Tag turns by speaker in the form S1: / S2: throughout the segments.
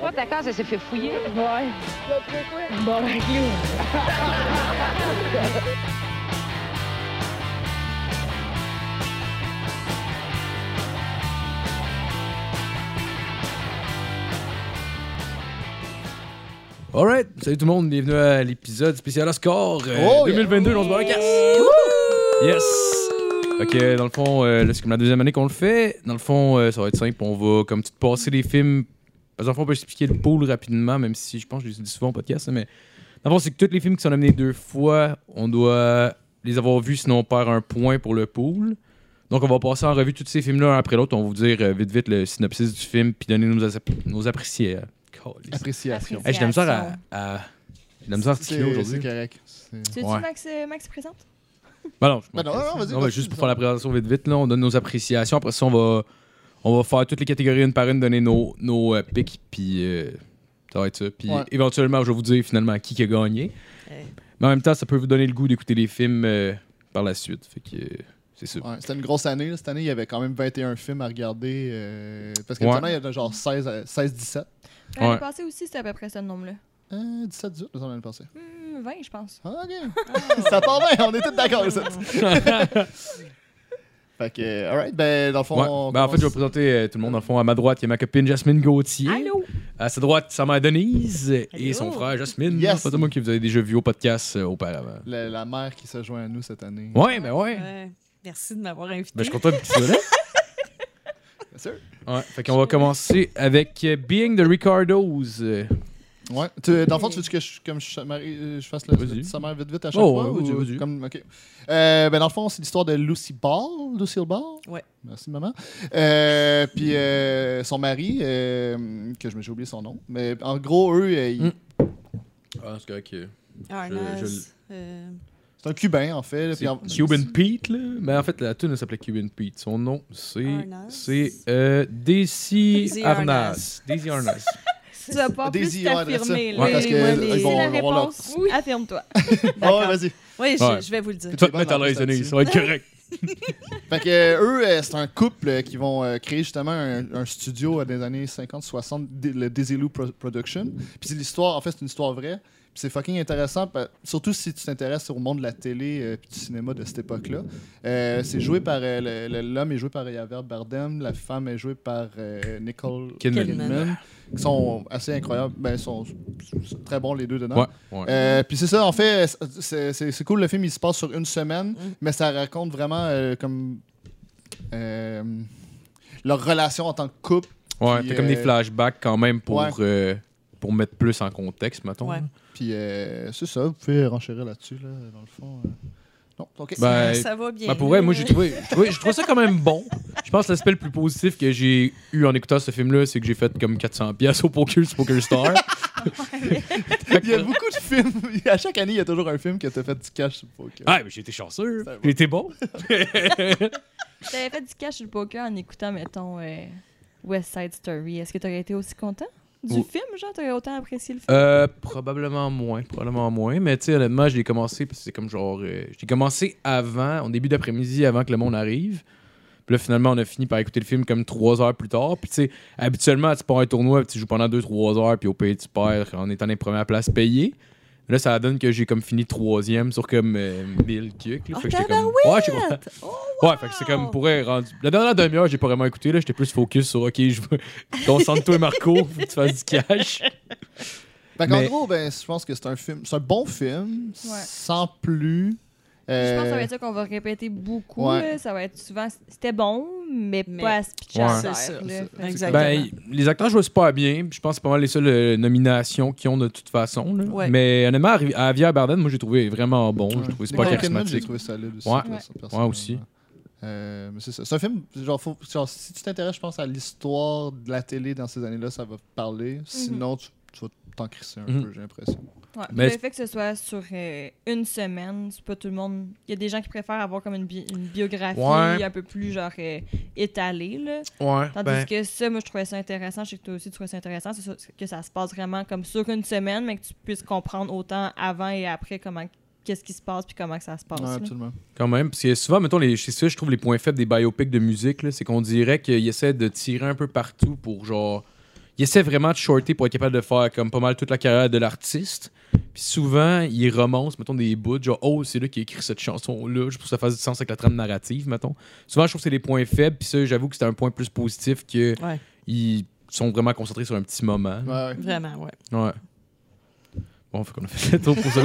S1: Toi, ta case, elle s'est fait fouiller.
S2: Ouais. Bon, avec lui.
S3: Alright, salut tout le monde, bienvenue à l'épisode spécial Oscar euh,
S4: Oh, yeah.
S3: 2022, on se barre le casse. Yes! Ok, dans le fond, euh, là, c'est comme la deuxième année qu'on le fait. Dans le fond, euh, ça va être simple, on va comme tout passer les films. Parce que dans le fond, on peut expliquer le pool rapidement, même si je pense que je l'ai dit souvent au podcast, hein, mais dans le fond, c'est que tous les films qui sont amenés deux fois, on doit les avoir vus, sinon on perd un point pour le pool. Donc, on va passer en revue tous ces films-là un après l'autre. On va vous dire euh, vite, vite le synopsis du film, puis donner nos, as- nos appréciés. euh, Calice.
S4: Appréciation.
S3: Hey, j'ai de la misère à. à- J'ai de la misère à articuler
S4: C'est c'est
S3: aujourd'hui.
S4: correct. C'est-
S5: Tu veux-tu
S3: Ouais.
S5: Max, euh, Max présente?
S3: Ben non, je
S4: Ben non,
S3: m'en-
S4: non, vas-y,
S3: non, ben
S4: vas-y,
S3: juste pour
S4: dis-en.
S3: faire la présentation vite vite, là, on donne nos appréciations. Après ça, on va, on va faire toutes les catégories une par une, donner nos, nos euh, pics, puis euh, ça va être ça. Puis
S4: Ouais.
S3: éventuellement, je vais vous dire finalement qui qui a gagné.
S5: Ouais.
S3: Mais en même temps, ça peut vous donner le goût d'écouter les films euh, par la suite. Fait que euh, c'est ça.
S4: Ouais, C'était une grosse année. là. Cette année, il y avait quand même 21 films à regarder. euh, parce que
S3: Ouais.
S4: maintenant, il y en a genre euh, 16, à- 16 17.
S5: L'année
S3: Ouais.
S5: passée aussi, c'était à peu près ce nombre-là.
S4: Euh, 17, 18, nous en avons passé.
S5: Hmm, 20, je pense.
S4: Ah, ok. ça part bien, on est tous d'accord avec ça. fait que, euh, alright, ben, dans le fond.
S3: Ouais.
S4: on
S3: Ben, en fait, je vais
S4: commence-
S3: présenter euh, tout le monde. En fond, à ma droite, il y a ma copine Jasmine Gauthier.
S5: Allô?
S3: À sa droite, sa mère Denise et
S5: Allô?
S3: son frère Jasmine.
S4: Yes.
S3: Pas de moi qui vous avez déjà vu au podcast euh, auparavant.
S4: la, la mère qui se joint à nous cette année.
S3: Ouais, ben ouais.
S6: Ouais. merci de m'avoir invité.
S3: Ben, je suis content que tu sois là.
S4: Bien sûr.
S3: Ouais, fait qu'on va commencer avec euh, Being the Ricardos. Euh,
S4: Ouais. Tu, dans le fond, tu veux que je, comme je, marie- euh, je fasse le,
S3: Vas-y.
S4: le petit sommaire vite vite à chaque
S3: Oh,
S4: fois?
S3: ouais, vas-y,
S4: ou-
S3: vas-y.
S4: Comme, ok. Euh, ben, dans le fond, c'est l'histoire de Lucy Ball. Lucille Ball?
S6: Ouais.
S4: Merci, maman. Euh, Puis euh, son mari, euh, que je me- j'ai oublié son nom. Mais en gros, eux, euh, ils-
S3: Mm. Ah, c'est correct.
S6: Arnaz,
S3: Je- je-
S6: Ah, euh,
S4: c'est un Cubain, en fait. là, puis en-
S3: Cuban Pete, là. Mais en fait, la tune elle s'appelait Cuban Pete. Son nom, c'est.
S6: Arnaz.
S3: C'est euh, Daisy
S6: Daisy
S3: Arnaz. Daisy Arnaz.
S5: Tu vas pas
S4: Daisy,
S5: plus
S4: ouais, là-dessus.
S5: t'affirmer. là.
S4: Ouais, parce que,
S6: moi,
S4: euh,
S6: les-
S4: ils
S5: C'est
S4: vont
S5: la
S4: avoir leur-
S5: réponse. Oui. Affirme-toi.
S4: Ah ouais,
S6: D'accord.
S4: vas-y.
S6: Oui, je,
S3: Ouais.
S6: je vais vous le dire.
S3: Tu vas te
S4: bonne
S3: mettre à l'aise, Denise.
S4: artiste là-dessus.
S3: Ça va être correct.
S4: Fait que euh, eux, euh, c'est un couple euh, qui vont euh, créer justement un, un studio euh, des années 50-60, D- le Desilu Pro- Production. Puis c'est l'histoire, en fait, c'est une histoire vraie. Puis c'est fucking intéressant, pa- surtout si tu t'intéresses au monde de la télé et du cinéma de cette époque-là. Euh, c'est joué par. euh, le- le- L'homme est joué par Javier Bardem, la femme est jouée par euh, Nicole
S3: Kidman.
S4: Kidman, qui sont assez incroyables. Ben, ils sont sont très bons les deux dedans.
S3: Ouais, ouais.
S4: Euh, puis c'est ça, en fait, c'est- c'est c'est cool, le film, il se passe sur une semaine,
S3: Mm.
S4: mais ça raconte vraiment euh, comme euh, leur relation en tant que couple.
S3: ouais,
S4: puis,
S3: t'as comme des
S4: euh,
S3: flashbacks quand même pour,
S4: ouais.
S3: euh, pour mettre plus en contexte, mettons.
S6: Ouais.
S4: Puis euh, c'est ça, vous pouvez renchérir là-dessus, là, dans le fond. euh. Non, ok.
S3: Ben,
S6: ça, ça va bien.
S3: Ben, pour vrai, moi,
S6: là.
S3: j'ai trouvé, j'ai trouvé- j'ai trouvé ça quand même bon. Je pense que l'aspect le plus positif que j'ai eu en écoutant ce film-là, c'est que j'ai fait comme 400 pièces au poker sur Poker Star. Fait
S4: il y a
S3: que-
S4: beaucoup de films. À chaque année, il y a toujours un film qui t'a fait du cash sur le poker.
S3: Ah, mais j'ai été chanceux.
S4: Ça va.
S3: J'ai été bon.
S5: T'avais fait du cash sur le poker en écoutant, mettons, euh, West Side Story. Est-ce que t'aurais été aussi content du
S3: Ou-
S5: film? Genre, t'aurais autant apprécié le film?
S3: Euh, probablement moins, probablement moins. Mais tu sais, honnêtement, je l'ai commencé parce que c'est comme genre. euh, je l'ai commencé avant, en début d'après-midi, avant que le monde arrive. Puis là, finalement, on a fini par écouter le film comme trois heures plus tard. Puis tu sais, habituellement, tu pars un tournoi, puis tu joues pendant deux, trois heures, puis au pays, tu perds en étant les premières places payées. Là, ça donne que j'ai comme fini troisième sur comme euh, 1000 kicks. là.
S6: Oh,
S3: Fait que j'étais comme. Ouais, j'étais content.
S6: Oh,
S3: Ouais, fait que c'est comme pour être rendu. La dernière demi-heure, j'ai pas vraiment écouté. là J'étais plus focus sur OK, je veux. Concentre-toi, Marco, faut que tu fasses du cash.
S4: Fait qu'en
S3: mais-
S4: gros, ben, je pense que c'est un film. C'est un bon film, sans plus.
S5: Je pense que ça
S4: Euh,
S5: va être ça qu'on va répéter beaucoup.
S4: ouais.
S5: là. Ça va être souvent, c'était bon, mais,
S6: Mais-
S5: pas à se pitcher en
S3: Ouais.
S5: l'air,
S6: C'est ça,
S5: là.
S4: c'est
S5: Fait que-
S6: Exactement.
S3: Ben, les acteurs jouent super bien. puis Je pense que c'est pas mal les seules euh, nominations qu'ils ont de toute façon. là.
S6: Ouais.
S3: Mais honnêtement, à Rivi- à Javier Bardem, moi, j'ai trouvé vraiment bon. J'ai trouvé super
S4: Nicole Kidman, J'ai
S3: charismatique.
S4: trouvé solide aussi.
S3: Ouais.
S4: perso-
S5: Ouais.
S4: personnellement.
S3: Ouais, aussi.
S4: Euh, mais c'est ça. C'est un film, genre, faut- genre, si tu t'intéresses, je pense, à l'histoire de la télé dans ces années-là, ça va te parler.
S6: Mhm.
S4: Sinon, tu, tu vas t'en crisser un
S3: Mhm.
S4: peu, j'ai l'impression.
S5: Ouais, puis
S3: Mais-
S5: le fait que ce soit sur euh, une semaine, c'est pas tout le monde. Il y a des gens qui préfèrent avoir comme une, bi- une biographie
S3: Ouais.
S5: un peu plus genre euh, étalée. Là.
S3: Ouais,
S5: Tandis que ça, moi, je trouvais ça intéressant. Je sais que toi aussi, tu trouvais ça intéressant. C'est sûr que ça se passe vraiment comme sur une semaine, mais que tu puisses comprendre autant avant et après comment qu'est-ce qui se passe puis comment que ça se passe.
S4: Ouais,
S5: là.
S4: absolument.
S3: Quand même, parce que souvent, mettons, les, c'est ça, je trouve les points faibles des biopics de musique, là, c'est qu'on dirait qu'ils essaient de tirer un peu partout pour genre. il essaie vraiment de shorter pour être capable de faire comme pas mal toute la carrière de l'artiste. Puis souvent, il romance, mettons, des bouts, genre, oh, c'est là qui a écrit cette chanson-là, juste pour que ça fasse du sens avec la trame narrative, mettons. Souvent, je trouve que c'est des points faibles, puis ça, j'avoue que c'est un point plus positif que
S6: Ouais.
S3: ils sont vraiment concentrés sur un petit moment.
S4: Ouais.
S6: Vraiment, ouais.
S3: Ouais. Bon, fait qu'on a fait le tour pour ça.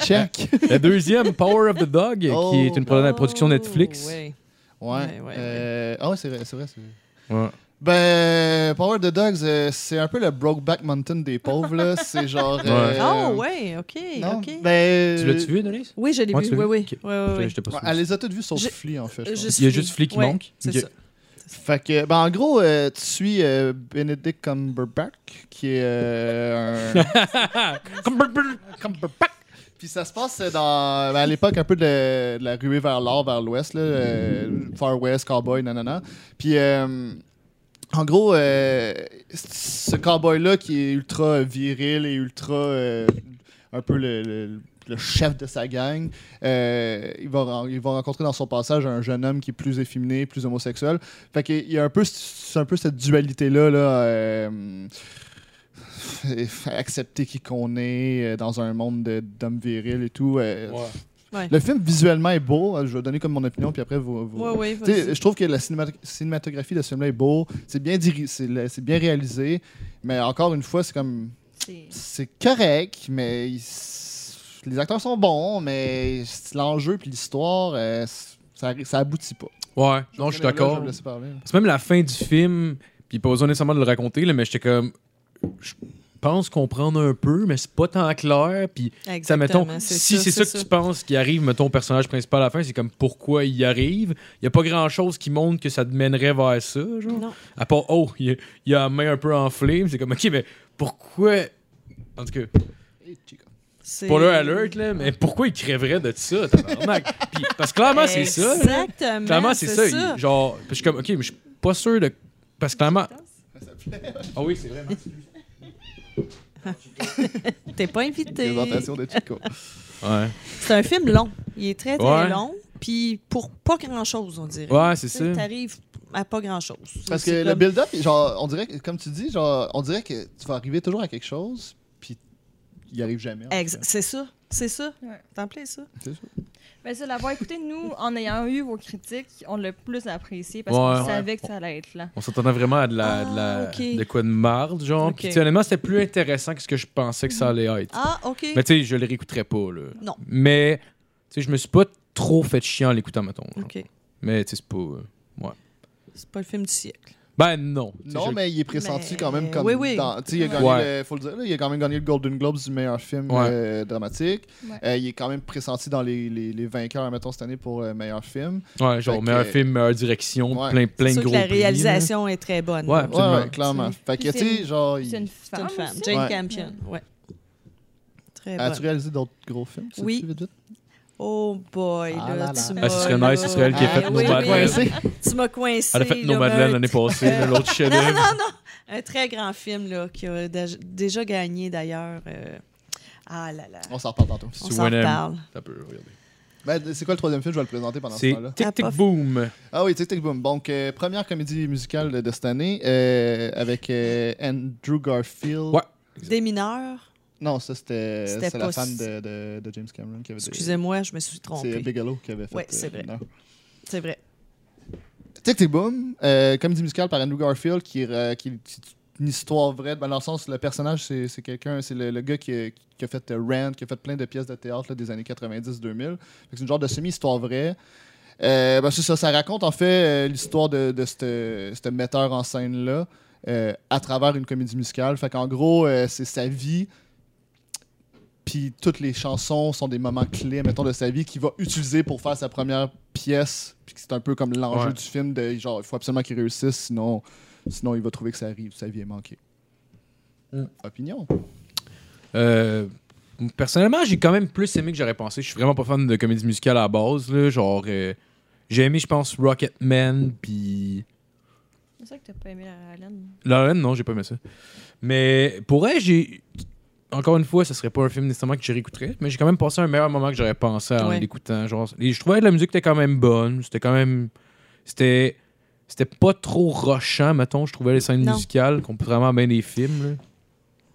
S4: Check.
S3: La deuxième, Power of the Dog,
S4: Oh.
S3: qui est une produ- production Netflix.
S6: Oh, ouais.
S4: Ouais.
S6: Ouais, ouais,
S4: euh, Ah ouais, c'est vrai, c'est vrai. c'est vrai.
S3: Ouais.
S4: Ben, Power the Dogs, euh, c'est un peu le Brokeback Mountain des pauvres, là. C'est genre. euh,
S3: Ouais.
S6: Ah, ouais, ok,
S4: non,
S6: ok.
S4: ben,
S3: Tu l'as-tu vu, Denise?
S6: oui, je l'ai
S3: Euh, Ouais, tu
S6: vu.
S3: l'as
S6: Oui,
S3: vu?
S6: oui.
S3: Ok.
S6: Ouais, ouais, ouais.
S3: Je t'ai pas
S4: ouais,
S3: su.
S4: elle les a toutes vues sauf
S6: Je-
S4: Flea, en fait. je
S6: Euh,
S4: pense.
S3: Il y a juste Flea qui
S6: Ouais,
S3: manque. Ok.
S6: C'est ça.
S4: Fait que, ben, en gros, euh, tu suis euh, Benedict Cumberbatch, qui est euh, un. Cumberbatch! Puis ça se passe euh, dans, ben, à l'époque un peu de, de la ruée vers l'or, vers l'ouest, là, euh, Far West, Cowboy, nanana. Puis euh, en gros, euh, ce cowboy-là qui est ultra viril et ultra euh, un peu le, le- le chef de sa gang, euh, il, va, ren- il va rencontrer dans son passage un jeune homme qui est plus efféminé, plus homosexuel. Fait qu'il il y a un peu, c- c'est un peu cette dualité-là, là, euh, et f- accepter qui qu'on est euh, dans un monde de- d'hommes virils et tout. euh.
S3: Ouais.
S6: Ouais.
S4: Le film visuellement est beau, euh, je vais donner comme mon opinion, puis après vous... vous-
S6: Ouais, ouais,
S4: Tu
S6: vas-y.
S4: sais, je trouve que la cinémat- cinématographie de ce film-là est beau, c'est bien, diri- c'est le- c'est bien réalisé, mais encore une fois, c'est comme
S5: C'est-
S4: c'est correct, mais il- les acteurs sont bons, mais c'est l'enjeu puis l'histoire, euh, c'est- ça, ça aboutit pas.
S3: Ouais, non, je suis
S4: Là,
S3: d'accord.
S4: je vais laisser parler.
S3: C'est même la fin du film, puis pas besoin nécessairement de le raconter, là, mais j'étais comme. Je pense comprendre un peu, mais c'est pas tant clair. Puis, ça, mettons,
S6: Exactement,
S3: si c'est ça, que tu penses qui arrive, mettons, au personnage principal à la fin, c'est comme pourquoi il y arrive. Il y a pas grand chose qui montre que ça te mènerait vers ça, genre.
S6: Non.
S3: À part, oh, il y a, il y a la main un peu enflée, puis c'est comme, ok, mais pourquoi. En tout cas,
S4: Hey, Chico.
S6: C'est-
S3: spoiler alert, là, mais pourquoi il crèverait de ça, tabarnak? Puis- parce que clairement, Ah, c'est ça. là.
S6: Exactement.
S3: Clairement, c'est ça. il- genre, puis je suis comme, ok, mais je suis pas sûr de. Parce que clairement.
S6: hein?
S3: Ah oui, c'est vrai.
S6: T'es pas invité.
S4: Présentation de Chico.
S3: Ouais,
S6: C'est un film long. Il est très, très
S3: Ouais.
S6: long. Puis pour pas grand-chose, on dirait.
S3: ouais c'est ça.
S6: Tu sais, T'arrives à pas grand-chose.
S4: Parce que
S6: C'est
S4: le
S6: comme-
S4: build-up, genre, on dirait, que- comme tu dis, genre, on dirait que tu vas arriver toujours à quelque chose, puis il n'y arrive jamais. en fait.
S6: Ex- C'est ça. C'est ça.
S5: Ouais.
S6: T'en plais ça?
S4: C'est ça.
S5: Mais ben, c'est l'avoir écouté, nous, en ayant eu vos critiques, on l'a plus apprécié parce
S3: Ouais.
S5: qu'on savait que ça allait être là.
S3: On s'attendait vraiment à de la. de, la-
S6: Ah, ok.
S3: de quoi de marde, genre.
S6: Ok.
S3: Puis, tu sais, honnêtement, c'était plus intéressant que ce que je pensais que ça allait être.
S6: Ah, OK.
S3: Mais tu sais, je le réécouterais pas, là.
S6: Non.
S3: Mais, tu sais, je me suis pas trop fait chier en l'écoutant, mettons. genre.
S6: OK.
S3: Mais, tu sais, c'est pas. euh,
S6: C'est pas le film du siècle.
S3: Ben, non. Tu sais,
S4: Non,
S3: je-
S4: mais il est pressenti
S6: Mais-
S4: quand même comme.
S6: Oui, oui.
S4: dans- tu sais, il a
S6: Ouais.
S4: gagné,
S3: Ouais.
S4: le, faut le dire, là, il a quand même gagné le Golden Globes du meilleur film
S3: Ouais.
S4: euh, dramatique.
S5: Ouais.
S4: Euh, il est quand même pressenti dans les, les, les vainqueurs, mettons, cette année pour euh, meilleur film.
S3: Ouais, genre,
S4: Fait que-
S3: meilleur film, meilleure direction,
S4: Ouais.
S3: plein, plein
S6: C'est
S3: de
S6: sûr
S3: gros.
S6: que la
S3: prix, là.
S6: réalisation est très bonne.
S3: Ouais,
S4: Ouais,
S3: absolument.
S4: ouais, clairement. Fait que,
S5: Puis
S4: tu sais,
S5: c'est-
S4: genre. il-
S5: C'est une
S6: C'est
S5: femme.
S6: une femme.
S5: aussi?
S6: Jane
S4: Ouais.
S6: Campion. Ouais. Très
S4: As-tu
S6: bonne.
S4: réalisé d'autres gros films? sais-tu,
S6: Oui.
S4: vite, vite?
S6: Oh boy,
S4: Ah là
S6: là,
S4: là.
S6: tu m'as...
S3: Ah, ce serait nice, ce serait elle qui a
S6: Ah,
S3: fait
S6: oui,
S3: nos
S6: oui,
S3: Madeleines.
S6: oui. Tu m'as coincé.
S3: Elle a fait nos
S6: là,
S3: Madeleines
S6: mais-
S3: l'année passée, là, l'autre
S6: Non, non,
S3: chef-d'œuvre.
S6: non, non. Un très grand film là, qui a dé- déjà gagné d'ailleurs. euh, Ah là là.
S4: On s'en reparle tantôt.
S6: On
S3: Tu
S6: s'en
S3: vois, elle-
S6: reparle.
S3: Ça peut, regardez.
S4: Ben, c'est quoi le troisième film? Je vais le présenter pendant ce
S3: C'est
S4: temps-là.
S3: Tic Tic
S6: Ah, pas-
S3: Boom.
S4: Ah oui, Tic Tic Boom. Donc, euh, première comédie musicale de, de cette année euh, avec euh, Andrew Garfield.
S3: Ouais.
S6: Des mineurs.
S4: Non, ça c'était
S6: C'était
S4: c'est la
S6: pas
S4: femme
S6: si-
S4: de, de- de James Cameron qui avait des-
S6: Excusez-moi, je me suis
S4: C'est
S6: trompée.
S4: Bigelow qui avait fait. euh,
S6: Ouais, c'est vrai.
S4: non.
S6: C'est vrai.
S4: Tic Tic Boom, euh, comédie musicale par Andrew Garfield, qui, est, euh, qui- qui est une histoire vraie. Ben, dans le sens, le personnage, c'est c'est quelqu'un, c'est le, le gars qui, a- qui a fait euh, Rent, qui a fait plein de pièces de théâtre là, des années 90-2000. Fait que C'est une genre de semi-histoire vraie. Euh, ben, c'est ça, ça raconte en fait euh, l'histoire de, de ce ce metteur en scène-là euh, à travers une comédie musicale. Fait qu'en gros, euh, c'est sa vie. Puis toutes les chansons sont des moments clés, mettons, de sa vie qu'il va utiliser pour faire sa première pièce. Puis que c'est un peu comme l'enjeu
S3: Ouais.
S4: du film de genre, il faut absolument qu'il réussisse, sinon, sinon il va trouver que sa, ri- sa vie est manquée.
S3: Mm.
S4: Opinion.
S3: Euh, personnellement, j'ai quand même plus aimé que j'aurais pensé. Je suis vraiment pas fan de comédie musicale à la base. Là, genre, euh, j'ai aimé, je pense, Rocketman, puis.
S5: C'est ça que t'as pas aimé la Hélène.
S3: Lauren, non, j'ai pas aimé ça. Mais pour elle, j'ai. Encore une fois, ce serait pas un film nécessairement que je réécouterais, mais j'ai quand même passé un meilleur moment que j'aurais pensé en
S6: Ouais.
S3: l'écoutant. Genre, et je trouvais que la musique était quand même bonne. C'était quand même. C'était. C'était pas trop rushant, mettons. Je trouvais les scènes
S6: Non.
S3: musicales, contrairement à bien des films. là.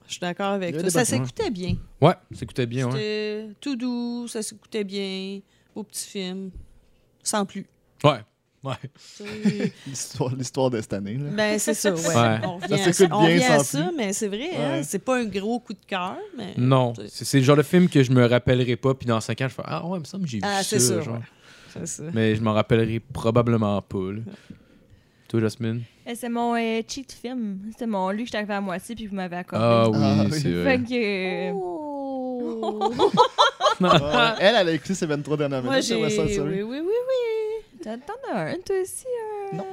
S6: Je suis d'accord
S4: Il y
S6: avec
S4: a
S6: toi.
S4: des
S6: Ça
S3: bâtiments.
S6: s'écoutait bien.
S3: Ouais, s'écoutait bien. Ouais.
S6: C'était tout doux, ça s'écoutait bien. Beau petit film. Sans plus.
S3: Ouais. Ouais.
S6: C'est-
S4: L'histoire, l'histoire de cette année. Là.
S6: ben, c'est ça, ouais.
S3: Ouais.
S6: On revient à
S4: s'écoute
S6: ça, on
S4: bien
S6: revient à
S4: sans
S6: ça
S4: plus.
S6: mais c'est vrai, hein,
S4: Ouais.
S6: c'est pas un gros coup de cœur, mais.
S3: Non,
S6: C'est-
S3: c'est c'est le genre de film que je me rappellerai pas, puis dans 5 ans, je fais Ah ouais, il me semble que j'ai vu
S6: Ah,
S3: ça.
S6: c'est sûr,
S3: genre.
S6: ouais. C'est ça.
S3: Mais je m'en rappellerai probablement pas. là. Toi, Jasmine
S5: Eh, C'est mon euh, cheat film. C'était mon lui que j'étais arrivé à moitié puis vous m'avez
S3: Ah
S5: accordé.
S3: oui,
S4: Ah,
S3: c'est
S4: oui.
S3: vrai.
S5: Fait que. euh,
S4: Ouais, elle, elle a écrit ses 23 dernières
S6: Euh, Moi,
S4: minutes.
S6: j'ai.
S4: j'aimerais ça, ça.
S6: Oui, oui, oui, oui.
S5: T'en t'en as un, toi aussi, hein? un.
S4: Non.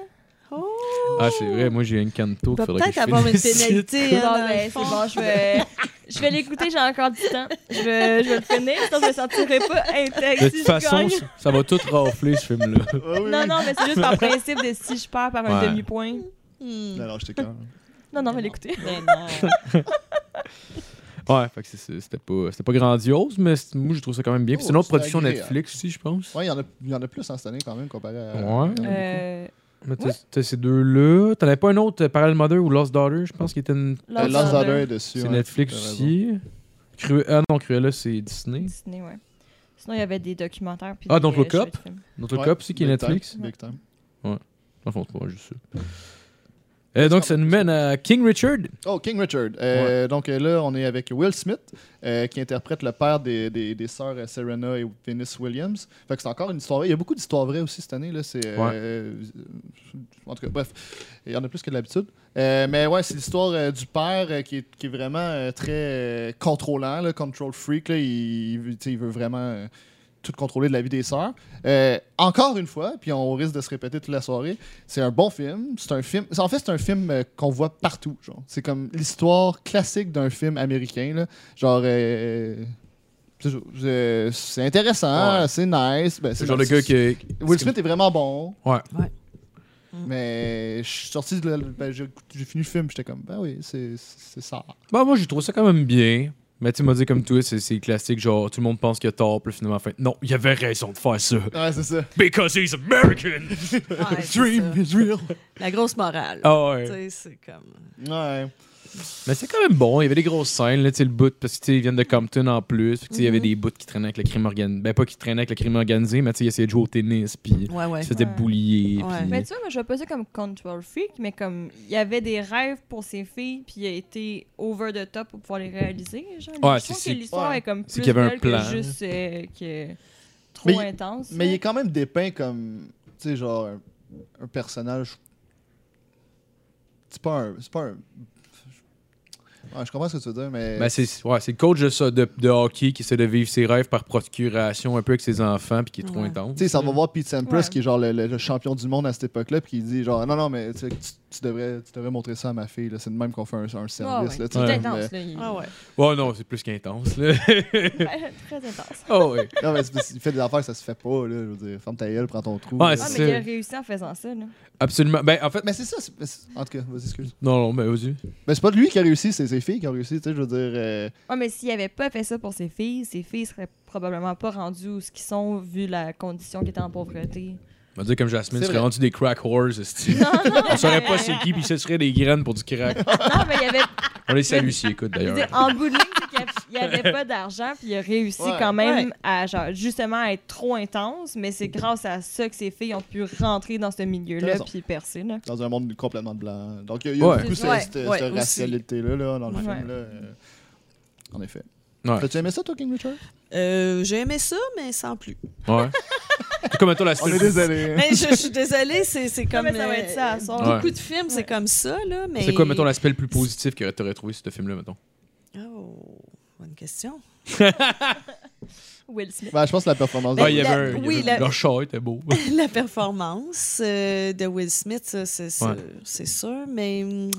S6: Oh!
S3: Ah, c'est vrai, moi j'ai un canto. qu'il
S6: Il va
S3: faudrait que
S6: peut-être
S3: je
S6: avoir une
S3: finisse.
S6: pénalité. hein,
S5: Bon,
S6: dans le
S5: ben, c'est
S6: fond.
S5: bon, je vais, je vais l'écouter, j'ai encore du temps. Je vais, je vais le finir, sinon je me sentirai pas intègre.
S3: De
S5: si
S3: toute
S5: je
S3: façon,
S5: gagne.
S3: ça- ça va tout rafler ce film-là.
S4: Ah oui,
S5: Non,
S4: oui.
S5: non, mais c'est juste par principe de si je perds par un
S3: Ouais.
S5: demi-point.
S6: Hmm.
S4: Non, non, je t'écoute.
S5: Non, non, on va l'écouter.
S6: Ben non.
S3: Ouais, fait que c'est- c'est- c'était pas, c'était pas grandiose, mais c'est- moi je trouve ça hein. quand même bien. Puis c'est une
S4: Oh,
S3: autre
S4: c'était
S3: production
S4: agréable.
S3: Netflix aussi, je pense.
S4: Ouais, il y, en a- il y en a plus en cette année quand même comparé à.
S3: Ouais.
S4: il y en a
S5: Euh,
S3: Mais t'as t'as ces deux-là. T'en avais pas un autre, euh, Parallel Mother ou Lost Daughter, je pense, qui était une.
S4: beaucoup. Euh,
S5: Lost
S4: Lost
S5: Order.
S4: Order est dessus.
S3: C'est
S4: ouais,
S3: Netflix
S4: t'as raison.
S3: aussi. Cru... Ah non, Cruella, c'est Disney.
S5: Disney, ouais. Sinon, il y avait des documentaires. Puis
S3: Ah,
S5: des,
S3: donc Look
S5: euh,
S3: Up.
S5: short films.
S3: Notre
S4: Ouais,
S3: Cop aussi, qui est
S4: Big Time,
S3: Netflix.
S4: Big Time.
S3: Dans le fond, c'est pas juste ça. Euh, donc, ça nous mène à King Richard.
S4: Oh, King Richard. Euh, Donc euh, là, on est avec Will Smith, euh, qui interprète le père des, des, des sœurs euh, Serena et Venus Williams. Fait que c'est encore une histoire vraie. Il y a beaucoup d'histoires vraies aussi cette année. Là. C'est, euh,
S3: Ouais.
S4: euh, en tout cas, bref, il y en a plus que d'habitude. Euh, mais ouais, c'est l'histoire euh, du père euh, qui, est, qui est vraiment euh, très euh, contrôlant, là, control freak. Là. Il, il veut- tu sais, il veut vraiment euh, tout contrôler de la vie des sœurs. Euh, encore une fois, puis on risque de se répéter toute la soirée, c'est un bon film. C'est un film. c'est- En fait, c'est un film euh, qu'on voit partout. genre. C'est comme l'histoire classique d'un film américain. là. Genre. euh, c'est- c'est- c'est intéressant,
S3: Ouais.
S4: c'est nice. ben,
S3: C'est
S4: c'est
S3: le genre de
S4: nice.
S3: gars qui.
S4: Will Smith est vraiment bon,
S3: Ouais.
S4: Mm. mais je suis sorti de la- ben, j'ai j'ai fini le film, j'étais comme, ben oui, c'est c'est ça.
S3: Bah, moi, je trouve ça quand même bien. Mais tu m'as dit comme toi, c'est- c'est classique, genre tout le monde pense qu'il a tort, puis finalement, fin, non, il avait raison de faire ça.
S4: Ouais, c'est ça.
S3: Because he's American!
S6: Ouais, c'est
S4: Dream is real.
S6: ça. La grosse morale.
S3: Ah ouais.
S6: Tu sais, c'est comme.
S4: Ouais.
S3: Mais c'est quand même bon, il y avait des grosses scènes, là, tu sais, le bout, parce que tu sais, ils viennent de Compton en plus, puis tu sais, il y avait
S6: Mhm.
S3: des bouts qui traînaient avec le crime organisé. Ben, pas qui traînaient avec le crime organisé, mais tu sais, ils essayaient de jouer au tennis, puis
S6: Ouais, ouais.
S3: ils se faisaient
S5: Ouais.
S3: boulier.
S6: Ouais.
S3: puis-
S5: Mais tu vois, moi, je vois pas ça comme control freak, mais comme il y avait des rêves pour ses filles, puis il a été over the top pour pouvoir les réaliser. Genre.
S3: Ouais,
S5: je
S3: c'est-
S5: trouve
S3: c'est-
S5: que l'histoire
S4: ouais.
S5: est comme
S3: C'est
S5: plus
S3: qu'il y avait un
S5: belle
S3: plan.
S5: que juste euh, que trop
S4: Mais il-
S5: intense.
S4: Mais il est quand même dépeint comme, tu sais, genre, un, un personnage. C'est pas un. C'est pas un. Ouais, je comprends ce que tu veux dire, mais.
S3: Ben, c'est ouais, c'est le coach de, ça- de, de hockey qui essaie de vivre ses rêves par procuration un peu avec ses enfants, puis qui est trop
S6: Ouais.
S3: intense.
S4: tu sais, ça va voir Pete Sampras,
S5: Ouais.
S4: qui est genre le, le- le champion du monde à cette époque-là, puis qui dit genre, non, non, mais tu, sais, tu- tu devrais, tu devrais montrer ça à ma fille, là. c'est de même qu'on fait un, un service. là, tu
S5: C'est
S4: sais,
S3: Ouais.
S4: comme, euh,
S5: intense, là. il-
S6: Ah ouais.
S3: Oh non, c'est plus qu'intense, là.
S5: Très intense.
S3: oh ouais.
S4: Non, mais c'est parce qu'il fait des affaires, ça se fait pas, là. Je veux dire, ferme ta gueule, prends ton trou.
S3: Ouais,
S4: là.
S5: Ah,
S3: C'est
S5: mais il
S3: ça.
S5: a réussi en faisant ça, là.
S3: Absolument. Ben, en fait,
S4: Mais c'est ça, c'est- mais c'est- en tout cas, vas-y, excuse.
S3: non, non, mais vas-y.
S4: Mais c'est pas lui qui a réussi, c'est ses filles qui ont réussi, tu sais, je veux dire. euh,
S5: Ah, mais s'il avait pas fait ça pour ses filles, ses filles seraient probablement pas rendues où ce qu'ils sont, vu la condition qu'ils étaient en pauvreté.
S3: On va dire comme Jasmine,
S4: C'est
S3: serait
S4: vrai.
S3: rendu des crack whores, esti. On saurait pas c'est qui, puis ce serait des graines pour du crack.
S5: Non, mais il y avait
S3: On les salue s'ils écoutent,
S5: Je veux
S3: d'ailleurs.
S5: dire, en bout de ligne, c'est qu'il y a- il n'y avait pas d'argent, puis il a réussi
S4: Ouais.
S5: quand même à genre, justement à être trop intense, mais c'est grâce à ça que ces filles ont pu rentrer dans ce
S4: T'as
S5: milieu-là
S4: raison.
S5: puis percer. Là.
S4: dans un monde complètement blanc. Donc, il y a, il y a
S3: Ouais.
S4: beaucoup cette,
S6: Ouais,
S4: cette-
S6: ouais,
S4: cette
S6: aussi.
S4: racialité-là là, dans le
S5: Ouais.
S4: film. Là, euh, en effet.
S3: Ouais.
S4: T'as-tu aimé ça, toi, King Richard?
S6: Euh, j'ai aimé ça, mais sans plus.
S3: Ouais. comme toi, la
S4: On est
S3: semaine.
S4: désolé.
S6: Mais je, je suis désolée, c'est, c'est
S5: Non,
S6: comme.
S5: mais ça va
S6: euh,
S5: être ça à soir.
S3: Ouais.
S6: Beaucoup de films, c'est comme ça, là. Mais...
S3: C'est quoi, mettons, l'aspect le plus positif que t'aurais trouvé sur ce film-là, mettons?
S6: Oh, bonne question.
S5: Will Smith.
S4: Ben, je pense que la performance
S6: Ben,
S3: Ah, il y
S6: la-
S3: avait un. il y
S6: oui,
S3: avait-
S6: la-
S3: Leur chat était beau.
S6: La performance euh, de Will Smith, ça, c'est c'est-
S3: Ouais.
S6: c'est sûr, mais hum,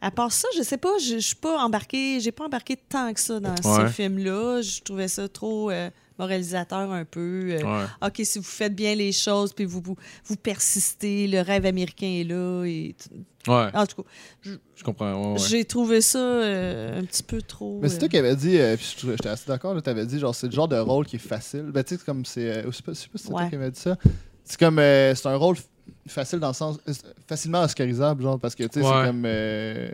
S6: à part ça, je sais pas, je je suis pas embarquée, j'ai pas embarqué tant que ça dans
S3: Ouais.
S6: ce film-là. Je trouvais ça trop euh, moralisateur un peu. euh,
S3: Ouais.
S6: OK, si vous faites bien les choses, puis vous, vous, vous persistez, le rêve américain est là. Et... t-
S3: Ouais,
S6: En tout cas,
S3: je comprends. Ouais, ouais.
S6: j'ai trouvé ça euh, un petit peu trop...
S4: Mais c'est
S6: euh,
S4: toi qui avais dit, euh, puis je trou- j'étais assez d'accord, tu avais dit, genre, c'est le genre de rôle qui est facile. Ben, tu sais, c'est comme c'est. euh, je sais pas je sais pas si c'est toi
S6: Ouais.
S4: qui avais dit ça. C'est comme. euh, c'est un rôle f- facile dans le sens. facilement oscarisable, genre, parce que, tu
S3: Ouais.
S4: sais, c'est comme. euh,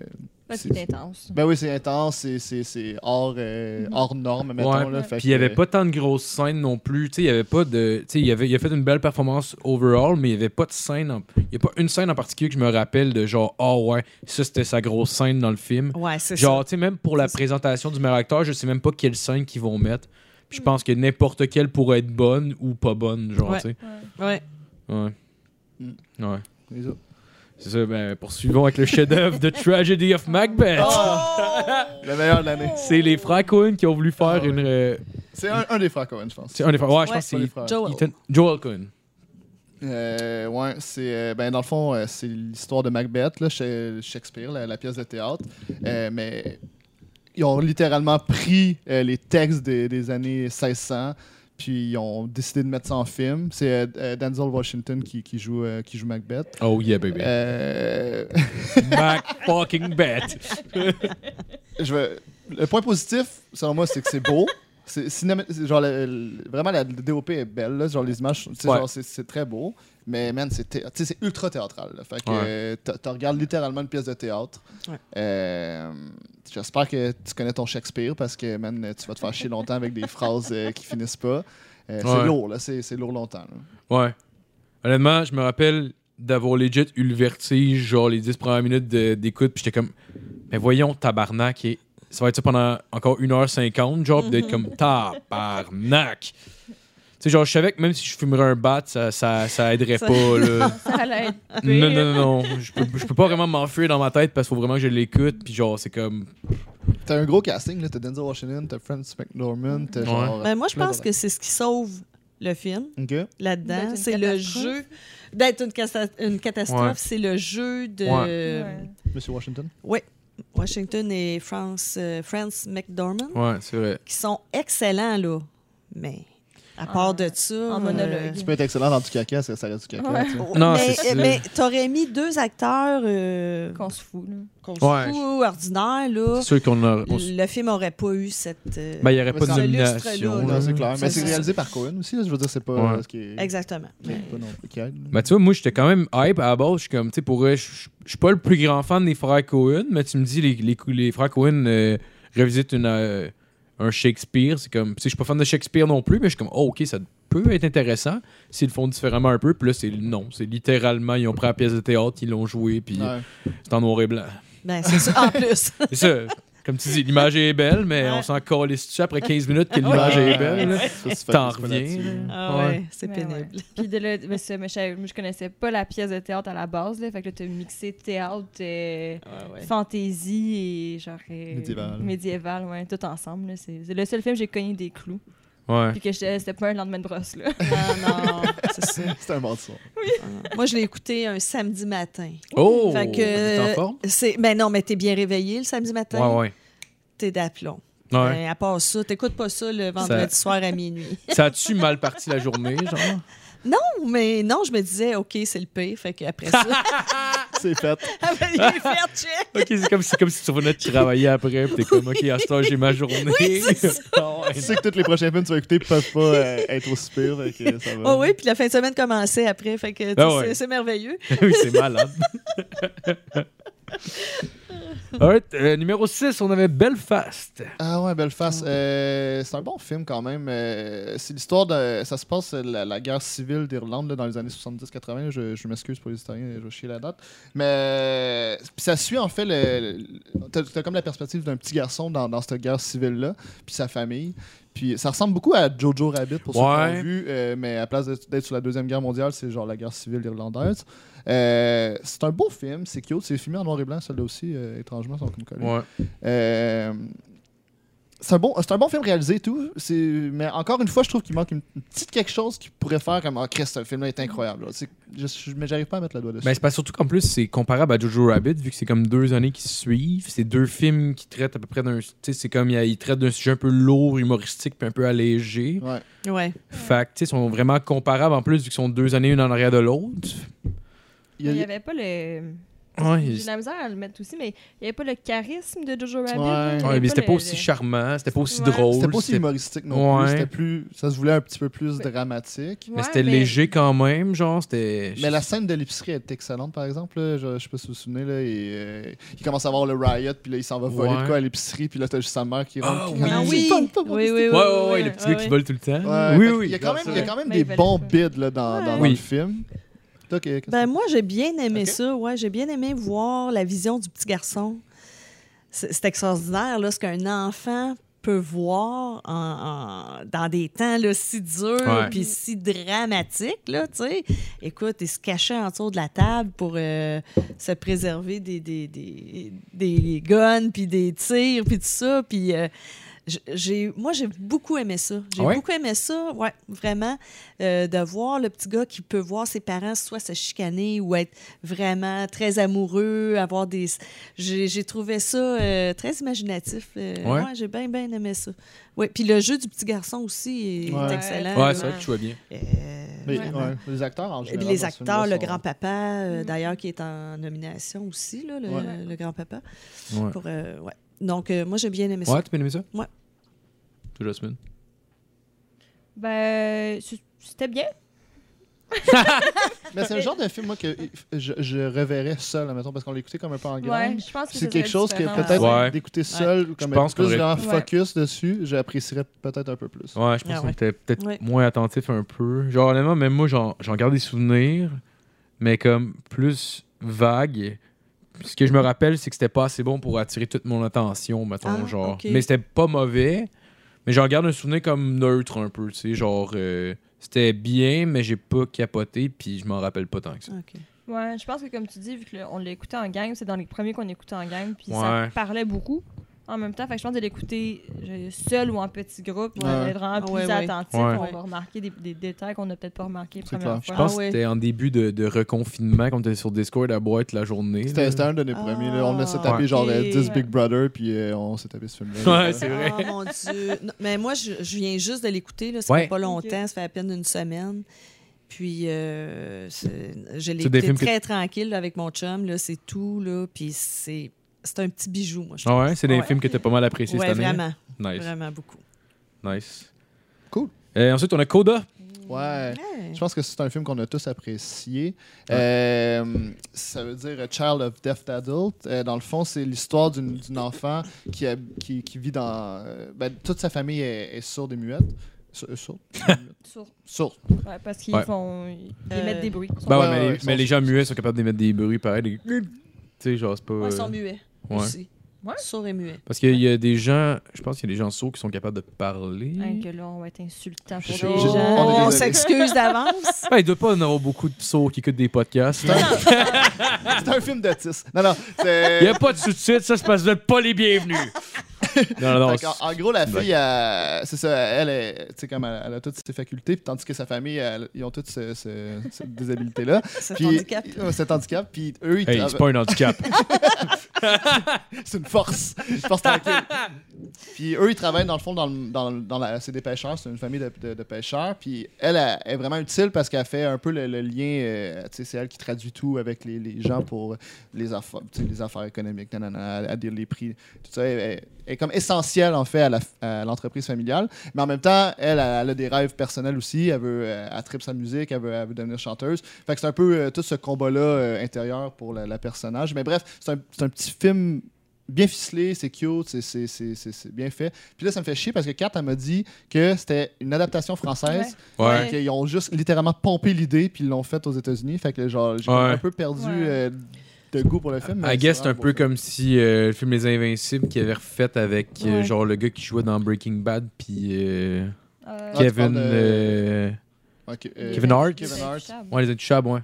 S5: Parce
S4: c'est-
S5: qu'il est intense.
S4: ben oui, c'est intense, c'est- c'est c'est hors, euh,
S6: Mm-hmm.
S4: hors norme, mettons.
S3: Ouais.
S4: là,
S5: Ouais.
S4: fait
S3: Puis il n'y avait
S4: que-
S3: pas tant de grosses scènes non plus. Tu sais, il y avait pas de. Tu sais, il y avait- il a fait une belle performance overall, mais il n'y avait pas de scène. en- Il n'y a pas une scène en particulier que je me rappelle de genre, oh ouais, ça c'était sa grosse scène dans le film.
S6: euh, Ouais, c'est ça.
S3: Genre, tu sais, même pour la
S6: C'est ça.
S3: présentation du meilleur acteur, je sais même pas quelle scène qu'ils vont mettre. Puis je pense que n'importe quelle pourrait être bonne ou pas bonne, genre,
S6: Mm. Ouais.
S3: tu sais.
S6: Ouais.
S3: Ouais.
S4: Mm.
S3: Ouais.
S4: Les autres.
S3: C'est ça, ben, poursuivons avec le chef-d'œuvre The Tragedy of Macbeth.
S6: Oh!
S4: Le meilleur de l'année.
S3: C'est les frères Cohen qui ont voulu faire
S4: Ah, ouais.
S3: une. euh,
S4: C'est un, un des frères Cohen, je pense.
S3: C'est un des frères. Ouais, je
S6: Ouais,
S3: pense
S4: pas les
S3: que
S4: frères.
S3: c'est
S6: Joel.
S3: Ethan- Joel Cohen.
S4: Euh, ouais, c'est. euh, ben, dans le fond, euh, c'est l'histoire de Macbeth, là, chez Shakespeare, la, la pièce de théâtre. Euh, mais ils ont littéralement pris euh, les textes des, des années 1600, puis ils ont décidé de mettre ça en film. C'est euh, euh, Denzel Washington qui, qui joue, euh, qui joue Macbeth.
S3: Oh yeah, baby.
S4: Euh,
S3: Mac fucking bet.
S4: je veux- Le point positif, selon moi, c'est que c'est beau. C'est cinéma- c'est genre le- le- vraiment la DOP est belle là, genre les images sont- tu sais,
S3: Ouais.
S4: genre, c'est c'est très beau mais man c'est thé- tu sais, c'est ultra théâtral là. fait que
S3: Ouais.
S4: euh, t'as- t'as regardes littéralement une pièce de théâtre
S6: Ouais.
S4: Euh, j'espère que tu connais ton Shakespeare parce que man tu vas te faire chier longtemps avec des phrases euh, qui finissent pas Euh,
S3: Ouais.
S4: c'est lourd là c'est c'est lourd longtemps là.
S3: Ouais. Honnêtement, je me rappelle d'avoir legit eu le vertige, genre les 10 premières minutes de- d'écoute, puis j'étais comme, mais voyons, tabarnak, et ça va être ça pendant encore 1h50, genre, puis d'être comme, tabarnak. Tu sais, genre, je savais que même si je fumerais un bat, ça, ça, ça aiderait
S6: Ça-
S3: pas, là.
S5: Ça allait être
S3: Non, non,
S5: pire.
S3: non, non. Je peux, je peux pas vraiment m'enfuir dans ma tête parce qu'il faut vraiment que je l'écoute, puis genre, c'est comme.
S4: t'as un gros casting là t'as Denzel Washington t'as Frances McDormand t'as
S3: Ouais.
S4: genre
S6: Ben, moi, je
S4: plein
S6: pense que c'est ce qui sauve le film
S4: de- Ok.
S5: D'être
S6: là-dedans.
S5: une
S6: C'est le
S5: catastrophe.
S6: jeu. D'être une, casta- une catastrophe,
S3: Ouais.
S6: c'est le jeu de
S4: Euh,
S5: Ouais.
S4: Monsieur Washington
S6: Washington et France, euh, France McDormand,
S3: Ouais, c'est vrai.
S6: qui sont excellents, là. Mais à part de ça. euh,
S5: En monologue.
S4: tu peux être excellent dans du caca ça, ça reste du caca
S5: Ouais.
S4: tu sais.
S6: Oh,
S3: Non,
S6: mais,
S3: c'est-
S6: mais t'aurais mis deux acteurs euh,
S5: Qu'on se fout, là.
S6: qu'on se
S3: Ouais.
S6: fout, ordinaires, là.
S3: C'est sûr qu'on a. on s-
S6: Le film aurait pas eu cette. euh,
S3: Ben, il n'y aurait pas de
S4: Ce
S3: nomination.
S6: lustre-là,
S3: là.
S4: Non, c'est clair. Mais
S6: C'est
S4: c'est
S6: ça.
S4: réalisé par Cohen aussi, là, je veux dire, c'est pas
S3: Ouais.
S4: euh, ce qui est.
S6: Exactement.
S4: qui est pas non plus qui aide, là.
S3: Ben, tu vois, moi, j'étais quand même hype à la base. Je suis comme, tu sais, pour eux, je je- je suis pas le plus grand fan des frères Cohen, mais tu me dis, les, les, les frères Cohen euh, revisitent une, euh, un Shakespeare. C'est comme, tu sais, je suis pas fan de Shakespeare non plus, mais je suis comme, oh, ok, ça peut être intéressant s'ils le font différemment un peu. Puis là, c'est non. C'est littéralement, ils ont pris la pièce de théâtre, ils l'ont jouée, puis
S4: Ouais.
S3: c'est en noir et blanc.
S6: Ben, c'est ça, en plus.
S3: C'est ça. Comme tu dis, l'image est belle, mais
S6: Ouais.
S3: on s'en calisse-tu après 15 minutes que l'image
S4: Ouais.
S3: est belle? là?
S4: Ça, c'est fait-
S3: T'en
S4: c'est pas
S3: reviens,
S4: là-dessus.
S3: là.
S6: Ah
S3: Ouais.
S6: ouais, c'est
S5: Mais
S6: pénible.
S5: Ben ouais. Puis de là, mais c'est- mais je, savais- moi, je connaissais pas la pièce de théâtre à la base, là. Fait que là, t'as mixé théâtre, euh, fantaisie et genre. euh,
S4: Médiéval.
S5: Médiéval, ouais, tout ensemble, là. C'est c'est le seul film que j'ai cogné des clous.
S3: Ouais.
S5: Puis que j'étais- c'était pas un lendemain de brosse, là.
S6: Ah non, c'est ça.
S4: C'est un mensonge.
S6: Ah non. Moi, je l'ai écouté un samedi matin.
S3: Oh!
S6: Fait que- euh,
S3: T'es en forme?
S6: C'est, mais non, mais t'es bien réveillé le samedi matin.
S3: Ouais, ouais.
S6: T'es d'aplomb.
S3: Ouais.
S6: Ben, à part ça, t'écoutes pas ça le vendredi soir à minuit.
S3: Ça a-tu mal parti la journée, genre?
S6: Non, mais non, je me disais, OK, c'est le pire. Fait qu'après ça,
S4: C'est fait.
S6: après, il est fait check.
S3: Ok, c'est comme, si- comme si tu revenais de travailler après, pis t'es comme, ok, à ce temps, j'ai ma journée. Ah ouais.
S4: Tu sais que toutes les prochaines films que tu vas écouter peuvent pas euh, être aussi pires. Fait que ça va.
S6: Oh oui, puis la fin de semaine commençait après. Fait que tu sais,
S3: Ah ouais.
S6: c'est, c'est merveilleux.
S3: oui, c'est malade. Alright, euh, numéro 6, on avait Belfast.
S4: Ah ouais, Belfast. euh, c'est un bon film quand même. Euh, c'est l'histoire de. Ça se passe euh, la, la guerre civile d'Irlande là, dans les années 70-80. Je, je m'excuse pour les historiens, je vais chier la date. Mais euh, puis ça suit en fait. Le, le- t'as, t'as comme la perspective d'un petit garçon dans, dans cette guerre civile-là, puis sa famille. Puis ça ressemble beaucoup à Jojo Rabbit pour ceux qui
S3: Ouais.
S4: l'ont vu, euh, mais à place d'être d'être sur la Deuxième Guerre mondiale, c'est genre la guerre civile irlandaise. Euh, c'est un beau film, c'est cute, c'est filmé en noir et blanc, celui-là aussi, euh, étrangement, ils sont comme collés. Euh, c'est un, bon, c'est un bon film réalisé et tout, c'est- mais encore une fois, je trouve qu'il manque une, une petite quelque chose qui pourrait faire comme Ah, Chris, ce film-là est incroyable. là. C'est- je- je- mais j'arrive pas à mettre le doigt dessus.
S3: Ben, c'est pas surtout qu'en plus, c'est comparable à Jojo Rabbit, vu que c'est comme deux années qui se suivent. C'est deux films qui traitent à peu près d'un. Tu sais, c'est comme, ils ils traitent d'un sujet un peu lourd, humoristique, puis un peu allégé.
S4: Ouais.
S6: Ouais.
S3: Fait que, tu sais, ils sont vraiment comparables en plus, vu qu'ils sont deux années, une en arrière de l'autre.
S4: Il
S5: Il
S4: y a-
S5: n'y avait pas le.
S3: Ouais,
S5: J'ai
S3: il-
S5: de la misère à le mettre aussi, mais il n'y avait pas le charisme de Jojo Rabbit.
S4: Ouais.
S5: là. Il y
S4: Ouais,
S5: avait
S3: mais c'était
S5: le-
S3: pas aussi
S5: le-
S3: charmant, c'était pas aussi
S5: Ouais.
S3: drôle.
S4: C'était pas aussi humoristique non
S3: Ouais.
S4: plus. C'était plus. Ça se voulait un petit peu plus dramatique.
S3: Mais
S5: Ouais,
S3: c'était léger quand même, genre, c'était.
S4: Mais la scène de l'épicerie est excellente, par exemple. là. Je, je sais pas si vous vous souvenez, là, et, euh, il commence à avoir le riot, puis là, il s'en va voler
S3: Ouais.
S4: de quoi à l'épicerie, puis là, t'as juste sa mère qui rentre.
S3: Ah
S4: puis-
S3: oui.
S5: Ah oui! Oui, oui, oui.
S3: Ouais, ouais,
S5: oui,
S3: ouais, le petit gars qui
S5: ouais.
S3: vole tout le temps.
S4: Ouais,
S3: oui,
S4: fait-
S3: oui.
S4: Il y a quand même, il y a quand même
S5: Mais
S4: des
S5: il valait
S4: bons
S5: pas.
S4: bids là, dans, dans- dans
S3: Oui.
S4: le film. Toi, qu'est- qu'est-ce
S6: Ben, moi, j'ai bien aimé
S4: Ok.
S6: ça. Ouais, j'ai bien aimé voir la vision du petit garçon. C'est c'est extraordinaire là, ce qu'un enfant peut voir en- en- dans des temps là, si
S3: Ouais.
S6: durs puis si dramatiques. Là, tu sais. Écoute, il se cachait en dessous de la table pour euh, se préserver des, des, des, des guns, puis des tirs, puis tout ça. Puis euh, j- j'ai, moi, j'ai beaucoup aimé ça. J'ai
S3: Ah ouais?
S6: beaucoup aimé ça, ouais, vraiment, euh, de voir le petit gars qui peut voir ses parents soit se chicaner ou être vraiment très amoureux, avoir des... J'ai, j'ai trouvé ça euh, très imaginatif. euh,
S3: Ouais.
S6: ouais, j'ai bien, bien aimé ça. Ouais, puis le jeu du petit garçon aussi est
S4: Ouais.
S6: excellent.
S3: Ouais,
S5: Ouais,
S3: c'est vrai que tu vois bien.
S6: Euh,
S4: Mais,
S6: vraiment.
S4: ouais, Les acteurs en
S6: Et
S4: général.
S6: puis
S4: dans
S6: les
S4: ce
S6: acteurs,
S4: film-là
S6: le
S4: sont- Mm-hmm.
S6: grand-papa, euh, d'ailleurs, qui est en nomination aussi, là, le,
S4: Ouais.
S6: le grand-papa.
S3: Ouais.
S6: Pour, euh, ouais. Donc, euh, moi, j'ai bien aimé
S3: Ouais,
S6: ça.
S3: tu peux aimer ça?
S6: Ouais.
S3: Toi, Jasmine.
S5: Ben, c- c'était bien.
S4: Mais c'est le genre de film, moi, que je, je reverrais seul, admettons, parce qu'on l'écoutait comme un peu en grand.
S5: Ouais, je pense que
S4: C'est quelque chose que peut-être
S5: que
S3: Ouais.
S4: d'écouter seul, comme
S3: pense
S4: plus
S3: qu'on
S4: grand
S5: aurait-
S4: focus dessus, j'apprécierais peut-être un peu plus.
S3: Ouais, je pense
S6: Ah
S3: qu'on
S6: ouais.
S3: était peut-être
S6: Ouais.
S3: moins attentif un peu. Genre, honnêtement, même moi, j'en j'en garde des souvenirs, mais comme plus vagues. Ce que je me rappelle, c'est que c'était pas assez bon pour attirer toute mon attention, mettons,
S6: Ah,
S3: genre.
S6: ok.
S3: Mais c'était pas mauvais, mais j'en garde un souvenir comme neutre un peu, tu sais, genre... euh, c'était bien, mais j'ai pas capoté, puis je m'en rappelle pas tant que ça.
S6: Ok.
S5: Ouais, je pense que comme tu dis, vu qu'on l'écoutait en gang, c'est dans les premiers qu'on écoutait en gang, puis
S3: Ouais.
S5: ça parlait beaucoup en même temps. Fait que je pense de l'écouter euh, seul ou en petit groupe, on
S4: Ouais.
S5: est vraiment plus
S6: Ouais, ouais.
S5: attentif,
S3: Ouais.
S5: on va remarquer des, des détails qu'on n'a peut-être pas remarqués la
S4: C'est
S5: première
S3: Je
S5: fois.
S3: pense
S6: Ah
S3: que
S6: ouais.
S3: c'était en début de, de reconfinement, quand on était sur Discord à boîte la journée.
S4: C'était
S3: là.
S4: c'était un de mes
S6: Ah,
S4: premiers. là. On s'est tapé
S6: ok.
S4: genre euh, 10
S5: Ouais.
S4: Big Brother, puis euh, on s'est tapé ce film-là.
S3: Ouais, c'est vrai.
S6: Oh mon Dieu. Non, mais moi, je, je viens juste de l'écouter. là. Ça
S3: Ouais.
S6: fait pas longtemps, ça fait à peine une semaine. Puis, euh, c'est- je l'ai
S3: C'est des
S6: écouté
S3: films que-
S6: très tranquille là, avec mon chum. là, C'est tout. Là, puis, c'est c'est un petit bijou, moi, je trouve.
S3: Ah ouais, c'est des
S6: Ouais.
S3: films que t'as pas mal apprécié
S6: Ouais,
S3: cette année.
S6: vraiment.
S3: Nice,
S6: Vraiment beaucoup.
S3: nice.
S4: Cool.
S3: Euh, ensuite, on a Coda.
S4: Ouais.
S6: Ouais.
S4: Je pense que c'est un film qu'on a tous apprécié. Euh, ça veut dire Child of Deaf Adult. Euh, dans le fond, c'est l'histoire d'une d'une enfant qui, a- qui, qui vit dans. euh, ben, toute sa famille est, est sourde et muette. Sour- euh, Sourde.
S5: Sur-
S4: Sourde.
S5: ouais, parce qu'ils
S3: Ouais.
S5: font. Ils
S6: Euh,
S5: émettent des bruits. Ils sont-
S3: Bah ouais,
S4: Ouais,
S3: mais, les,
S4: ouais, ils
S3: mais
S4: sont-
S3: les gens muets sont capables d'émettre des bruits pareil. des- Tu sais, genre, c'est pas.
S6: Ouais, ils sont
S3: euh,
S6: muets
S3: ouais.
S6: aussi.
S5: Ouais.
S6: Sourds et muets.
S3: Parce qu'il y a des gens, je pense qu'il y a des gens sourds qui sont capables de parler.
S5: Hein, que là, on va être insultant pour
S3: Je-
S5: les
S4: je-
S5: gens.
S4: on est
S6: on
S4: désolé.
S6: s'excuse d'avance.
S3: Ouais, Ah, il doit pas en avoir beaucoup de sourds qui écoutent des podcasts. hein.
S4: C'est un- c'est un film d'autisme. Non, non. c'est-
S3: Il n'y a pas de sous-titres, ça se passe de pas les bienvenus. non, non, non.
S4: Fait qu'en- en, gros, la fille, elle- c'est ça, elle, est, tu sais, comme elle, elle a toutes ses facultés, puis tandis que sa famille, elle- ils ont toutes ce- ce- cette disabilité-là.
S6: Cet
S4: Puis-
S6: handicap.
S4: Ouais, Cet handicap, puis eux, ils
S3: Hey,
S4: tra-
S3: c'est pas un handicap.
S4: c'est une force. Une force tranquille. Puis eux, ils travaillent dans le fond, dans, le- dans, le- dans la, c'est des pêcheurs, c'est une famille de, de- de pêcheurs. Puis elle, elle est vraiment utile parce qu'elle fait un peu le, le lien, euh, tu sais, c'est elle qui traduit tout avec les, les gens pour les, affa- tu sais, les affaires économiques, nanana, à dire les prix, tout ça. Elle, elle- elle est comme essentielle, en fait, à la- à l'entreprise familiale. Mais en même temps, elle, elle a des rêves personnels aussi. Elle veut, euh, elle tripe sa musique, elle veut, elle veut devenir chanteuse. Fait que c'est un peu euh, tout ce combat-là euh, intérieur pour la, la personnage. Mais bref, c'est un, c'est un petit film bien ficelé, c'est cute, c'est- c'est- c'est c'est- c'est bien fait. Puis là, ça me fait chier parce que Kat, elle m'a dit que c'était une adaptation française.
S3: Ouais.
S4: Fait qu'ils ont juste littéralement pompé l'idée, puis ils l'ont faite aux États-Unis. Fait que genre, j'ai
S3: Ouais.
S4: un peu perdu
S5: Ouais.
S4: euh, de goût pour le film. mais
S3: I guess c'est
S4: vraiment
S3: un
S4: bon
S3: peu
S4: film.
S3: comme si euh, le film Les Invincibles qui avait refait avec euh,
S5: Ouais.
S3: genre le gars qui jouait dans Breaking Bad puis euh,
S5: Euh,
S4: Ah, tu
S3: Kevin
S4: parles de-
S3: euh,
S4: Ok,
S5: ah, les
S4: euh,
S3: Kevin Hart.
S4: Kevin Hart.
S3: ouais les intouchables ouais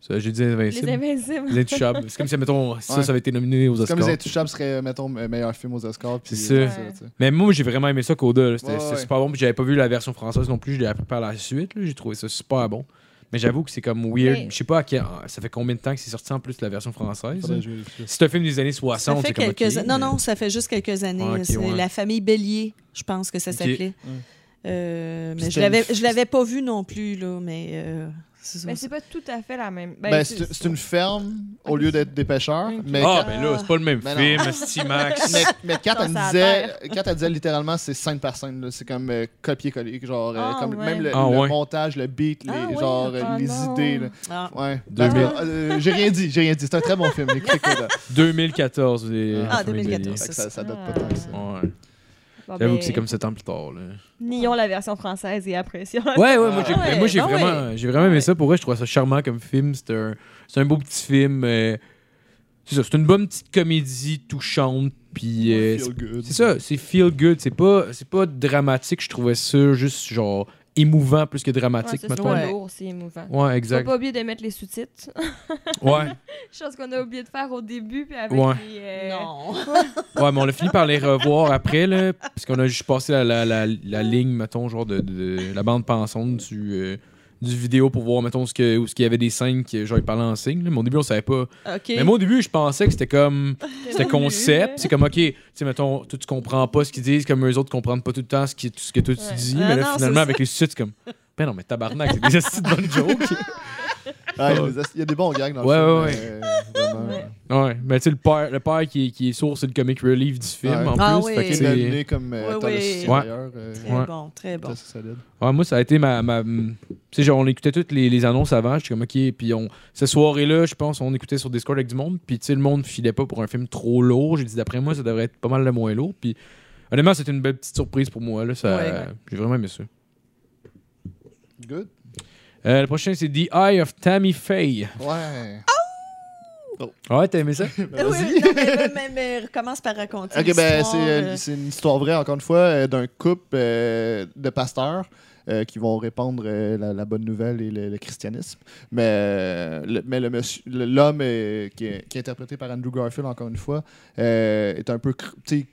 S3: Ça, j'ai dit
S5: Les
S3: Invincibles
S5: invincibles.
S3: les intouchables c'est comme si mettons ça
S4: Ouais.
S3: ça avait été nominé aux
S4: C'est
S3: Oscars
S4: comme Les Intouchables serait, mettons, euh, meilleur film aux Oscars. puis
S3: C'est
S4: euh,
S5: ça.
S4: tu sais.
S3: mais moi j'ai vraiment aimé ça Coda là. c'était
S4: Ouais,
S3: c'était
S4: ouais.
S3: super bon puis j'avais pas vu la version française non plus je l'ai appris par la suite là. j'ai trouvé ça super bon mais j'avoue que c'est comme weird
S5: Mais-
S3: je sais pas à quel- ah, ça fait combien de temps que c'est sorti en plus la version française
S4: Faudrait que je vérifie.
S3: c'est un film des années 60
S6: Ça fait
S3: c'est comme,
S6: quelques
S3: ok,
S6: Non,
S3: mais-
S6: non, ça fait juste quelques années.
S3: Ah, ok,
S6: C'est
S3: ouais.
S6: La famille Bélier, je pense que ça
S3: Ok.
S4: Mm.
S6: s'appelait.
S4: Ouais.
S6: Euh, mais
S4: C'était
S6: je l'avais,
S4: une-
S6: je l'avais pas vu non plus, là, mais euh, C'est ça,
S5: Mais
S6: ça.
S5: c'est pas tout à fait la même. Ben,
S4: Ben,
S5: c'est-
S4: c'est c'est une ferme au lieu d'être des pêcheurs.
S5: Ok.
S4: Mais,
S3: Ah,
S5: Kat-
S3: ben là, c'est pas le même
S4: Mais non.
S3: film, Esti Max.
S4: mais, mais Kat, elle
S5: Dans sa
S4: disait, Kat, elle disait littéralement c'est scène par scène. là. C'est comme euh, copier-coller. Genre, euh,
S5: Ah,
S4: comme
S5: ouais.
S4: même le,
S3: Ah,
S4: le
S3: ouais.
S4: montage, le beat, les,
S6: Ah, ouais.
S4: genre, euh,
S5: Ah,
S4: les
S5: non.
S4: idées. là.
S6: Ah.
S4: Ouais.
S3: Deux
S4: En tout
S3: mille.
S4: cas, euh, j'ai rien dit, j'ai rien dit. C'est un très bon film. écoutez-le.
S3: 2014. les-
S6: Ah,
S3: la famille
S6: 2014.
S4: Fait que ça, ça date pas tant que ça.
S3: Bélier. Ouais.
S5: bon,
S3: J'avoue
S5: ben,
S3: que c'est comme 7 ans plus tard. Là.
S5: Nions la version française et apprécions.
S3: Ouais, ouais, moi j'ai
S6: Ah ouais,
S3: mais moi, j'ai
S6: ah
S3: vraiment, j'ai vraiment aimé ça. Pour vrai, je trouvais ça charmant comme film. C'est un, c'est un beau petit film. euh, c'est ça, c'est une bonne petite comédie touchante. Puis euh,
S4: Feel
S3: c'est-
S4: good.
S3: c'est ça, c'est feel good. C'est pas, c'est pas dramatique, je trouvais ça juste genre émouvant plus que
S5: Ouais, ça,
S3: dramatique,
S5: c'est
S3: mettons.
S5: pas
S6: Ouais.
S5: lourd, c'est émouvant.
S3: Ouais,
S5: Faut
S3: exact.
S5: pas oublier de mettre les sous-titres.
S3: Ouais.
S5: Chose qu'on a oublié de faire au début, puis avec
S3: Ouais.
S5: les... euh,
S6: Non.
S3: Ouais, mais on a fini par les revoir après, là, parce qu'on a juste passé la, la, la, la ligne, mettons, genre de, de- la bande pensante du, euh, du vidéo pour voir, mettons, ce que, où ce qu'il y avait des scènes qui, genre, ils parlaient en signe. là. Mais au début, on savait pas.
S6: OK.
S3: Mais moi, au début, je pensais que c'était comme, c'était
S5: T'as
S3: concept.
S5: voulu,
S3: C'est comme, OK, tu sais, mettons, toi, tu comprends pas ce qu'ils disent, comme eux autres comprennent pas tout le temps ce, qui, tout ce que toi, tu
S5: Ouais.
S3: dis.
S6: Ah
S3: mais là,
S6: non, c'est
S3: finalement,
S6: ça.
S3: avec les suites, c'est comme, ben non, mais tabarnak, c'est des astuces de bonnes jokes.
S4: Ah, il y a des- il y a des bons gags dans
S3: Ouais,
S4: le
S3: ouais,
S4: film. euh, vraiment.
S5: Ouais.
S3: Ouais, mais tu sais, le père, le père qui, est- qui est sourd, c'est le comic relief du film,
S4: Ouais.
S3: en
S6: Ah
S3: plus.
S6: oui.
S3: fait que
S4: Qui est
S3: c'est-
S4: nominé comme euh,
S6: Ouais,
S4: acteur
S6: ouais.
S4: associé
S3: Ouais.
S4: d'ailleurs, euh,
S6: Très
S3: Ouais.
S6: bon, très
S4: très
S6: bon.
S4: solide.
S3: Ouais, moi, ça a été ma. ma tu sais, genre, on écoutait toutes les, les annonces avant. J'étais comme, OK. Puis, on, cette soirée-là, je pense, on écoutait sur Discord avec du monde. Puis, tu sais, le monde filait pas pour un film trop lourd. J'ai dit, d'après moi, ça devrait être pas mal le moins lourd. Puis, honnêtement, c'était une belle petite surprise pour moi. Là, ça,
S6: Ouais, ouais.
S3: J'ai vraiment aimé ça.
S4: Good.
S3: Euh, le prochain, c'est The Eye of Tammy Faye.
S4: Ouais.
S6: Ah,
S3: Ouais, t'as aimé ça?
S4: Ben,
S6: Oui,
S4: vas-y.
S6: oui, non, mais, mais- mais recommence par raconter.
S4: Ok, ben,
S6: l'histoire,
S4: c'est euh,
S6: euh,
S4: c'est une histoire vraie, encore une fois, euh, d'un couple euh, de pasteurs euh, qui vont répandre euh, la, la bonne nouvelle et le, le christianisme. Mais, euh, le- mais le monsieur- le- l'homme euh, qui, est- qui est interprété par Andrew Garfield, encore une fois, euh, est un peu. cr- tu sais,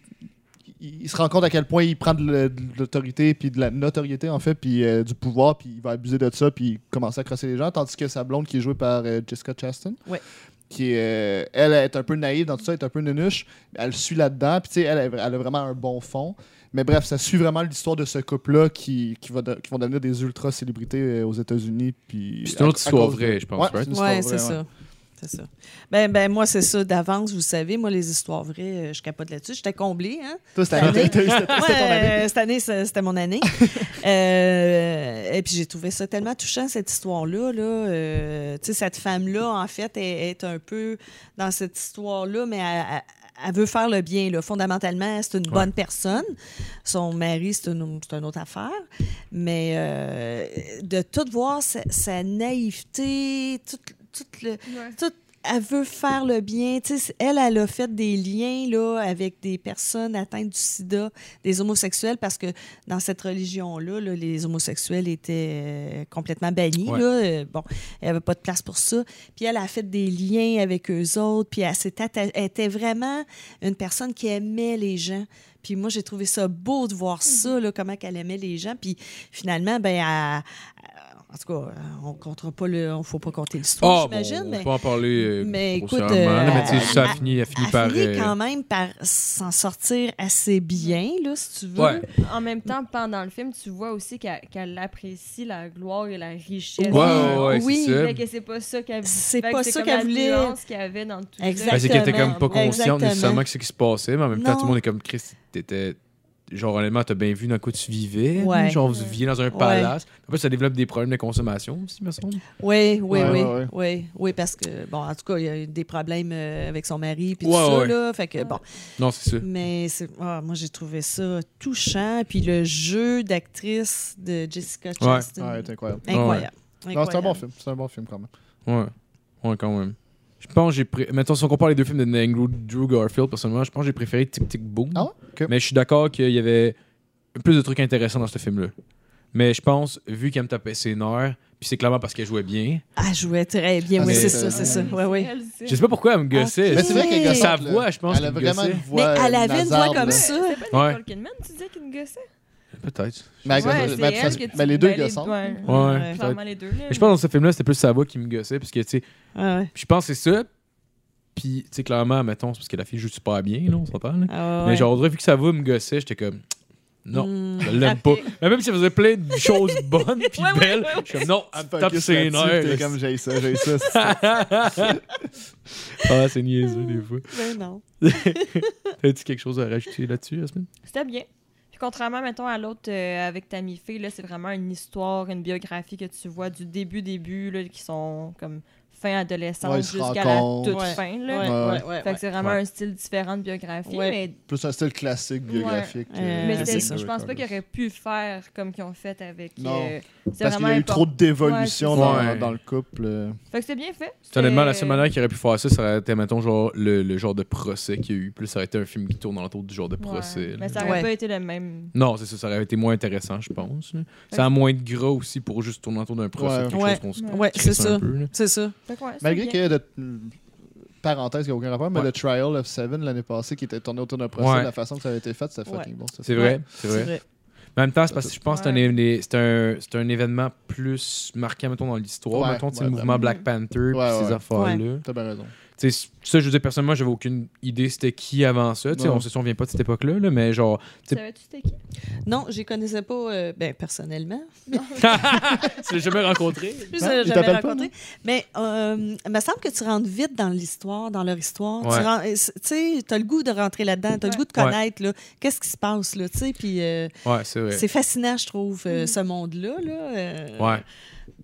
S4: il il se rend compte à quel point il prend de la- de l'autorité, puis de la notoriété, en fait, puis euh, du pouvoir, puis il va abuser de ça, puis commencer à crosser les gens, tandis que sa blonde, qui est jouée par euh, Jessica Chastain,
S6: Ouais.
S4: qui est, euh, elle est un peu naïve dans tout ça, est un peu nunuche, elle suit là-dedans, puis tu sais, elle, elle a vraiment un bon fond. Mais bref, ça suit vraiment l'histoire de ce couple-là qui, qui, va de- qui vont devenir des ultra-célébrités euh, aux États-Unis. Puis
S3: Puis c'est une
S4: à-
S3: autre
S4: à
S3: histoire
S4: cause de-
S3: vraie, je pense,
S4: Ouais,
S3: right?
S4: c'est une
S6: Ouais,
S4: histoire
S6: c'est
S4: vraie, ouais.
S6: ça. C'est ça. Ben, ben, moi, c'est ça. D'avance, vous savez, moi, les histoires vraies, euh, je capote là-dessus. J'étais comblée, hein?
S4: Toi,
S6: Cette année.
S4: c'était c'était- c'était ton
S6: Moi,
S4: année.
S6: euh, cette année, c'est- c'était mon année. Euh, et puis j'ai trouvé ça tellement touchant, cette histoire-là. Là. Euh, tu sais, cette femme-là, en fait, elle, elle est un peu dans cette histoire-là, mais elle, elle- elle veut faire le bien. Là. Fondamentalement, c'est une bonne personne. Son mari, c'est une, c'est une autre affaire. Mais euh, de tout voir, sa, sa naïveté, tout, tout le,
S5: Ouais.
S6: tout- elle veut faire le bien. Tu sais, elle, elle a fait des liens là, avec des personnes atteintes du sida, des homosexuels, parce que dans cette religion-là, là, les homosexuels étaient euh, complètement bannis.
S3: Ouais.
S6: Là. Euh, Bon, elle avait pas de place pour ça. Puis elle a fait des liens avec eux autres. Puis elle, s'est atta- elle était vraiment une personne qui aimait les gens. Puis moi, j'ai trouvé ça beau de voir
S3: Mm-hmm.
S6: ça, là, comment qu'elle aimait les gens. Puis finalement, ben, elle- en tout cas, on comptera pas le, on faut pas compter l'histoire,
S3: Ah, bon,
S6: j'imagine.
S3: on
S6: mais
S3: peut en parler. euh,
S6: mais écoute,
S3: grossièrement, là,
S6: euh,
S3: mais tu sais, ça a
S6: elle-
S3: fini, a fini
S6: elle
S3: par.
S6: finit
S3: euh,
S6: quand même par s'en sortir assez bien, là, si tu veux.
S3: Ouais.
S5: En même temps, pendant le film, tu vois aussi qu'elle qu'elle apprécie la gloire et la richesse.
S3: Ouais, ouais, ouais,
S6: Oui,
S3: c'est ça.
S5: Fait que c'est pas ça qu'elle
S6: C'est
S5: fait que
S6: pas ça
S5: comme
S6: qu'elle
S5: la
S6: voulait.
S5: nuance qu'il y avait dans tout ça.
S6: Exactement.
S3: Ben, c'est qu'elle était comme pas
S6: Exactement.
S3: consciente nécessairement que ce qui se passait, mais en même temps,
S6: Non.
S3: tout le monde est comme Chris, t'étais. Genre, honnêtement, t'as bien vu dans quoi tu vivais. là.
S6: Ouais.
S3: Genre, vous viviez dans un palace. Après, ça développe des problèmes de consommation aussi, me semble.
S6: Oui,
S4: Ouais,
S6: oui, oui,
S4: ouais, ouais.
S6: oui, oui, parce que bon, en tout cas, il y a eu des problèmes euh, avec son mari puis
S3: Ouais,
S6: tout ça
S3: ouais.
S6: là, fait que bon,
S3: Non, c'est ça.
S6: mais c'est- ah, moi j'ai trouvé ça touchant, puis le jeu d'actrice de Jessica Chastain,
S4: Ah, Ouais, c'est incroyable.
S6: incroyable.
S4: Non, c'est un
S6: incroyable.
S4: bon film. C'est un bon film, quand même.
S3: Ouais. Ouais, quand même. Je pense que j'ai. pré- Mettons, si on compare les deux films de Andrew Drew Garfield, personnellement, je pense que j'ai préféré Tic Tic Boom.
S4: Ah ouais? Ok.
S3: Mais je suis d'accord qu'il y avait plus de trucs intéressants dans ce film-là. Mais je pense, vu qu'elle me tapait ses nerfs, puis c'est clairement parce qu'elle jouait bien.
S6: Elle jouait très bien,
S4: Ah,
S6: oui,
S3: mais-
S6: c'est ça, c'est ça, oui, oui.
S5: Elle, c'est-
S3: Je sais pas pourquoi elle me gossait.
S4: Mais c'est vrai qu'elle
S6: Mais
S4: gossante,
S3: Sa
S4: là.
S3: voix, je pense
S4: Elle a
S3: qu'elle
S4: vraiment une
S3: gossait.
S4: voix.
S6: Mais elle avait une voix
S4: nasarde,
S6: comme
S4: là.
S6: ça.
S5: C'est pas
S3: Ouais.
S5: Nicole Kidman, tu disais qu'il me gossait?
S3: Peut-être.
S4: Mais elle
S5: Ouais,
S4: gosse-
S5: c'est
S4: mais
S5: elle
S4: ça-
S5: que tu-
S4: mais les deux hein.
S5: ben,
S4: gossantes.
S5: ouais,
S3: Ouais.
S6: Ouais.
S5: clairement les deux. là.
S3: Mais Je pense que dans ce film-là, c'était plus sa voix qui me gossait, parce que, tu sais,
S6: Ah, ouais.
S3: Puis je pense que c'est ça. Puis, tu sais, clairement, mettons, c'est parce que la fille joue super bien, là, on s'entend. là.
S6: Ah, ouais.
S3: Mais genre, on dirait, vu que ça va me gossait, j'étais comme, Non,
S6: Hmm.
S3: je l'aime pas. Mais même si elle faisait plein de choses bonnes puis
S5: Ouais, ouais,
S3: belles,
S5: ouais, ouais.
S3: je suis comme non, elle me
S4: Tu
S3: tape
S4: focuses
S3: ses
S4: là-dessus,
S3: nerfs.
S4: T'es comme j'ai ça, j'ai ça. c'est ça.
S3: Ah, c'est niaiseux des fois.
S6: Ben non.
S3: T'as-tu quelque chose à rajouter là-dessus, Yasmine?
S5: C'était bien. Puis contrairement, mettons, à l'autre euh, avec Tamifé, là, c'est vraiment une histoire, une biographie que tu vois du début, début, là, qui sont comme fin adolescente
S4: Ouais, ils se
S5: jusqu'à la
S4: rencontrent.
S5: toute
S6: Ouais.
S5: fin, là.
S6: Ouais,
S4: Ouais.
S6: ouais, ouais,
S5: Fait
S6: ouais.
S5: que c'est vraiment
S3: Ouais.
S5: un style différent de biographie,
S6: Ouais. Euh,
S5: mais,
S4: Plus un style classique biographique.
S6: Ouais.
S4: euh,
S5: mais
S6: c'est
S5: c'était-
S6: ça.
S5: je pense pas qu'ils auraient pu faire comme qu'ils ont fait avec...
S4: Non.
S5: euh, c'est
S4: Parce qu'il y a
S5: vraiment
S4: eu trop
S5: important.
S4: de dévolution
S5: Ouais,
S4: dans,
S3: c'est ça.
S4: dans le couple. euh.
S5: Fait que c'est bien fait.
S3: C'est honnêtement la
S5: C'était-
S3: seule manière qu'il aurait pu faire ça, ça aurait été, mettons, genre, le, le genre de procès qu'il y a eu. Plus ça aurait été un film qui tourne autour du genre de
S5: Ouais.
S3: procès. là.
S5: Mais ça aurait
S6: Ouais.
S5: pas été le même...
S3: Non, c'est ça, ça aurait été moins intéressant, je pense. là. Ça a moins de gras aussi pour juste tourner autour d'un procès.
S4: Ouais.
S3: quelque
S6: Ouais.
S3: chose qu'on se-
S5: Ouais.
S6: Ouais,
S3: qui
S6: c'est
S3: reste un
S6: ça.
S3: peu, là.
S6: C'est ça.
S5: Fait que ouais, c'est
S4: Malgré
S5: bien.
S4: qu'il y ait de. mm, Parenthèse qui n'a aucun rapport, mais
S3: Ouais.
S4: le Trial of Seven l'année passée qui était tourné autour d'un procès,
S3: Ouais.
S4: de la façon que ça avait été fait, c'était
S6: Ouais.
S4: fucking bon. ça.
S3: C'est vrai, c'est vrai. Mais en même temps, c'est parce que je pense que c'est un
S5: Ouais.
S3: éve- c'est un, c'est un événement plus marquant, mettons, dans l'histoire.
S4: Ouais,
S3: mettons, tu sais,
S4: ouais,
S3: le mouvement
S5: ben-
S3: Black Panther,
S4: Ouais,
S3: puis ces
S4: ouais.
S3: affaires-là.
S4: T'as bien raison.
S3: Tu sais, ça, je veux dire, personnellement, j'avais aucune idée c'était qui avant ça. Tu sais,
S4: Non.
S3: on se souvient pas de cette époque-là, là, mais genre,
S5: Tu savais-tu c'était qui?
S6: Non, je les connaissais pas, euh, ben, personnellement.
S3: tu l'as jamais rencontré.
S6: Je les
S4: Non,
S6: ai
S4: ils
S6: jamais
S4: t'appellent pas,
S6: rencontrés. Mais euh, il me semble que tu rentres vite dans l'histoire, dans leur histoire.
S3: Ouais.
S6: Tu ren- euh, c'est- tu sais, as le goût de rentrer là-dedans, tu as le
S5: Ouais.
S6: goût de connaître là, qu'est-ce qui se passe. Là, tu sais, puis, euh,
S3: Ouais, c'est vrai.
S6: C'est fascinant, je trouve, euh, ce monde-là. Là, euh,
S3: Ouais.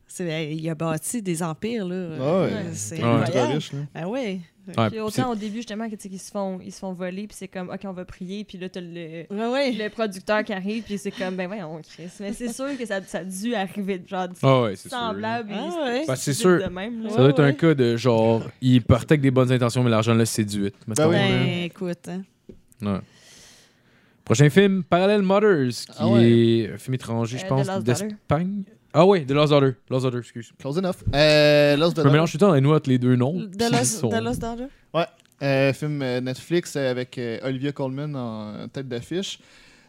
S6: c'est- euh, il a bâti des empires. Là,
S4: Ah ouais.
S6: euh, C'est
S3: Ouais.
S4: Ultra
S6: incroyable.
S4: riche, là.
S6: Ben oui.
S3: Ouais,
S5: Puis
S3: c'est-
S5: autant au début, justement, que, tu sais, qu'ils se font, ils se font voler, puis c'est comme, OK, on va prier, puis là, t'as le...
S6: Ben oui.
S5: le producteur qui arrive, puis c'est comme, ben voyons, Chris. Mais c'est sûr que ça, ça a dû arriver, genre,
S3: Ah ouais, c'est sûr.
S5: semblable.
S6: Ah
S5: et
S6: ouais.
S3: Ben, c'est
S5: stupide
S3: sûr.
S5: De même, là.
S3: Ça doit être un
S6: Ouais,
S3: cas de genre, il partait avec des bonnes intentions, mais l'argent l'a séduite. mettons,
S4: Ah oui.
S3: là.
S6: Ben, écoute. hein.
S3: Ouais. Prochain film, Parallel Mothers, qui
S4: Ah ouais.
S3: est un film étranger, je
S5: Euh,
S3: pense,
S5: The Lost
S3: d'Espagne. Ah ouais, The Lost Daughter. Lost Daughter, excuse.
S4: Close enough. Euh, Lost
S3: Je
S4: Daughter.
S3: me mélange tout le temps les noix entre les deux
S4: Oh,
S3: noms.
S6: Dallas,
S3: qui sont-
S6: Dallas Dollar?
S4: Euh, film euh, Netflix euh, avec euh, Olivia Colman en euh, tête d'affiche.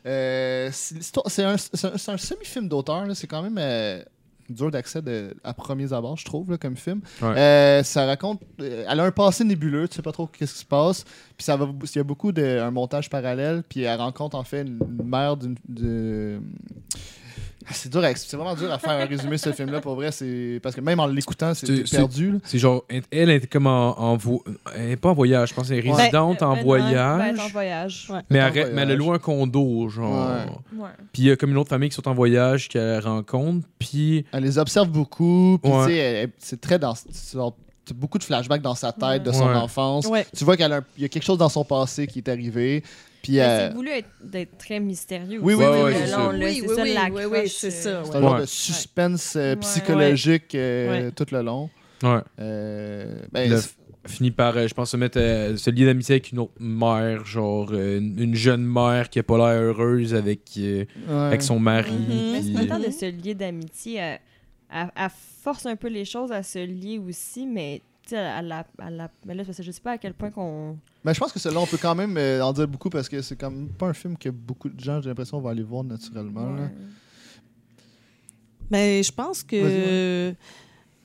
S4: Euh, c'est l'histoire- c'est un, c'est un- c'est un semi-film d'auteur. là. C'est quand même euh, dur d'accès de- à premiers abords, je trouve, là, comme film.
S3: Ouais.
S4: Euh, ça raconte. euh, elle a un passé nébuleux, tu sais pas trop qu'est-ce qui se passe. Puis ça va, il y a beaucoup de un montage parallèle. Puis elle rencontre en fait une, une mère d'une. de- Ah, C'est dur, à- c'est vraiment dur à faire un résumé ce film-là pour vrai. C'est parce que même en l'écoutant, c'est
S3: C'est-
S4: t'es perdu. là.
S3: C'est genre, elle est comme en, en vo- elle est pas en voyage, je pense qu'elle est
S4: Ouais.
S3: résidente en
S5: Ben,
S3: voyage.
S5: Ben, en voyage.
S6: Ouais.
S3: mais,
S4: En
S3: elle, mais elle a
S4: voyage.
S3: loué un condo, genre.
S4: Ouais.
S5: Ouais.
S3: Puis il y a comme une autre famille qui sont en voyage, qu'elle rencontre. Puis
S4: Elle les observe beaucoup. Puis,
S3: Ouais.
S4: tu sais, elle- elle- c'est très dans. genre, t'as beaucoup de flashbacks dans sa tête, de son
S3: Ouais.
S4: enfance.
S6: Ouais.
S4: Tu vois qu'il y a quelque chose dans son passé qui est arrivé. Puis,
S5: Mais
S4: euh,
S5: C'est voulu être, d'être très mystérieux.
S4: Oui, oui,
S5: aussi,
S4: oui,
S5: tout
S4: oui, Ah
S5: le
S4: c'est
S5: long,
S3: ça.
S5: là.
S6: Oui,
S5: C'est
S6: oui,
S5: ça,
S6: oui,
S5: l'accroche,
S6: oui, oui, c'est ça,
S4: c'est
S6: ouais.
S4: un genre
S3: Ouais.
S4: de suspense euh,
S5: Ouais.
S4: psychologique euh,
S6: Ouais.
S4: tout le long.
S3: ouais,
S4: Euh, ben,
S3: Le-
S4: c'est-
S3: finit par, euh, je pense, se mettre euh, se lier d'amitié avec une autre mère, genre euh, une une jeune mère qui a pas l'air heureuse avec, euh,
S4: ouais.
S3: avec son mari.
S6: Mhm.
S5: Mais c'est
S3: puis-
S5: pas le temps de se lier d'amitié. Elle, elle- elle force un peu les choses à se lier aussi, mais tu sais, elle la. elle la- Mais là, c'est parce que je sais pas à quel point qu'on.
S4: Mais je pense que celui-là, on peut quand même euh, en dire beaucoup parce que c'est quand même pas un film que beaucoup de gens, j'ai l'impression, vont aller voir naturellement. là.
S5: Ouais.
S6: Mais Ben, je pense que.
S4: Vas-y, ouais.
S6: euh,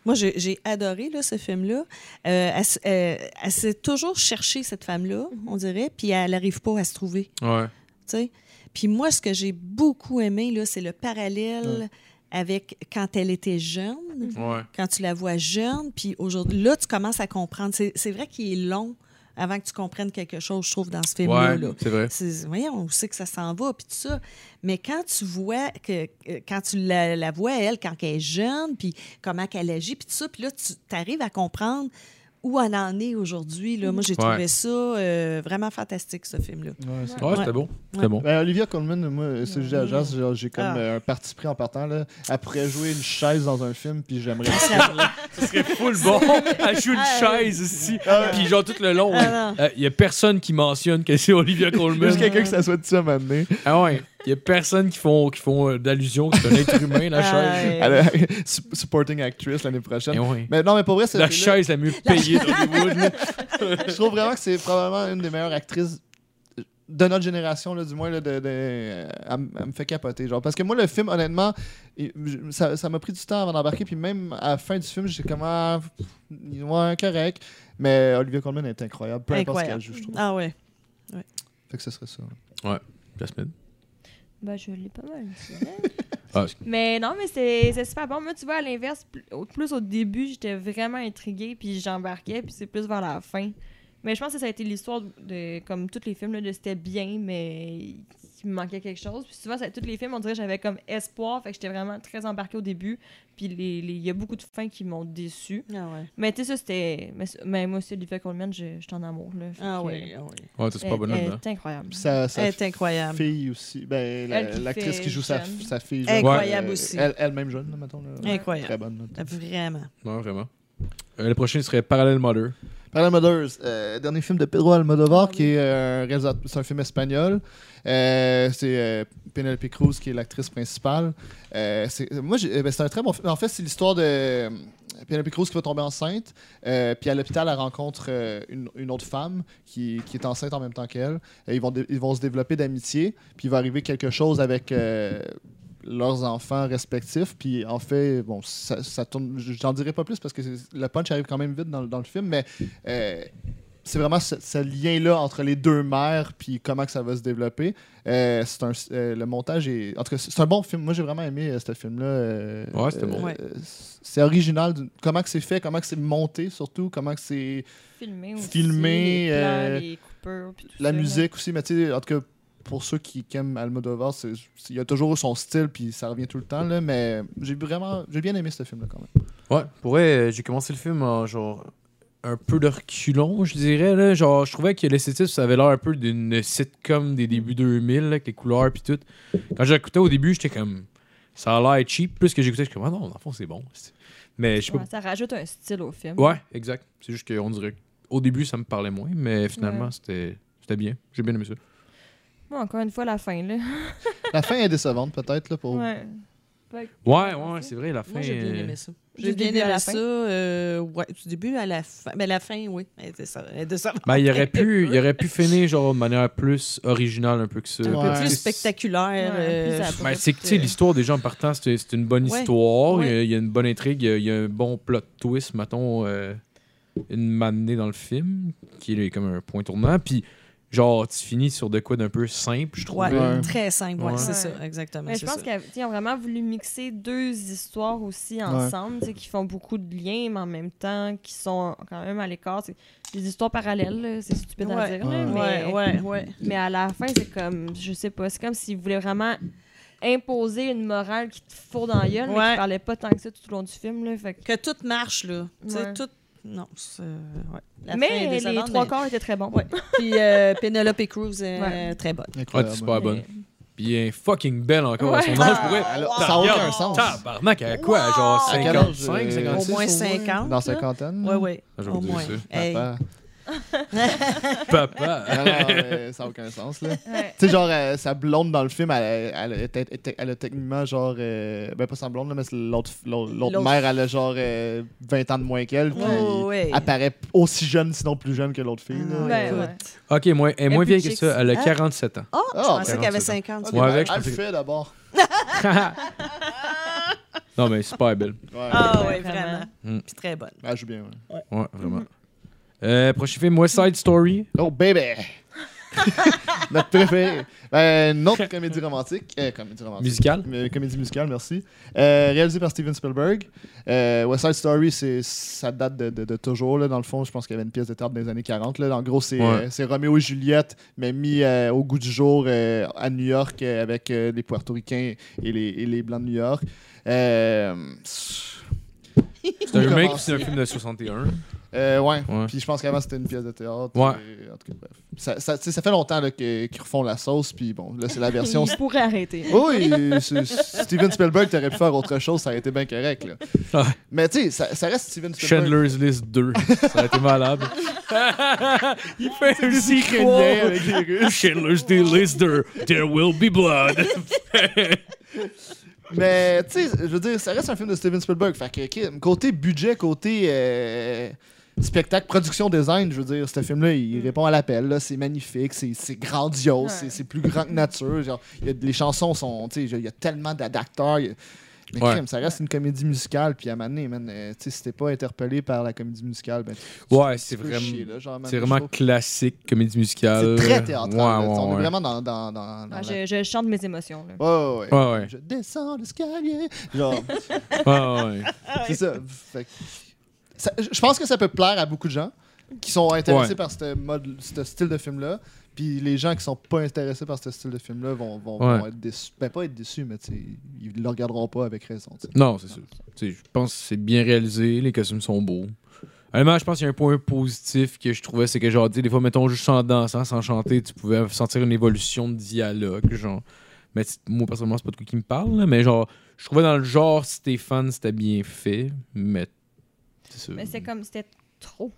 S6: Moi, j'ai j'ai adoré là, ce film-là. Euh, elle s- euh, elle s'est toujours cherchée, cette femme-là,
S4: Mhm.
S6: on dirait, puis elle n'arrive pas à se trouver.
S3: Ouais.
S6: tu sais. Puis moi, ce que j'ai beaucoup aimé, là, c'est le parallèle avec quand elle était jeune,
S4: Mhm.
S3: Ouais.
S6: quand tu la vois jeune, puis aujourd'hui, là, tu commences à comprendre. C'est c'est vrai qu'il est long avant que tu comprennes quelque chose, je trouve, dans ce film-là.
S3: Ouais,
S6: là.
S3: c'est vrai.
S6: C'est- Voyons, on sait que ça s'en va, puis tout ça. Mais quand tu vois, que, euh, quand tu la, la vois, elle, quand elle est jeune, puis comment qu'elle agit, puis tout ça, puis là, tu arrives à comprendre où elle en est aujourd'hui. là. Moi, j'ai
S3: Ouais.
S6: trouvé ça euh, vraiment fantastique, ce film-là.
S4: Ouais, c'est-
S3: Ouais, c'était bon. C'était bon.
S4: Ben, Olivia Colman, moi, c'est juste agence, genre, j'ai comme
S6: Ah.
S4: euh, un parti pris en partant. Là. Elle pourrait jouer une chaise dans un film, puis j'aimerais.
S3: Ça serait full bon. Elle joue une chaise ici.
S4: Ah,
S3: Puis genre tout le long. Il
S6: Ah,
S3: y a personne qui mentionne que c'est Olivia Colman.
S4: Juste quelqu'un que ça soit dessus à m'amener.
S3: ah ouais. Il y a personne qui font, qui font euh, d'allusion que c'est un être humain, la chaise.
S6: Ah,
S4: Elle a- su- supporting actress l'année
S3: Eh
S4: prochaine.
S3: ouais.
S4: Mais non, mais pour vrai, c'est
S3: La chaise la mieux payée d'Hollywood. là.
S4: je trouve vraiment que c'est probablement une des meilleures actrices de notre génération, là, du moins, là, de, de- elle, m- elle me fait capoter. Genre. Parce que moi, le film, honnêtement, il- je- ça ça m'a pris du temps avant d'embarquer, puis même à la fin du film, j'étais comme, ah, pff, ouais, correct. Mais Olivia Colman est incroyable,
S6: Ah
S4: peu importe ce qu'elle
S6: Incroyable.
S4: joue, je trouve.
S6: Ah ouais.
S4: Fait que ce serait ça.
S3: Jasmine.
S5: Ben, je l'ai pas mal. dit, hein.
S3: Ah,
S5: Mais non, mais c'est c'est super bon. Moi, tu vois, à l'inverse, pl- au- plus au début, j'étais vraiment intriguée, puis j'embarquais, puis c'est plus vers la fin. Mais je pense que ça a été l'histoire de- de, comme tous les films, là, de c'était bien, mais il il me manquait quelque chose. Puis souvent, ça, tous les films, on dirait que j'avais comme espoir, fait que j'étais vraiment très embarquée au début. Puis les- les- il y a beaucoup de fins qui m'ont déçue.
S6: Ah ouais.
S5: Mais tu sais, ça, c'était. Mais, c- mais moi aussi, Olivia Colman, je je suis en amour, là. Fait
S6: Ah
S5: que-
S6: ouais, ah ouais.
S3: ouais, t'as super
S5: Elle-
S3: bonne
S5: elle
S3: là
S5: est incroyable.
S4: Sa, sa
S6: Elle est incroyable.
S4: fille aussi. Ben, la-
S5: Elle qui
S4: l'actrice
S5: fait
S4: qui joue sa,
S5: jeune.
S4: sa fille. jeune,
S6: Incroyable
S4: euh,
S6: aussi.
S4: Elle, elle-même jeune, là, mettons. Là.
S6: Incroyable. Euh,
S4: Très bonne. là.
S6: Vraiment.
S3: Non, vraiment. Euh, le prochain serait Parallel Mother.
S4: Parallel Mothers, euh, dernier film de Pedro
S6: Ah
S4: Almodovar, qui est euh, un réalisateur- c'est un film espagnol. Euh, c'est euh, Penelope Cruz qui est l'actrice principale. Euh, c'est, moi, j'ai- euh, ben, c'est un très bon film. En fait, c'est l'histoire de euh, Penelope Cruz qui va tomber enceinte, euh, puis à l'hôpital, elle rencontre euh, une, une autre femme qui, qui est enceinte en même temps qu'elle. Et Euh, ils, vont dé- ils vont se développer d'amitié, puis il va arriver quelque chose avec. euh, leurs enfants respectifs. Puis en fait, bon, ça, ça tourne. j- J'en dirai pas plus parce que c'est- le punch arrive quand même vite dans, le- dans le film, mais euh, c'est vraiment ce, ce lien-là entre les deux mères puis comment que ça va se développer. Euh, c'est un, euh, le montage est. En tout cas, c'est un bon film. Moi, j'ai vraiment aimé euh, ce film-là. euh,
S3: Ouais, c'était bon.
S6: Ouais.
S4: C'est original. d'une- Comment que c'est fait, comment que c'est monté surtout, comment que c'est
S5: Filmé aussi.
S4: Filmé,
S5: les plans,
S4: euh,
S5: les coupures, puis tout
S4: la
S5: ça, là.
S4: musique aussi, mais tu sais, en tout cas, pour ceux qui, qui aiment Almodovar, c'est- c'est- il y a toujours son style, puis ça revient tout le temps, là, mais j'ai vraiment, j'ai bien aimé ce film-là quand même.
S3: Ouais, pour vrai, euh, j'ai commencé le film en genre un peu de reculon, je dirais. Là. Genre, je trouvais que l'esthétisme, ça avait l'air un peu d'une sitcom des débuts 2000, là, avec les couleurs puis tout. Quand j'écoutais au début, j'étais comme, ça a l'air cheap. Plus que j'écoutais, j'étais comme, ah non, dans le fond, c'est bon. C'est- Mais je sais pas.
S5: Ouais, ça rajoute un style au film.
S3: Ouais, exact. C'est juste qu'on dirait, que au début, ça me parlait moins, mais finalement,
S5: Ouais.
S3: c'était c'était bien. J'ai bien aimé ça.
S5: Moi, encore une fois, la fin, là.
S4: La fin est décevante, peut-être, là,
S6: Oh.
S4: pour...
S5: Ouais.
S3: Ouais, ouais, c'est vrai, la fin.
S6: Moi, j'ai bien
S3: euh,
S6: aimé ça.
S5: du
S6: J'ai bien
S5: début à
S6: aimé
S5: la
S6: ça.
S5: fin?
S6: euh, ouais, du début à la fin. Mais la fin, oui. Elle était ça. Elle était ça.
S3: Ben, il aurait pu, il aurait pu finir genre de manière plus originale un peu que ça.
S6: Un
S4: Ouais.
S6: peu plus
S3: Tu sais,
S6: spectaculaire.
S5: Ouais,
S6: euh,
S5: plus à-
S3: Ben, c'est que tu sais, l'histoire déjà en partant, c'est c'est une bonne
S6: Ouais.
S3: histoire, il y a-
S6: Ouais.
S3: il y, a une bonne intrigue, il y a- il y, a un bon plot twist, mettons, euh, une manée dans le film, qui est comme un point tournant. Puis, genre, tu finis sur de quoi d'un peu simple, je trouve.
S6: Ouais,
S4: Ouais.
S6: Très simple, ouais,
S3: Ouais.
S6: c'est
S5: Ouais.
S6: ça, exactement.
S5: Mais je
S6: c'est
S5: pense
S6: ça.
S5: qu'ils ont vraiment voulu mixer deux histoires aussi ensemble, tu sais, qui font beaucoup de liens, mais en même temps, qui sont quand même à l'écart. C'est des histoires parallèles, là, c'est stupide à
S6: Ouais.
S5: dire. là,
S6: Ouais,
S5: mais,
S6: ouais, ouais.
S5: mais à la fin, c'est comme, je sais pas, c'est comme s'ils voulaient vraiment imposer une morale qui te fourre dans la gueule, mais
S6: Ouais.
S5: qui parlait pas tant que ça tout au long du film. Là, fait que-
S6: Que tout marche, là. Tu sais,
S5: Ouais.
S6: tout. Non, c'est. Ouais. La fin est
S5: Mais les
S6: décevante,
S5: trois
S6: mais-
S5: corps étaient très bons.
S6: Ouais. Puis euh, Penelope Cruz est
S5: Ouais.
S6: très bonne.
S3: Ouais,
S4: Incroyable.
S3: t'es super bonne.
S5: Mais-
S3: Puis, elle est fucking belle encore à son
S5: Ouais.
S3: âge. Pour elle.
S4: Alors,
S6: Wow.
S4: ça n'a aucun
S3: Ah, Regarde,
S4: sens.
S3: Tabarnak, elle a quoi
S6: Wow.
S3: Genre
S4: À quel âge,
S3: 55,
S4: euh,
S3: 56
S6: Au moins
S3: ouais?
S6: 50.
S4: Dans
S6: là.
S4: cinquantaine?
S6: Ouais, ouais.
S3: Ah, j'aurais
S6: Au
S3: dû dire
S6: moins.
S3: ça.
S6: Hey.
S4: Papa.
S3: Papa.
S4: Non, non, euh, ça n'a aucun sens, là.
S5: Ouais.
S4: Tu sais, genre, euh, sa blonde dans le film, elle, elle, était- était- elle a techniquement, genre... euh, ben, pas sa blonde, là, mais c'est l'autre, l'autre, l'autre
S6: L'autre.
S4: mère, elle a genre euh, 20 ans de moins qu'elle, puis
S6: Oh, ouais.
S4: elle paraît aussi jeune, sinon plus jeune que l'autre
S6: Ah,
S4: fille. là.
S6: ouais,
S5: Ben,
S6: écoute.
S5: ouais.
S3: Ok, moi, elle est moins
S6: Elle est
S3: vieille que
S6: plus chic,
S3: ça, elle a
S6: hein?
S3: 47 ans.
S6: Oh, je
S4: Ah,
S6: pensais qu'elle avait 50.
S3: Ouais, avec, je
S4: elle le
S3: pensais que-
S4: fait d'abord.
S3: non, mais super belle.
S4: Ouais.
S6: Ah, ouais,
S5: Ouais,
S6: vraiment.
S5: vraiment.
S3: Mm.
S6: Puis très bonne.
S4: Elle joue bien, ouais.
S3: Ouais, vraiment. Euh, prochain film, West Side Story.
S4: Oh, baby! notre préféré. Ben, notre comédie romantique. euh, comédie romantique.
S3: Musical.
S4: Euh, comédie musicale, merci. Euh, réalisé par Steven Spielberg. Euh, West Side Story, c'est, ça date de, de- de toujours. Là. Dans le fond, je pense qu'il y avait une pièce de théâtre des années 40. Là. En gros, c'est,
S3: Ouais.
S4: euh, c'est Roméo et Juliette, mais mis euh, au goût du jour euh, à New York euh, avec euh, les Puertoricains et les, et les Blancs de New York. Euh,
S3: C'est un
S4: Comment
S3: remake, puis c'est un film de 61.
S4: euh, ouais.
S3: Ouais.
S4: Puis je pense qu'avant, c'était une pièce de théâtre.
S3: Ouais.
S4: Et, en tout cas, bref. Ça, ça, tu sais, ça fait longtemps là, que- qu'ils refont la sauce, puis bon, là, c'est la version.
S5: Ils pourraient arrêter.
S4: Oh Oui, c'est- Steven Spielberg, t'aurais pu faire autre chose, ça aurait été bien correct. Là.
S3: Ouais.
S4: Mais tu sais, ça, ça reste Steven Spielberg.
S3: Chandler's List 2. Ça a été malade. Il fait un
S4: Ukrainiens
S3: sequel.
S4: avec les Russes.
S3: Chandler's List 2. There will be blood.
S4: Mais tu sais, je veux dire, ça reste un film de Steven Spielberg. Fait que, Kim, côté budget, côté euh, spectacle, production, design, je veux dire, ce film-là, il répond à l'appel. là. C'est magnifique, c'est c'est grandiose,
S5: Ouais.
S4: c'est- c'est plus grand que nature. Genre, il y a- les chansons sont. Tu sais, il y a tellement d'acteurs. il y a- Mais
S3: Ouais.
S4: crime, ça reste une comédie musicale, puis à maner, man, euh, tu sais, si t'es pas interpellé par la comédie musicale, ben, tu- tu-
S3: Ouais,
S4: tu
S3: c'est
S4: peux
S3: vraiment-
S4: chier, là, genre, man,
S3: C'est
S4: je
S3: vraiment
S4: trouve.
S3: classique, comédie musicale.
S4: C'est très théâtral.
S3: Ouais,
S4: là,
S3: ouais,
S4: t'sais, on est
S3: ouais.
S4: vraiment dans. dans, dans, dans
S5: Ah,
S4: la-
S5: je, je chante mes émotions. Là.
S4: Ouais, ouais, ouais.
S3: Ouais, ouais.
S4: Je descends l'escalier. Genre,
S3: Ouais, ouais.
S4: c'est ça. Fait que- ça- Je pense que ça peut plaire à beaucoup de gens qui sont intéressés
S3: Ouais.
S4: par ce mode, ce style de film-là. Puis les gens qui sont pas intéressés par ce style de film-là vont, vont,
S3: Ouais.
S4: vont être déçus. Ben, pas être déçus, mais tu sais, ils le regarderont pas avec raison. tu sais.
S3: Non, c'est sûr. Tu sais, je pense que c'est bien réalisé, les costumes sont beaux. Honnêtement, je pense qu'il y a un point positif que je trouvais, c'est que genre, tu sais, des fois, mettons juste en dansant, sans chanter, tu pouvais sentir une évolution de dialogue, genre. Mais tu- moi, personnellement, c'est pas de quoi qui me parle, là, mais genre, je trouvais dans le genre, si t'es fan, c'était bien fait, mais c'est sûr.
S5: Mais c'est comme, c'était trop.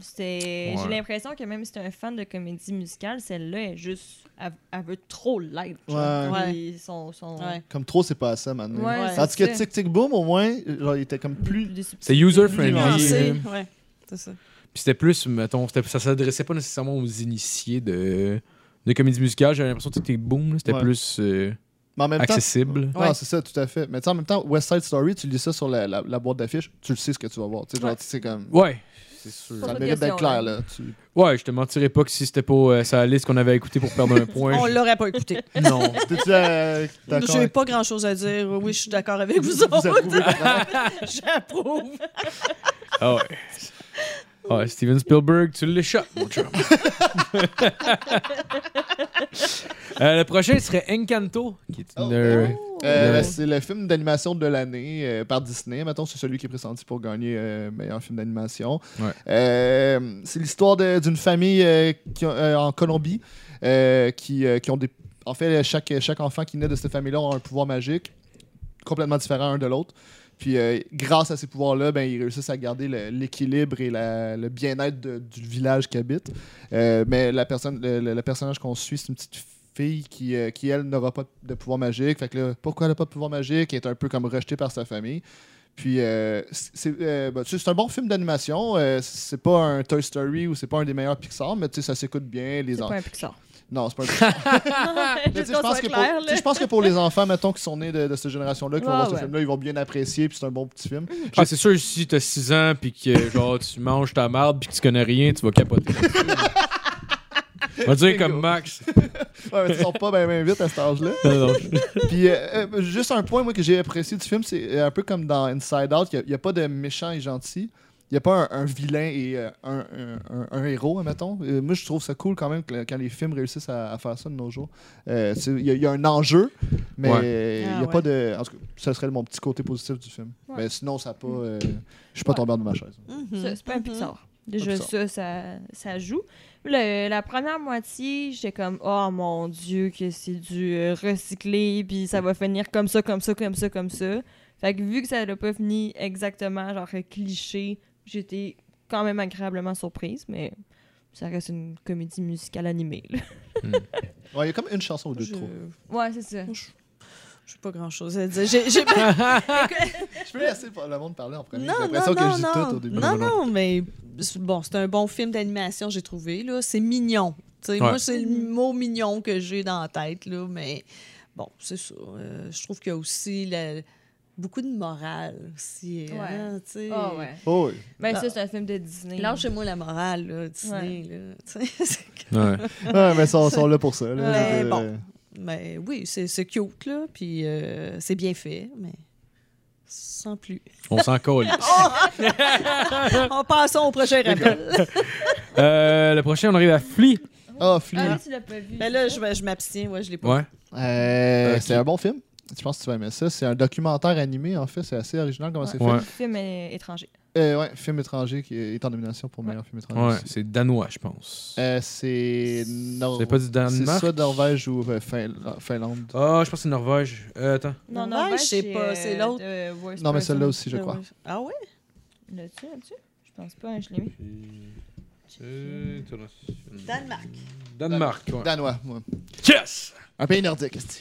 S5: C'était-
S3: Ouais.
S5: J'ai l'impression que même si t'es un fan de comédie musicale, celle-là est juste. Elle, elle veut trop l'être. genre.
S6: Ouais.
S5: Puis Son, son...
S6: Ouais.
S4: Comme trop, c'est pas ça, maintenant.
S5: Ouais,
S6: Ouais.
S5: c'est
S4: Tandis que
S5: ça.
S4: Tic Tic Boom, au moins, genre, il était comme plus.
S5: Des subtils.
S3: C'est user-friendly.
S6: Nuancé,
S3: là.
S6: ouais, c'est ça.
S3: Puis c'était plus, mettons, c'était- ça s'adressait pas nécessairement aux initiés de, de comédie musicale. J'avais l'impression que c'était boom, là, c'était
S4: Ouais.
S3: plus euh,
S4: Mais en même temps,
S3: accessible.
S4: Non,
S6: Ouais.
S4: c'est ça, tout à fait. Mais tu sais, en même temps, West Side Story, tu lis ça sur la, la- la boîte d'affiches, tu le sais ce que tu vas voir. Tu sais, genre,
S5: Ouais.
S4: tu sais, comme.
S3: Ouais, c'est sûr.
S4: Ça
S5: Pas de
S4: mérite d'être
S5: question,
S4: clair,
S5: hein.
S4: là. Tu-
S3: Ouais, je te mentirais pas que si c'était pas euh, sa liste qu'on avait écouté pour perdre un point.
S6: On l'aurait pas écouté.
S3: je- Non.
S4: T'es-tu euh, d'accord
S6: J'ai
S4: avec-
S6: pas grand chose à dire. Oui, je suis d'accord avec vous
S4: Vous
S6: autres.
S4: approuvez vraiment?
S6: J'approuve.
S3: Ah ouais. Ah, ouais, Steven Spielberg, tu l'échappes, mon chum. Euh, le prochain serait Encanto, qui est une.
S4: Oh.
S3: euh,
S4: Euh,
S3: Ouais.
S4: C'est le film d'animation de l'année euh, par Disney. Mettons, c'est celui qui est pressenti pour gagner euh, meilleur film d'animation.
S3: Ouais.
S4: Euh, c'est l'histoire de- d'une famille euh, qui ont- euh, en Colombie euh, qui, euh, qui ont des. En fait, chaque, chaque enfant qui naît de cette famille-là a un pouvoir magique complètement différent un de l'autre. Puis, euh, grâce à ces pouvoirs-là, ben, ils réussissent à garder le- l'équilibre et la- le bien-être de- du village qu'ils habitent. Euh, mais la personne, le, le- le personnage qu'on suit, c'est une petite fille qui, euh, qui elle, n'aura pas de pouvoir magique. Fait que là, pourquoi elle n'a pas de pouvoir magique? Elle est un peu comme rejetée par sa famille. Puis, euh, c'est euh, bah, tu sais, c'est un bon film d'animation. Euh, c'est pas un Toy Story ou c'est pas un des meilleurs Pixar, mais tu sais, ça s'écoute bien. Les
S5: C'est
S4: en-
S5: pas un Pixar.
S4: Non, c'est pas un mais
S5: Juste
S4: tu sais, je
S5: qu'on
S4: pense
S5: soit
S4: que pour-
S5: clair,
S4: tu
S5: là.
S4: sais, je pense que pour les Ah enfants, mettons, qui sont nés de, de cette génération-là, qui vont
S5: Ouais,
S4: voir ce
S5: ouais.
S4: film-là, ils vont bien apprécier, puis c'est un bon petit film.
S3: ah, c'est sûr, si t'as 6 ans puis que genre tu manges ta marde puis que tu connais rien, tu vas capoter. On va dire comme Max.
S4: Ouais, mais ils sortent pas bien vite à cet âge-là.
S3: Non, non.
S4: Puis euh, euh, juste un point, moi, que j'ai apprécié du film, c'est euh, un peu comme dans Inside Out, il n'y a, pas de méchant et gentil. Il n'y a pas un, un vilain et euh, un, un- un- un héros, admettons. Euh, moi, je trouve ça cool quand même que- quand les films réussissent à, à faire ça de nos jours. Euh, tu sais, Il y, a- il y a un enjeu, mais
S3: Ouais.
S4: euh, il n'y
S6: Ah,
S4: a pas
S6: ouais.
S4: de. En tout cas, ça serait mon petit côté positif du film.
S5: Ouais.
S4: Mais sinon, ça a pas. euh, je suis pas
S5: Ouais.
S4: tombé en de ma chaise.
S5: Ça, C'est Mm-hmm. pas un Pixar.
S4: Pas
S5: Déjà,
S4: Pixar.
S5: ça, ça, ça joue. Le- la première moitié, j'étais comme, oh mon Dieu, que c'est du euh, recyclé, puis ça va finir comme ça, comme ça, comme ça, comme ça. Fait que vu que ça n'a pas fini exactement, genre euh, cliché, j'étais quand même agréablement surprise, mais ça reste une comédie musicale animée. là.
S4: Ouais, il y a comme une chanson ou deux
S6: Je
S4: de trop.
S5: Ouais, c'est ça.
S6: j'ai pas grand chose à dire. J'ai- j'ai-
S4: Je peux laisser le monde parler en premier.
S6: Non,
S4: J'ai
S6: non,
S4: l'impression que
S6: non,
S4: je dis
S6: non.
S4: tout au début.
S6: non, non, mais c'est- bon, c'est un bon film d'animation, j'ai trouvé. Là. C'est mignon. Tu sais,
S3: Ouais.
S6: Moi, c'est le mot mignon que j'ai dans la tête, là, mais bon, c'est ça. Euh, je trouve qu'il y a aussi la- beaucoup de morale aussi.
S5: Ouais.
S6: hein, tu sais.
S5: Ah ouais.
S4: Oh, oui.
S5: Ben, ça, c'est un film de Disney.
S6: Lâchez-moi la morale, là, Disney, là, tu sais, c'est que-
S3: Ouais.
S4: Ouais, mais ils sont, sont là pour ça. là.
S6: Mais
S4: Je veux dire,
S6: bon.
S4: euh,
S6: Mais oui, c'est, c'est cute, là, puis euh, c'est bien fait, mais sans plus.
S3: On s'en colle.
S5: Oh!
S6: En passant au prochain rappel.
S3: Euh, le prochain, on arrive à Flea.
S4: Ah,
S5: Ah,
S6: Euh.
S4: Flea.
S5: mais tu l'as pas vu.
S6: Mais Ben là, je, vais- je m'abstiens, ouais, je l'ai pas
S3: Ouais.
S4: Euh,
S3: Ok.
S4: C'est un bon film. Je pense que tu vas aimer ça. C'est un documentaire animé, en fait. C'est assez original comment c'est
S3: Ouais.
S5: Le film est étranger.
S4: fait. Euh, ouais, film étranger qui est en nomination pour meilleur film étranger.
S3: Ouais,
S4: aussi.
S3: c'est danois, je pense.
S4: Euh, c'est. Nor-
S3: c'est pas du
S4: C'est
S3: Danemark.
S4: soit Norvège ou euh, Fin- Finlande.
S3: Ah, je pense que c'est Norvège. Euh, attends.
S5: Non,
S6: Norvège,
S5: Norvège,
S6: je sais pas, c'est
S5: euh,
S6: l'autre.
S5: de Worst
S4: Non, mais
S5: Person.
S4: celle-là aussi, je crois.
S6: Ah ouais?
S5: L'as-tu, l'as-tu? Je pense pas, hein, je l'ai mis.
S6: Danemark.
S3: Danemark, ouais.
S4: Danois, ouais.
S3: Yes!
S4: Un pays nordique, esti.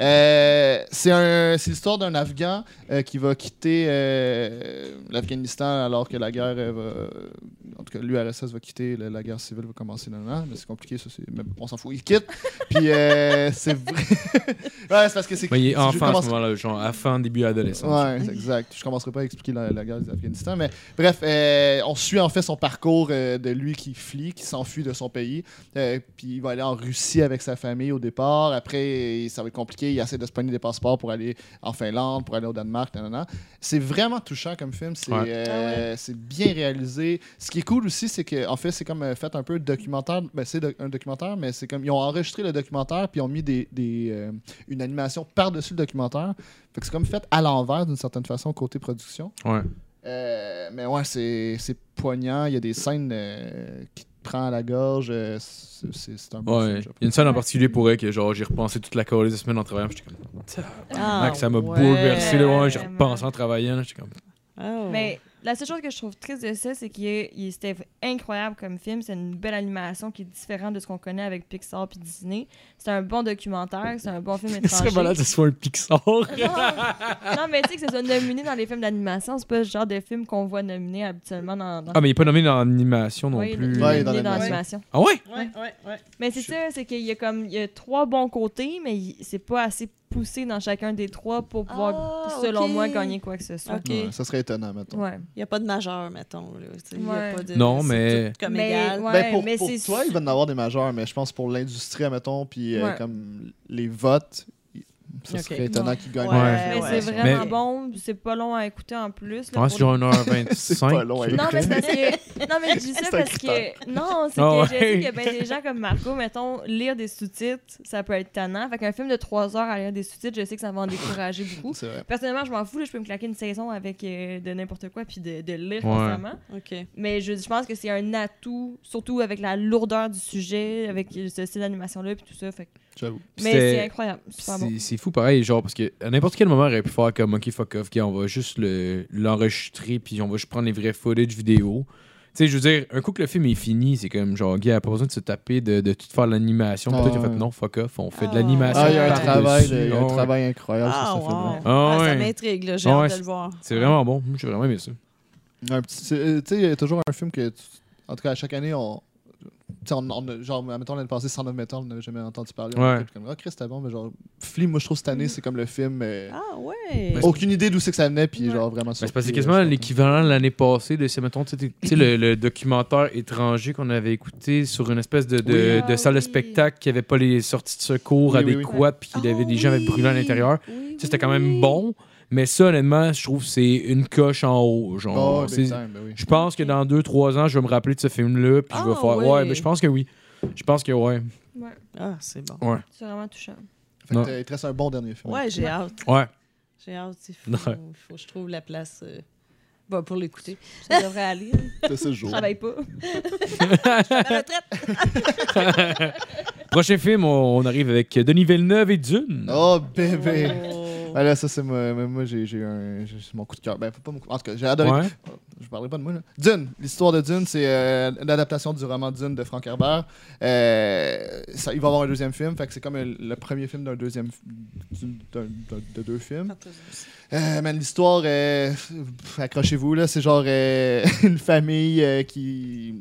S4: Euh, c'est un- c'est l'histoire d'un Afghan euh, qui va quitter euh, l'Afghanistan alors que la guerre euh, va. En tout cas, l'URSS va quitter, la, la guerre civile va commencer là Mais c'est compliqué, ça. c'est- mais on s'en fout. Il quitte. Puis euh, c'est vrai. ouais, c'est parce que c'est.
S3: Mais il est
S4: je
S3: enfant à
S4: commence-
S3: ce moment-là, genre à fin, début adolescence.
S4: Ouais, c'est exact. Je commencerai pas à expliquer la, la guerre de l'Afghanistan, mais bref, euh, on suit en fait son parcours euh, de lui qui flie, qui s'enfuit de son pays, euh, puis il va aller en Russie avec sa famille au départ. Après, euh, ça va être compliqué. Il essaie de se pogner des passeports pour aller en Finlande, pour aller au Danemark, nanana. C'est vraiment touchant comme film. C'est
S3: Ouais.
S4: euh, c'est bien réalisé. Ce qui est cool aussi, c'est que en fait, c'est comme euh, fait un peu documentaire. Ben, c'est doc- un documentaire, mais c'est comme ils ont enregistré le documentaire puis ils ont mis des, des, euh, une animation par-dessus le documentaire. Fait que c'est comme fait à l'envers d'une certaine façon côté production.
S3: Ouais.
S4: Euh, mais ouais, c'est c'est poignant. Il y a des scènes euh, qui te prend à la gorge. Euh, c'est- c'est c'est un bon
S3: Ouais.
S4: film,
S3: Il y a une scène en particulier pour elle que genre j'ai repensé toute la chorale de semaine en travaillant. J'étais comme,
S6: Ah,
S3: Max, ça m'a
S6: ouais.
S3: bouleversé. Là, ouais, j'ai
S5: Vraiment.
S3: repensé en travaillant. J'étais comme,
S6: Oh.
S5: Mais la seule chose que je trouve triste de ça, c'est qu'il est- il- c'était incroyable comme film. C'est une belle animation qui est différente de ce qu'on connaît avec Pixar puis Disney. C'est un bon documentaire, c'est un bon film
S3: ce serait
S5: étranger.
S3: malade que ce soit un Pixar.
S5: non, mais tu sais que ça soit nominé dans les films d'animation, c'est pas ce genre de film qu'on voit nominé habituellement dans. dans
S3: ah, mais il est pas nommé dans l'animation non
S5: Oui,
S3: plus.
S4: Ouais, dans
S5: nominé dans
S4: l'animation.
S5: l'animation.
S3: Ah ouais?
S6: Ouais, ouais, ouais.
S5: Mais c'est
S4: Je-
S5: ça, c'est qu'il y a comme il y a trois bons côtés, mais il- c'est pas assez poussé dans chacun des trois pour pouvoir,
S6: Ah,
S5: selon
S6: ok.
S5: moi, gagner quoi que ce soit.
S6: OK.
S4: ouais.
S6: Il
S4: Ouais, ça serait étonnant, maintenant.
S5: Ouais.
S6: n'y a pas de majeur, mettons. Là, tu sais, il y a
S5: Ouais.
S6: pas de-
S3: Non,
S6: c'est
S3: mais-
S6: tout comme
S5: Mais-
S6: égal.
S5: ouais.
S4: Ben, pour,
S5: mais
S4: pour
S5: c'est-
S4: toi, il va en avoir des majeurs, mais je pense pour l'industrie, admettons, puis euh,
S5: Ouais.
S4: comme les votes, il- ça
S6: Ok.
S4: serait étonnant qu'ils gagnent.
S6: Ouais,
S5: Mais
S6: ouais.
S5: c'est vraiment
S3: Mais-
S5: bon, c'est pas long à écouter en plus.
S3: Ah,
S5: là, pour
S3: c'est genre 1h25.
S4: C'est pas long, ouais.
S5: Non, mais c'est parce que. Non, mais je dis ça
S4: C'est un
S5: parce que. Non, c'est
S3: Ah
S5: que je sais
S3: ouais.
S5: que ben, des gens comme Marco, mettons, lire des sous-titres, ça peut être tannant. Fait qu'un film de 3 heures à lire des sous-titres, je sais que ça va en décourager beaucoup.
S4: C'est vrai.
S5: Personnellement, je m'en fous, là, je peux me claquer une saison avec euh, de n'importe quoi puis de, de lire
S3: Ouais.
S5: constamment.
S6: OK.
S5: Mais je, je pense que c'est un atout, surtout avec la lourdeur du sujet, avec euh, ce style d'animation-là puis tout ça. Fait que-
S4: J'avoue.
S3: Puis
S5: Mais
S3: c'est-
S5: c'est incroyable, super bon.
S3: C'est c'est fou pareil, genre, parce que à n'importe quel moment, elle aurait pu faire comme, ok, fuck off, ok, on va juste le- l'enregistrer, puis on va juste prendre les vrais footage vidéo. Tu sais, je veux dire, un coup que le film est fini, c'est comme, genre, gars, elle a pas besoin de se taper, de, de tout faire l'animation.
S4: Ah
S3: Peut-être qu'elle a
S4: ouais.
S3: fait, non, fuck off, on fait
S6: Ah
S3: de l'animation.
S4: Ah, il y a un
S3: par-dessus.
S4: travail, de- il y a
S3: Ah
S4: un
S3: ouais.
S4: travail incroyable sur
S6: Ah,
S4: ce
S6: wow.
S4: film-là.
S3: Ah
S6: Ah, ça
S3: ouais.
S6: m'intrigue, là, j'ai
S3: Ah, ouais,
S6: hâte de le voir.
S3: C'est vraiment bon, j'ai vraiment aimé ça.
S4: Un petit- c'est- euh, Tu sais, il y a toujours un film que, tu- en tout cas, à chaque année, on. tu sais, On, on, genre, mettons l'année passée, 109 Metal, on n'avait jamais entendu parler. On
S3: Ouais.
S4: était comme, ah, Chris, c'était bon, mais genre, Flea, moi, je trouve cette année, c'est comme le film. euh,
S6: Ah, ouais.
S3: Mais-
S4: aucune idée d'où c'est que ça venait, puis
S5: Ouais.
S4: genre vraiment.
S3: Ben, c'est
S4: surpris,
S3: parce que
S4: euh,
S3: quasiment
S4: je suis
S3: l'équivalent de l'année passée de ces mettons, tu sais, tu sais, le, le documentaire étranger qu'on avait écouté sur une espèce de, de,
S5: Oui.
S3: de
S5: Ah,
S3: salle de
S5: oui.
S3: spectacle qui avait pas les sorties de secours
S4: Oui, oui, oui.
S3: adéquates, puis qu'il
S6: Ah,
S3: avait des gens avec
S6: oui.
S3: brûlés à l'intérieur.
S6: Oui,
S3: Tu sais, c'était
S6: oui,
S3: quand même
S6: oui.
S3: bon, mais ça, honnêtement, je trouve que c'est une coche en haut.
S4: content.
S3: Genre,
S4: Oh,
S3: c'est-
S4: big time, ben oui.
S3: je pense que dans 2-3 ans, je vais me rappeler de ce film-là, puis je vais
S6: Ah,
S3: faire.
S6: ouais.
S3: Ouais, mais je pense que oui. Je pense que ouais.
S5: Ouais,
S6: Ah, c'est bon.
S5: c'est vraiment touchant.
S4: Fait que t'as- il te reste un bon dernier film.
S6: Ouais, j'ai hâte.
S3: Ouais.
S6: J'ai hâte. Il faut,
S3: Ouais.
S6: faut que je trouve la place euh, bah, pour l'écouter.
S5: Ça devrait aller.
S4: T'as ce
S5: Je
S4: jour.
S5: travaille pas.
S6: À la retraite.
S3: Prochain film, on, on arrive avec Denis Villeneuve et Dune.
S4: Oh
S3: Eh
S4: bébé.
S3: ben,
S6: Oh.
S4: Ah là, ça c'est moi, moi, moi, j'ai j'ai un j'ai- c'est mon coup de cœur. Ben, pas mon coup- En tout cas, j'ai adoré.
S3: Ouais.
S4: Je parlerai pas de moi. Là. Dune, l'histoire de Dune, c'est euh, l'adaptation du roman Dune de Frank Herbert. Euh, ça, il va y avoir un deuxième film, fait que c'est comme euh, le premier film d'un deuxième f- d'une- d'un- d'un- de deux films. Euh, man, l'histoire, euh, pff, accrochez-vous, là, c'est genre euh, une famille euh, qui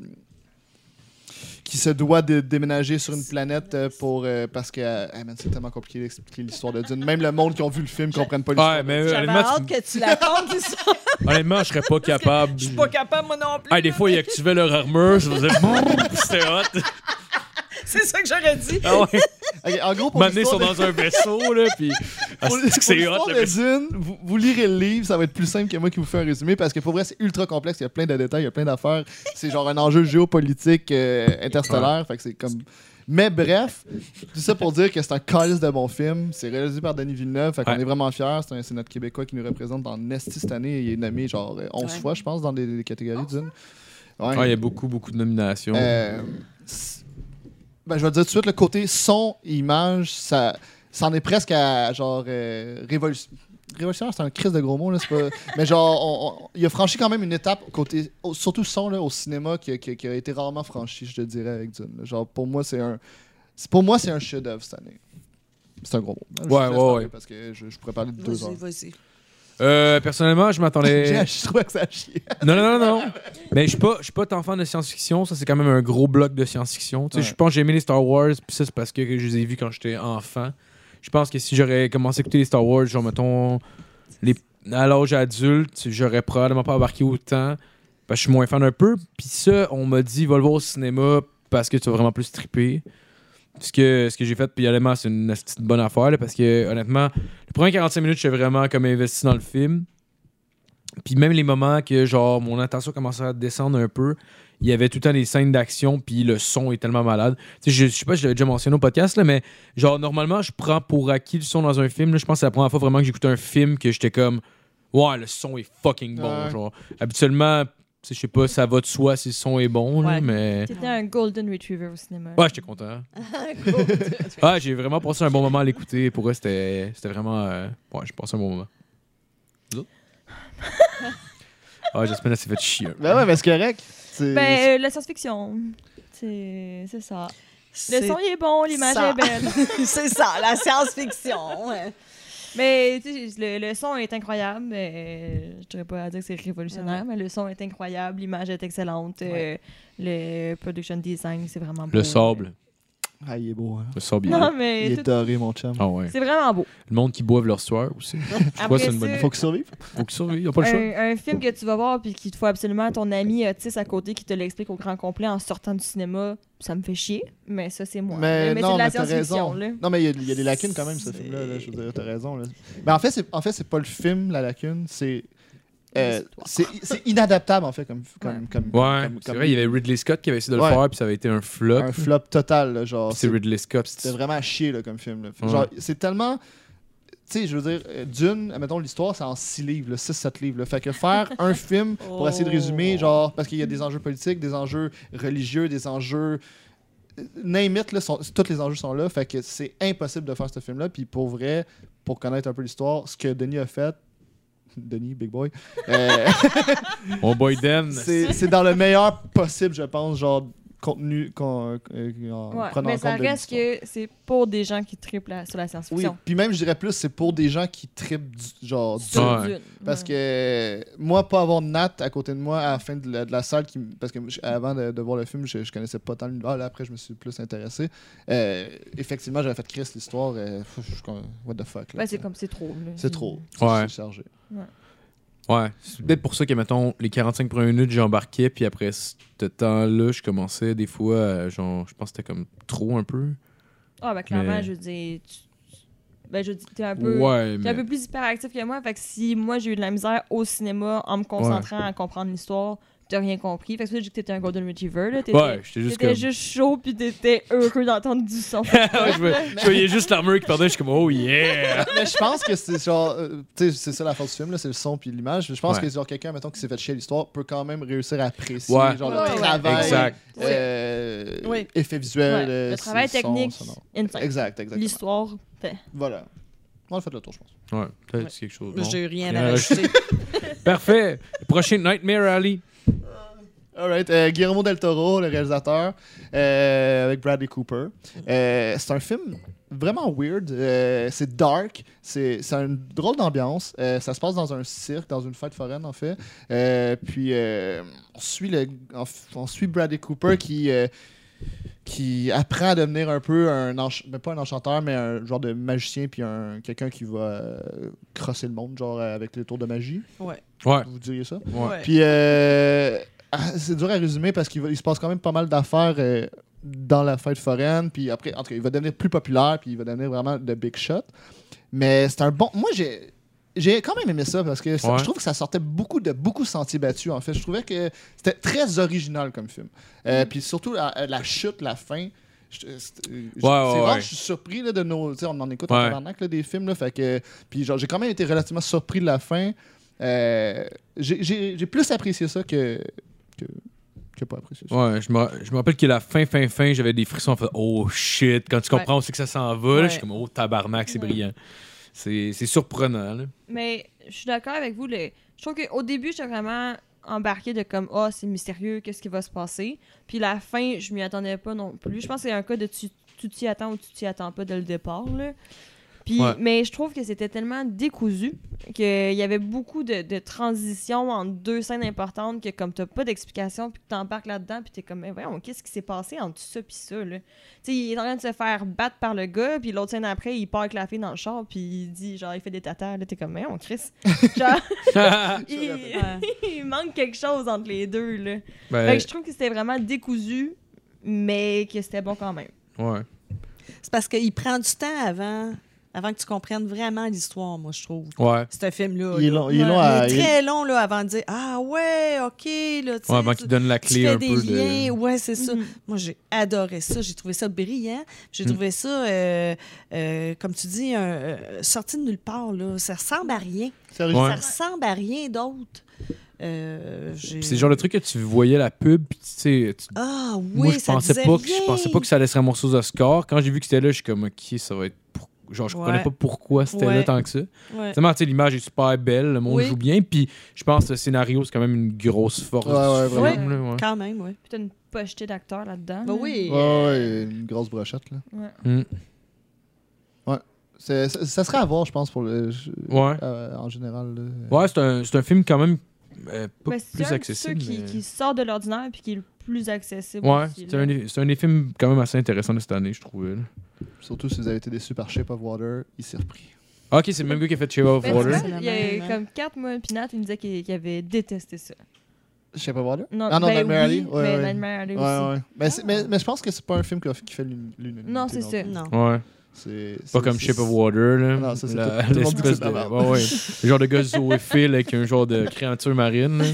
S4: qui se doit de déménager sur une planète euh, pour euh, parce que euh, man, c'est tellement compliqué d'expliquer l'histoire de Dune. Même le monde qui ont vu le film comprenne pas l'histoire.
S3: Ouais, mais euh,
S6: J'avais
S3: honnêtement,
S6: hâte
S3: tu-
S6: que tu la comptes, c'est ça.
S3: honnêtement, je serais pas capable.
S6: Je suis pas capable, moi non plus.
S3: Ah, des
S6: là.
S3: fois, ils activaient leur armure, ça faisait boum, c'était hot.
S6: C'est ça que j'aurais dit.
S3: Ah ouais,
S4: Ok, en gros, pour
S3: maintenant, ils
S4: l'histoire
S3: sont
S4: de-
S3: dans un vaisseau, là, puis. Ah,
S4: pour
S3: c'est que c'est hot,
S4: l'histoire
S3: le
S4: de
S3: vaisseau.
S4: Dune, vous, vous lirez le livre, ça va être plus simple que moi qui vous fais un résumé parce que pour vrai, c'est ultra complexe. Il y a plein de détails, il y a plein d'affaires. C'est genre un enjeu géopolitique euh, interstellaire. Fait que c'est comme. Mais bref, tout ça pour dire que c'est un calice de bon film. C'est réalisé par Denis Villeneuve. Fait qu'on
S3: Ouais.
S4: est vraiment fiers. C'est un- C'est notre Québécois qui nous représente dans Nesti cette année. Il est nommé genre euh, 11
S6: Ouais.
S4: fois, je pense, dans les, les catégories Dune. Ouais.
S3: Ouais, il y a beaucoup, beaucoup de nominations.
S4: Euh, c'est- ben, je vais te dire tout de suite, le côté son et image, ça, ça en est presque à genre euh, révolution- Révolutionnaire, c'est un crise de gros mots, là, c'est pas... mais genre, on- on- il a franchi quand même une étape, côté, au- surtout son là, au cinéma, qui, qui- qui a été rarement franchi, je te dirais, avec Dune. là. Genre, pour moi, c'est un, c'est- pour moi, c'est un chef-d'œuvre cette année. C'est un gros mot. Je
S3: Ouais,
S4: vous laisse
S3: ouais,
S4: parler
S3: ouais.
S4: Parce que je, je pourrais parler de deux
S6: Vas-y,
S4: heures.
S6: vas-y.
S3: Euh, personnellement, je
S4: J'ai-
S3: m'attendais.
S4: Je trouvais que ça chiait.
S3: Non, non, non, non. Mais je suis pas, je suis pas tant fan de science-fiction. Ça, c'est quand même un gros bloc de science-fiction. Tu sais, Je
S4: Ouais.
S3: pense que j'ai aimé les Star Wars, puis ça, c'est parce que je les ai vus quand j'étais enfant. Je pense que si j'aurais commencé à écouter les Star Wars, genre, mettons, les... à l'âge adulte, j'aurais probablement pas embarqué autant. Parce que Ben, je suis moins fan un peu. Puis ça, on m'a dit, va le voir au cinéma parce que tu vas vraiment plus triper. Ce que, ce que j'ai fait, puis honnêtement, c'est une petite bonne affaire, là, parce que honnêtement, les premières 45 minutes, j'étais vraiment comme investi dans le film. Puis même les moments que genre mon attention commençait à descendre un peu, il y avait tout le temps des scènes d'action, puis le son est tellement malade. Tu sais, je, je sais pas si je l'avais déjà mentionné au podcast, là, mais genre normalement, je prends pour acquis le son dans un film. là. je pense que c'est la première fois vraiment que j'écoute un film que j'étais comme Ouais, le son est fucking bon.
S4: Ouais.
S3: Genre, habituellement, tu sais, je sais pas, ça va de soi si le son est bon, là,
S6: Ouais.
S3: mais.
S5: T'étais un Golden Retriever au cinéma.
S3: Ouais, j'étais content. Ah, j'ai vraiment passé un bon moment à l'écouter. Pour eux, c'était c'était vraiment. euh, Ouais, j'ai passé un bon moment. Vous autres? ah, j'espère que ça s'est fait chier.
S4: Ben ouais, mais c'est correct. C'est-
S5: Ben, euh, la science-fiction. C'est c'est ça. Le
S6: C'est
S5: son, il est bon, l'image
S6: ça.
S5: est belle.
S6: c'est ça, la science-fiction. hein. ouais.
S5: mais, tu sais, le, le son est incroyable. mais, euh, je dirais pas à dire que c'est révolutionnaire, mais le son est incroyable, l'image est excellente. euh, le production design, c'est vraiment beau.
S3: Le sable.
S4: Ah, il est beau. hein.
S3: Le sable, il est.
S5: Non,
S4: Il
S5: mais
S4: est
S5: euh, tout-
S4: doré, mon chum.
S3: Ah ouais.
S5: c'est vraiment beau.
S3: Le monde qui boive leur sueur aussi. Je crois que c'est une bonne
S5: ça, euh,
S4: Faut qu'il survive.
S3: Faut qu'ils survivent, ils ont pas le choix.
S5: un, un film que tu vas voir puis qu'il te faut absolument ton ami autiste à côté qui te l'explique au grand complet en sortant du cinéma, ça me fait chier, mais ça c'est moi.
S4: Mais, non,
S5: c'est de la
S4: mais t'as raison.
S5: science-fiction là.
S4: Non, mais il y a- il y, a des lacunes quand même, ce
S6: C'est-
S4: film-là. là, je veux dire, t'as raison. Là. Mais en fait, c'est en fait, c'est pas le film, la lacune. C'est. euh, c'est c'est inadaptable, en fait, comme. comme, comme
S3: Ouais,
S4: comme-
S3: c'est
S4: comme
S3: vrai, il y avait Ridley Scott qui avait essayé de le
S4: Ouais.
S3: faire, puis ça avait été un flop.
S4: Un flop total, là, genre.
S3: Puis c'est
S4: c'est-
S3: Ridley Scott.
S4: C'était vraiment à chier là, comme film. là.
S3: Ouais.
S4: Genre, c'est tellement. Tu sais, je veux dire, euh, Dune, admettons, l'histoire, c'est en 6 livres, 6-7 livres. là. Fait que faire un film pour essayer de résumer,
S6: Oh.
S4: genre, parce qu'il y a des enjeux politiques, des enjeux religieux, des enjeux. euh, Name it, là, sont- tous les enjeux sont là. Fait que c'est impossible de faire ce film-là. Puis pour vrai, pour connaître un peu l'histoire, ce que Denis a fait. Denis, Big Boy. euh,
S3: Mon boy Dan.
S4: c'est c'est dans le meilleur possible, je pense, genre, contenu qu'on euh, en
S5: Ouais,
S4: prenant
S5: mais
S4: en
S5: ça
S4: compte de
S5: reste
S4: l'histoire.
S5: que c'est pour des gens qui triplent la- sur la
S4: Oui,
S5: science-fiction.
S4: puis même, je dirais plus, c'est pour des gens qui tripent du, genre du-
S5: Sur
S3: Ouais.
S5: Dune.
S4: Parce
S5: Ouais.
S4: que moi, pas avoir Nat à côté de moi à la fin de la, de la salle, qui, m- parce que j- avant de, de voir le film, je, je connaissais pas tant l'univers. Là, après, je me suis plus intéressé. Euh, effectivement, j'avais fait Chris l'histoire. euh, pff, je suis comme, what the fuck. là,
S5: Ouais,
S4: tu sais.
S5: c'est comme c'est trop. là.
S4: C'est trop.
S3: Ouais.
S4: C'est chargé.
S3: Ouais, c'est peut-être Ben, pour ça que, mettons, les 45 premières minutes, j'embarquais, puis après ce temps-là, je commençais des fois, euh, genre, je pense que c'était comme trop un peu.
S5: Ah ben clairement,
S3: Mais-
S5: je veux dire tu- ben je veux dire, t'es un peu
S3: ouais,
S5: t'es
S3: mais...
S5: un peu plus hyperactif que moi, fait que si moi j'ai eu de la misère au cinéma en me concentrant à comprendre l'histoire, t'as rien compris. Fait que ça, j'ai dit que t'étais un Golden Retriever là, t'étais-
S3: Ouais, j'étais juste
S5: T'étais
S3: comme...
S5: juste chaud puis t'étais heureux d'entendre du son.
S3: Ouais, je, voyais- je voyais juste l'armure qui perdait, je suis comme, oh yeah!
S4: mais je pense que c'est genre. euh, tu sais, c'est ça la force du film, là, c'est le son puis l'image. Je pense
S3: Ouais.
S4: que genre quelqu'un, mettons, qui s'est fait chier l'histoire, peut quand même réussir à apprécier
S3: Ouais.
S4: genre,
S5: Ouais,
S4: le
S5: ouais.
S4: travail.
S3: Exact.
S4: euh,
S6: Oui.
S4: Effet visuel.
S5: Ouais,
S4: euh,
S5: le travail
S4: son,
S5: technique,
S4: sonore.
S5: insane.
S4: Exact, exact.
S5: L'histoire, fait.
S4: Voilà. On a fait le tour, je pense.
S3: Ouais, peut-être
S6: Ouais.
S3: quelque chose. non?
S6: J'ai rien
S3: Rien à
S6: à rajouter.
S3: Parfait! Le prochain Nightmare Alley.
S4: Alright, euh, Guillermo del Toro, le réalisateur, euh, avec Bradley Cooper. Euh, c'est un film vraiment weird. euh, c'est dark, c'est c'est une drôle d'ambiance. euh, ça se passe dans un cirque, dans une fête foraine en fait. Euh, puis euh, on suit le, on, on suit Bradley Cooper qui euh, qui apprend à devenir un peu un ench- ben, pas un enchanteur mais un genre de magicien puis un quelqu'un qui va euh, crosser le monde genre euh, avec les tours de magie.
S6: Ouais.
S3: Ouais.
S4: Vous diriez ça?
S3: Ouais.
S6: Ouais.
S4: Puis euh, ah, c'est dur à résumer parce qu'il va- il se passe quand même pas mal d'affaires euh, dans la fête foraine. Puis après, en tout cas, il va devenir plus populaire, puis il va devenir vraiment de big shot. Mais c'est un bon. Moi, j'ai. J'ai quand même aimé ça parce que ça-
S3: Ouais.
S4: je trouve que ça sortait beaucoup de beaucoup de sentiers battus en fait. Je trouvais que c'était très original comme film. Euh,
S3: Mm.
S4: Puis surtout la, la chute, la fin. je- euh, c'est- je- c'est
S3: ouais,
S4: rare,
S3: ouais.
S4: je suis surpris là, de nos. tu sais, On en écoute
S3: Ouais.
S4: en tabarnak, là, des films. Là, fait que, puis genre, j'ai quand même été relativement surpris de la fin. Euh, j'ai- j'ai j'ai plus apprécié ça que. que, que pas apprécié ça.
S3: Ouais, je me, ra- je me rappelle que la fin, fin, fin, j'avais des frissons. en fait, oh shit, quand tu comprends aussi que ça s'en va, là, je suis
S6: Ouais.
S3: comme, oh tabarnak, c'est
S5: Ouais.
S3: brillant. C'est c'est surprenant, là.
S5: Mais je suis d'accord avec vous. le- Je trouve qu'au début, j'étais vraiment embarquée de comme, ah, c'est mystérieux, qu'est-ce qui va se passer. Puis la fin, je m'y attendais pas non plus. Je pense que c'est un cas de tu tu t'y attends ou tu t'y attends pas dès le départ. Là. Puis,
S3: Ouais.
S5: Mais je trouve que c'était tellement décousu qu'il y avait beaucoup de, de transitions entre deux scènes importantes que comme t'as pas d'explication puis que t'embarques là-dedans puis t'es comme mais voyons qu'est-ce qui s'est passé entre ça puis ça là. Tu sais il est en train de se faire battre par le gars puis l'autre scène après il part avec la fille dans le char puis il dit genre il fait des tatas là t'es comme mais on Chris genre il, il manque quelque chose entre les deux là.
S3: Ben,
S5: Fait que je trouve que c'était vraiment décousu mais que c'était bon quand même.
S3: ouais.
S6: C'est parce qu'il prend du temps avant, avant que tu comprennes vraiment l'histoire, moi, je trouve.
S3: Ouais.
S6: Ce film-là.
S4: Il est
S6: là.
S4: long, il est
S5: Ouais.
S4: long à.
S6: Il est
S4: il-
S6: très long là, avant de dire Ah ouais, OK. Là, tu
S3: Ouais,
S6: sais,
S3: avant
S6: tu-
S3: qu'il donne la
S6: tu
S3: clé
S6: fais
S3: un
S6: des
S3: peu
S6: liens.
S3: de.
S6: Ouais, c'est ça.
S5: Mhm.
S6: Moi, j'ai adoré ça. J'ai trouvé ça brillant. J'ai
S3: Hmm.
S6: trouvé ça, euh, euh, comme tu dis, un- euh, sorti de nulle part. Là. Ça ressemble à rien.
S4: c'est original.
S3: Ouais.
S6: Ça ressemble à rien d'autre. Euh, j'ai-
S3: Puis C'est le genre de truc que tu voyais la pub, puis tu sais, tu-
S6: Ah oui,
S3: moi je
S6: ça
S3: pensais
S6: disait
S3: pas que je
S6: rien.
S3: pensais pas que ça allait se ramasser aux Oscars. Quand j'ai vu que c'était là, je suis comme ok, ça va être pour- genre je
S6: Ouais.
S3: comprenais pas pourquoi c'était là
S6: Ouais.
S3: tant que ça.
S6: Ouais.
S3: Finalement, tu sais, l'image est super belle, le monde
S6: Oui.
S3: joue bien, puis je pense que le scénario c'est quand même une grosse force
S4: Ouais, ouais,
S3: du
S4: vraiment.
S3: film, là, ouais.
S6: Quand même, oui.
S5: Puis t'as une pochetée d'acteurs
S4: Ah.
S5: là-dedans.
S6: Bah
S5: là.
S6: oui.
S4: Ouais, ouais, une grosse brochette, là.
S5: Ouais.
S3: Mm.
S4: C'est- ça, ça serait à voir, je pense, pour le, je-
S3: Ouais.
S4: euh, en général. là.
S3: Ouais, c'est un, c'est un film quand même euh, pas
S6: Ben,
S5: Mais
S3: plus
S5: un de
S3: accessible.
S5: ceux qui,
S3: mais-
S5: qui sort de l'ordinaire puis qui est le plus accessible.
S3: Ouais,
S5: aussi,
S3: c'est
S5: là.
S3: un, des- c'est un des films quand même assez intéressant de cette année, je trouvais. là.
S4: Surtout si vous avez été déçu par Shape of Water, il s'est repris.
S3: Ah, ok, c'est le même gars qui a fait Shape of
S5: Mais
S3: Water.
S5: tu vois,
S6: Ben, C'est
S5: il y
S6: la même,
S5: a
S6: hein.
S5: comme 4 mois, puis Nat, il me disait qu'il qu'il avait détesté ça.
S4: Shape of Water?
S5: Non,
S4: Ah non,
S5: ben
S4: Nightmare
S5: oui,
S4: Alley, ouais,
S5: mais
S4: ouais.
S5: Nightmare Alley
S4: Ouais,
S5: aussi. Ah,
S4: ouais. Mais, c'est- mais, mais je pense que c'est pas un film qui, a- qui fait l'un- l'unanimité.
S5: Non, c'est ça.
S6: Non.
S3: Ouais,
S4: C'est
S3: pas
S4: c'est-
S3: comme
S4: c'est-
S3: Shape of Water, là.
S4: Non, ça, c'est
S3: La-
S4: tout- tout le monde dit que
S3: L'espèce
S4: c'est de
S3: de.
S4: la merde.
S3: ouais, ouais. Le genre de gars zoophile avec un genre de créature marine. là.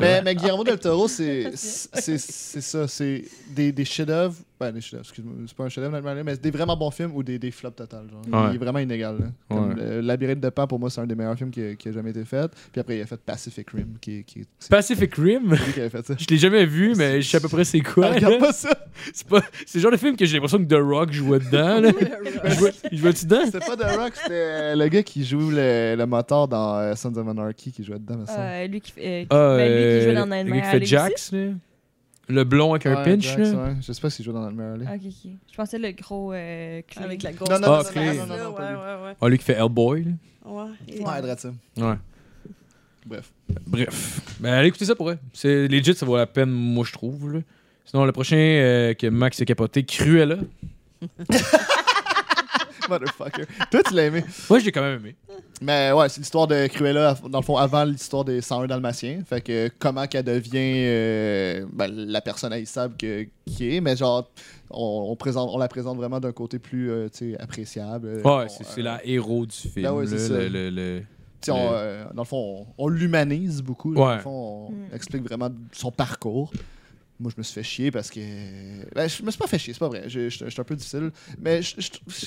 S4: Mais, mais Guillermo del Toro, c'est c'est- c'est ça. C'est des, des chefs-d'œuvre. Ben, des chefs-d'œuvre, excuse-moi. C'est pas un chef-d'œuvre, Nightmare Alley, mais c'est des vraiment bons films ou des, des flops totales. genre.
S3: Ouais.
S4: Il est vraiment inégal. là. Comme le Labyrinthe de Pan, pour moi, c'est un des meilleurs films qui a, qui a jamais été fait. Puis après, il a fait Pacific Rim, qui, qui est- c'est
S3: Pacific Rim,
S4: lui qui avait fait ça.
S3: je l'ai jamais vu, mais je sais à peu près c'est quoi.
S4: Ah,
S3: là.
S4: regarde pas ça!
S3: C'est pas... c'est le genre de film que j'ai l'impression que The Rock jouait dedans. Là. Il jouait- Il jouait-tu dedans?
S4: C'était pas The Rock, c'était euh, le gars qui joue le, le moteur dans euh, Sons of Anarchy qui jouait dedans, mais ça.
S5: Euh, lui qui, euh, qui-
S3: Ah,
S5: ben, lui qui
S3: euh,
S5: jouait dans
S3: le gars
S5: Nightmare
S3: qui
S5: Alley.
S3: fait Jax, là. Le blond avec un pinch,
S4: Jax,
S3: là.
S4: ouais. Je sais pas s'il joue dans Nightmare Alley.
S5: aussi. Ok, ok. Je pensais le gros euh, clé.
S6: Avec la grosse
S4: Non, non,
S3: non,
S6: face,
S3: non, non,
S6: là,
S4: non, non, non, pas
S6: ouais,
S3: Ah, lui qui fait Hellboy, là.
S6: ouais, ouais.
S4: Ouais,
S6: Ouais.
S4: Dratim.
S3: Ouais.
S4: Bref.
S3: Bref. Ben, allez écouter ça pour vrai. C'est legit, ça vaut la peine, moi, je trouve. là. Sinon, le prochain euh, que Max a capoté, Cruella.
S4: Motherfucker. Toi, tu l'as aimé.
S3: Moi, je l'ai quand même aimé.
S4: Mais ouais, c'est l'histoire de Cruella, af- dans le fond, avant l'histoire des 101 Dalmatiens. Fait que euh, comment qu'elle devient euh, ben, la personne haïssable que- qui est. Mais genre, on, on présente, on la présente vraiment d'un côté plus euh, tu sais, appréciable. Euh,
S3: Ouais,
S4: on-
S3: c'est
S4: euh,
S3: c'est la héros du film.
S4: Ben ouais,
S3: là,
S4: c'est
S3: le,
S4: ça.
S3: le- le-
S4: tu sais, on,
S3: le-
S4: euh, dans le fond, on, on l'humanise beaucoup. là.
S3: Ouais.
S4: Dans le fond, on
S5: Mm.
S4: explique vraiment son parcours. Moi, je me suis fait chier parce que. Ben, je me suis pas fait chier, c'est pas vrai. Je je- je suis un peu difficile. Mais je, je, je-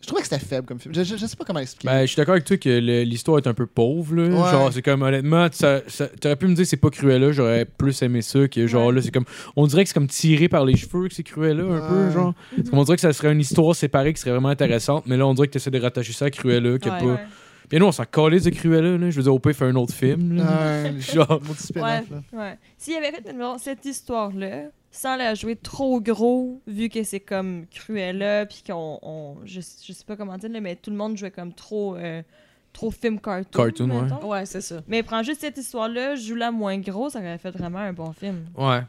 S4: je trouvais que c'était faible comme film. Je, je- je sais pas comment expliquer.
S3: Ben, je suis d'accord avec toi que le- l'histoire est un peu pauvre. Là.
S4: Ouais.
S3: Genre, c'est comme, honnêtement, ça- ça- t'aurais pu me dire c'est pas Cruella, j'aurais plus aimé ça. Que, genre,
S5: Ouais.
S3: là, c'est comme, on dirait que c'est comme tiré par les cheveux que c'est Cruella, un peu.
S4: Ouais.
S3: Genre, Parce qu'on dirait que ça serait une histoire séparée qui serait vraiment intéressante. Mais là, on dirait que t'essaies de rattacher ça à Cruella. qui a
S6: Ouais.
S3: pas... Puis nous, on s'en calait de Cruella. Là. Je veux dire, au pire, fait un autre film. là.
S4: Ouais,
S3: Genre.
S4: maudit spin-off, là.
S5: Ouais. S'il avait fait mettons, cette histoire-là, sans la jouer trop gros, vu que c'est comme Cruella, puis qu'on. on- je, je sais pas comment dire, là, mais tout le monde jouait comme trop. euh, trop film cartoon.
S3: Cartoon, ouais.
S5: mettons.
S6: Ouais, c'est ça.
S5: Mais prends juste cette histoire-là, joue-la moins gros, ça aurait fait vraiment un bon film.
S3: Ouais.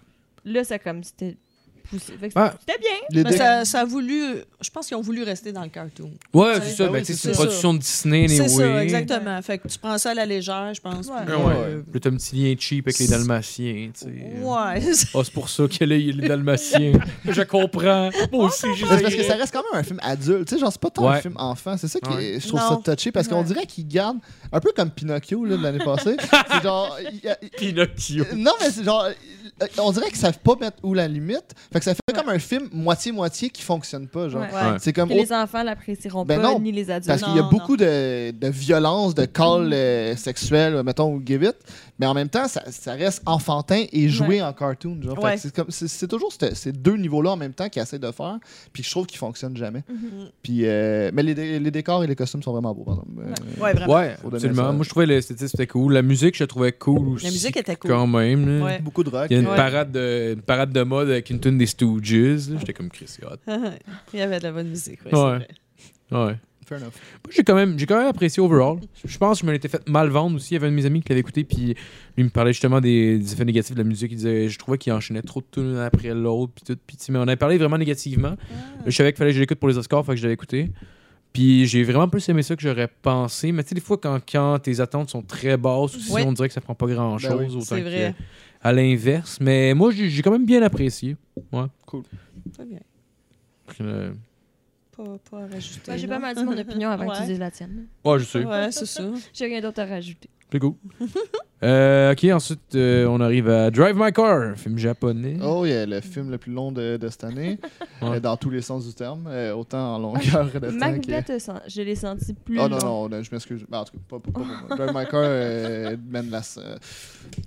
S5: Là, c'est comme c'était poussé. Fait que
S4: Ah.
S3: Ouais.
S5: C'était bien.
S4: Les
S6: Mais
S4: deux-
S6: ça, ça a voulu. Je pense qu'ils ont voulu rester dans le cartoon.
S3: Ouais,
S6: Ça-
S3: c'est ça.
S4: Ah
S3: ben,
S4: oui,
S3: tu sais,
S4: c'est
S3: c'est une
S6: ça.
S3: production de Disney,
S6: C'est
S3: anyway.
S6: ça, exactement. Fait que tu prends ça à la légère, je pense.
S5: Ouais.
S6: puis,
S3: Ouais.
S6: euh,
S3: Là, t'as un petit lien cheap avec les Dalmatiens. tu sais.
S6: Ouais.
S3: Ah, c'est pour ça qu'elle est les Dalmatiens. je comprends. Moi aussi, j'ai
S4: Mais Ah, c'est parce que ça reste quand même un film adulte. Tu sais, genre, c'est pas tant
S3: Ouais.
S4: un film enfant. C'est ça qui
S3: Ouais.
S4: est- je trouve
S6: Non.
S4: ça touché parce qu'on
S5: Ouais.
S4: dirait qu'il garde un peu comme Pinocchio là, de l'année passée. c'est genre. il- il-
S3: Pinocchio.
S4: Euh, Non, mais c'est genre. euh, On dirait qu'ils savent pas mettre où la limite. Fait que ça fait comme un film moitié-moitié qui fonctionne pas, genre.
S5: Ouais.
S3: Ouais.
S4: C'est comme.
S5: Que
S4: autre-
S5: les enfants l'apprécieront
S4: Ben
S5: pas,
S4: non,
S5: ni les adultes.
S4: Parce qu'il y a
S6: Non, Mm.
S4: beaucoup de, de violence, de calls euh, sexuels, mettons, ou give it. Mais en même temps, ça, ça reste enfantin et joué en cartoon, genre. Fait que
S6: Ouais.
S4: c'est comme- C'est c'est toujours cette- ces deux niveaux-là en même temps qu'ils essaient de faire. Puis je trouve qu'ils fonctionnent jamais.
S5: Mhm.
S4: Puis, euh, mais les, dé- les décors et les costumes sont vraiment beaux, par exemple. Euh,
S6: Mm-hmm. Ouais, vraiment.
S3: Ouais,
S4: Faut donner
S3: absolument.
S4: ça.
S3: Moi, je trouvais l'esthétisme c'était cool. La musique, je la trouvais cool aussi.
S6: La musique était cool.
S3: Quand même. là.
S6: Ouais.
S4: Beaucoup de rock.
S3: Il y a une,
S4: euh,
S6: Ouais.
S3: parade de, une parade de mode avec une tune des Stooges. là. J'étais comme Chris Scott.
S6: Il y avait de la bonne musique. Ouais,
S3: Ouais.
S6: c'est vrai.
S3: Ouais.
S4: Fair enough.
S3: Moi, J'ai quand, même- j'ai quand même apprécié overall. Je pense que je me l'étais fait mal vendre aussi. Il y avait un de mes amis qui l'avait écouté, puis lui il me parlait justement des, des effets négatifs de la musique. Il disait, je trouvais qu'il enchaînait trop de tunes après l'autre, puis tout. Puis, tu sais, mais on avait parlé vraiment négativement.
S6: Ah.
S3: Je savais qu'il fallait que je l'écoute pour les Oscars, fait que je l'avais écouté. Puis j'ai vraiment plus aimé ça que j'aurais pensé. Mais tu sais, des fois, quand, quand tes attentes sont très basses, ou si
S6: Ouais.
S3: on dirait que ça prend pas grand chose,
S4: Ben oui,
S3: autant
S6: c'est
S3: que-
S6: vrai.
S3: à l'inverse. Mais moi, j'ai j'ai quand même bien apprécié. Ouais.
S6: Très bien.
S3: Euh,
S6: Pas, pas à rajouter.
S5: Ouais, J'ai
S6: là.
S5: pas mal dit mon opinion avant que tu
S6: Ouais.
S5: dises la tienne.
S3: Ouais, je sais.
S6: Ouais, c'est ça.
S5: J'ai rien d'autre à rajouter.
S3: C'est cool. Euh, ok, ensuite, euh, on arrive à Drive My Car, film japonais.
S4: Oh, yeah, le film le plus long de, de cette année,
S3: Ouais.
S4: euh, dans tous les sens du terme, euh, autant en longueur de temps que.
S5: Macbeth, euh, je l'ai senti plus.
S4: Oh Bah, non,
S5: long.
S4: non, non, je m'excuse. Ben, en tout cas, pas, pas- pas pour moi. Drive My Car, euh, Man Last, euh,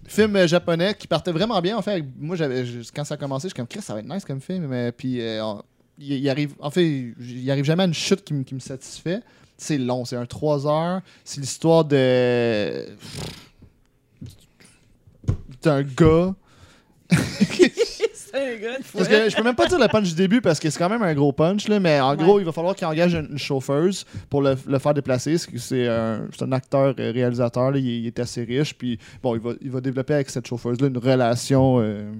S4: film euh, japonais qui partait vraiment bien. En fait, moi, j'avais, je- quand ça a commencé, je suis comme, Chris, ça va être nice comme film. Mais puis, euh, on- il, il arrive, en fait, il arrive jamais à une chute qui, me- qui me satisfait. C'est long, c'est un 3 heures. C'est l'histoire de. d'un gars.
S6: c'est un gars, une fois.
S4: Parce que je peux même pas dire le punch du début parce que c'est quand même un gros punch, là, mais en
S6: Ouais.
S4: gros, il va falloir qu'il engage une, une chauffeuse pour le, le faire déplacer. C'est- C'est un, c'est un acteur euh, réalisateur, là, il, est- il est assez riche, puis bon, il va, il va développer avec cette chauffeuse-là une relation. euh,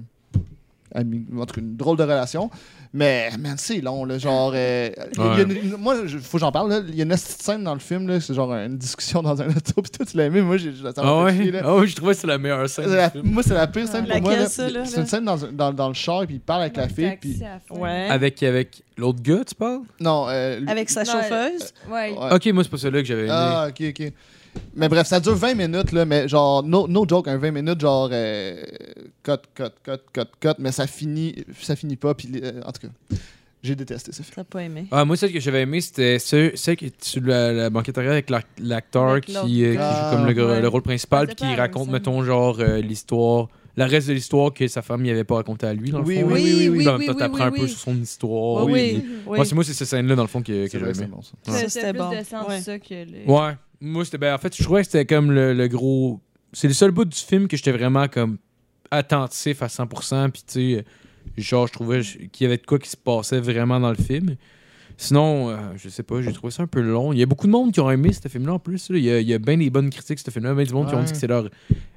S4: ami- en tout cas, une drôle de relation. Mais, man, c'est long, là, genre... euh, il y a
S3: Ouais.
S4: une- une- moi, il faut que j'en parle, là, il y a une petite scène dans le film, là, c'est genre une discussion dans un auto, puis toi, tu l'as aimé, moi, j'ai... ça
S3: Ah
S4: m'a fait chier,
S3: ouais?
S4: là.
S3: Ah ouais, je trouvais que c'est la meilleure
S4: C'est
S3: scène du
S4: la-
S3: film.
S4: moi, c'est la pire scène pour moi.
S6: Laquelle,
S4: là.
S6: ça, là,
S4: C'est
S6: là?
S4: une scène dans, un- dans- dans le char, puis il parle avec la
S5: Ouais,
S4: fille,
S5: taxi
S4: puis...
S5: à la fin.
S6: Ouais. Avec,
S3: Avec, avec l'autre gars, tu parles?
S4: Non, euh, lui-
S6: sa
S5: Non,
S6: chauffeuse.
S5: Ouais.
S4: Ouais.
S3: Ok, moi, c'est pas celui-là que j'avais aimé.
S4: Ah, ok, ok. Mais bref, ça dure 20 minutes, là, mais genre, no, no joke, un 20 minutes, genre, euh, cut, cut, cut, cut, cut, mais ça finit, ça finit pas, puis euh, en tout cas, j'ai détesté ce film.
S6: T'as pas aimé.
S3: Ah, moi, celle que j'avais aimé, c'était ce- celle qui est sur la, la banquette arrière avec l'ac- l'acteur
S6: Avec
S3: qui,
S6: l'autre
S3: euh, qui
S4: gars.
S3: joue comme le, gars-
S5: Ouais.
S3: le rôle principal
S5: C'est
S3: puis qui
S5: pas la même
S3: raconte,
S5: scène.
S3: mettons, genre euh, l'histoire, la reste de l'histoire que sa femme n'y avait pas raconté à lui, dans le
S4: Oui,
S3: fond.
S4: oui, oui, oui,
S3: Puis en même
S6: oui,
S3: temps,
S6: oui,
S3: t'apprends un
S6: oui,
S3: peu
S6: oui.
S3: sur son histoire.
S4: Oui,
S3: puis-
S6: oui, oui.
S3: Oh Moi, c'est moi, c'est cette scène-là, dans le fond, que, que
S4: C'est
S3: j'avais
S4: vrai que
S3: aimé.
S4: c'est bon, ça.
S3: Ouais.
S6: Ça,
S5: Ça,
S6: c'était
S5: c'était plus
S6: bon.
S5: de sens
S6: Ouais.
S5: ça que le.
S3: Ouais. Moi, c'était. Ben, en fait, je trouvais que c'était comme le, le gros. C'est le seul bout du film que j'étais vraiment comme attentif à 100%. Puis, tu sais, genre, je trouvais je- qu'il y avait de quoi qui se passait vraiment dans le film. Sinon, euh, je sais pas, j'ai trouvé ça un peu long. Il y a beaucoup de monde qui ont aimé ce film-là en plus. là. Il y a, il y a bien des bonnes critiques, ce film-là. Il y a bien du monde qui ont dit
S4: Ouais.
S3: que c'est leur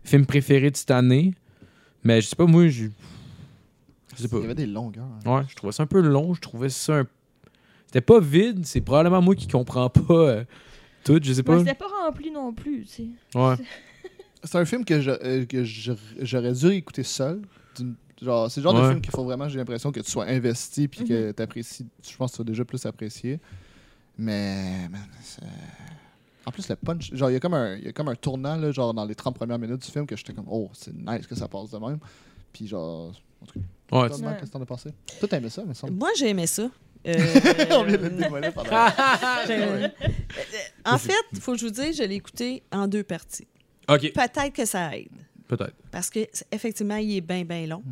S3: film préféré de cette année. Mais je sais pas, moi, je. Je sais pas.
S4: Il y avait des longueurs. hein.
S3: Ouais, je trouvais ça un peu long. Je trouvais ça un. C'était pas vide. C'est probablement moi qui comprends pas euh, tout. Je sais
S5: Mais
S3: pas.
S5: c'était pas rempli non plus, tu sais.
S3: Ouais.
S4: C'est un film que je- euh, que je- j'aurais dû écouter seul. d'une- Genre, c'est le genre de
S3: Ouais.
S4: film qu'il faut vraiment, j'ai l'impression, que tu sois investi, puis
S6: Mhm.
S4: que t'apprécies. Je pense que tu vas déjà plus apprécier. Mais, man, c'est- En plus, le punch, genre, il y a comme un, il y a comme un tournant, là, genre, dans les 30 premières minutes du film, que j'étais comme, oh, c'est nice que ça passe de même. Puis, genre,
S3: Ouais,
S4: toi, Marc, qu'est-ce que t'en as pensé? Toi, t'as aimé ça, me semble.
S6: Moi, j'ai aimé ça. Euh,
S4: On vient de le dévoiler pendant.
S6: j'ai- Euh, En fait, il faut que je vous dise, je l'ai écouté en deux parties.
S3: Ok,
S6: Peut-être que ça aide.
S3: peut-être.
S6: Parce que c'est- effectivement, il est bien, bien long.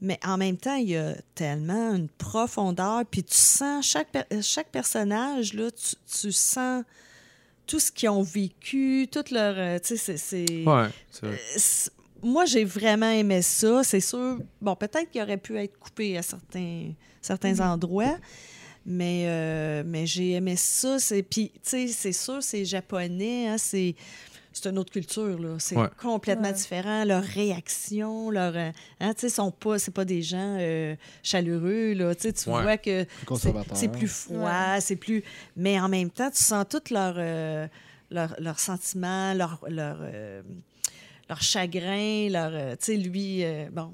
S6: Mais en même temps, il y a tellement une profondeur. Puis tu sens chaque, per- euh, chaque personnage, là, tu, tu sens tout ce qu'ils ont vécu, toute leur. euh, Tu sais, c'est- c'est.
S3: Ouais, c'est
S6: Euh,
S3: vrai.
S6: c'est- Moi, j'ai vraiment aimé ça. C'est sûr. Bon, peut-être qu'il aurait pu être coupé à certains, certains endroits, mais, euh, mais j'ai aimé ça. C'est- Puis, tu sais, c'est sûr, c'est japonais. hein, c'est. C'est une autre culture, là. C'est
S3: Ouais.
S6: complètement
S5: Ouais.
S6: différent. Leur réaction, leur. euh, Hein, tu sais, sont pas. C'est pas des gens euh, chaleureux, là. Tu sais, tu
S3: Ouais.
S6: vois que
S4: Plus
S6: c'est-
S4: conservateur.
S6: C'est plus froid,
S5: Ouais.
S6: c'est plus. Mais en même temps, tu sens tous leurs euh, leurs- leurs sentiments, leurs leur, euh, chagrin, leur. euh, tu sais, lui, euh, bon.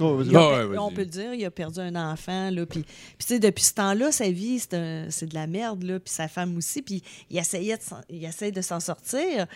S4: Oh, vas-y.
S6: il a
S3: Ah
S6: per-
S3: ouais, vas-y.
S6: on peut le dire, il a perdu un enfant, là. Puis, puis tu sais, depuis ce temps-là, sa vie, c'est un- c'est de la merde, là. Puis sa femme aussi. Puis il, essayait de s'en- il essaye de s'en sortir.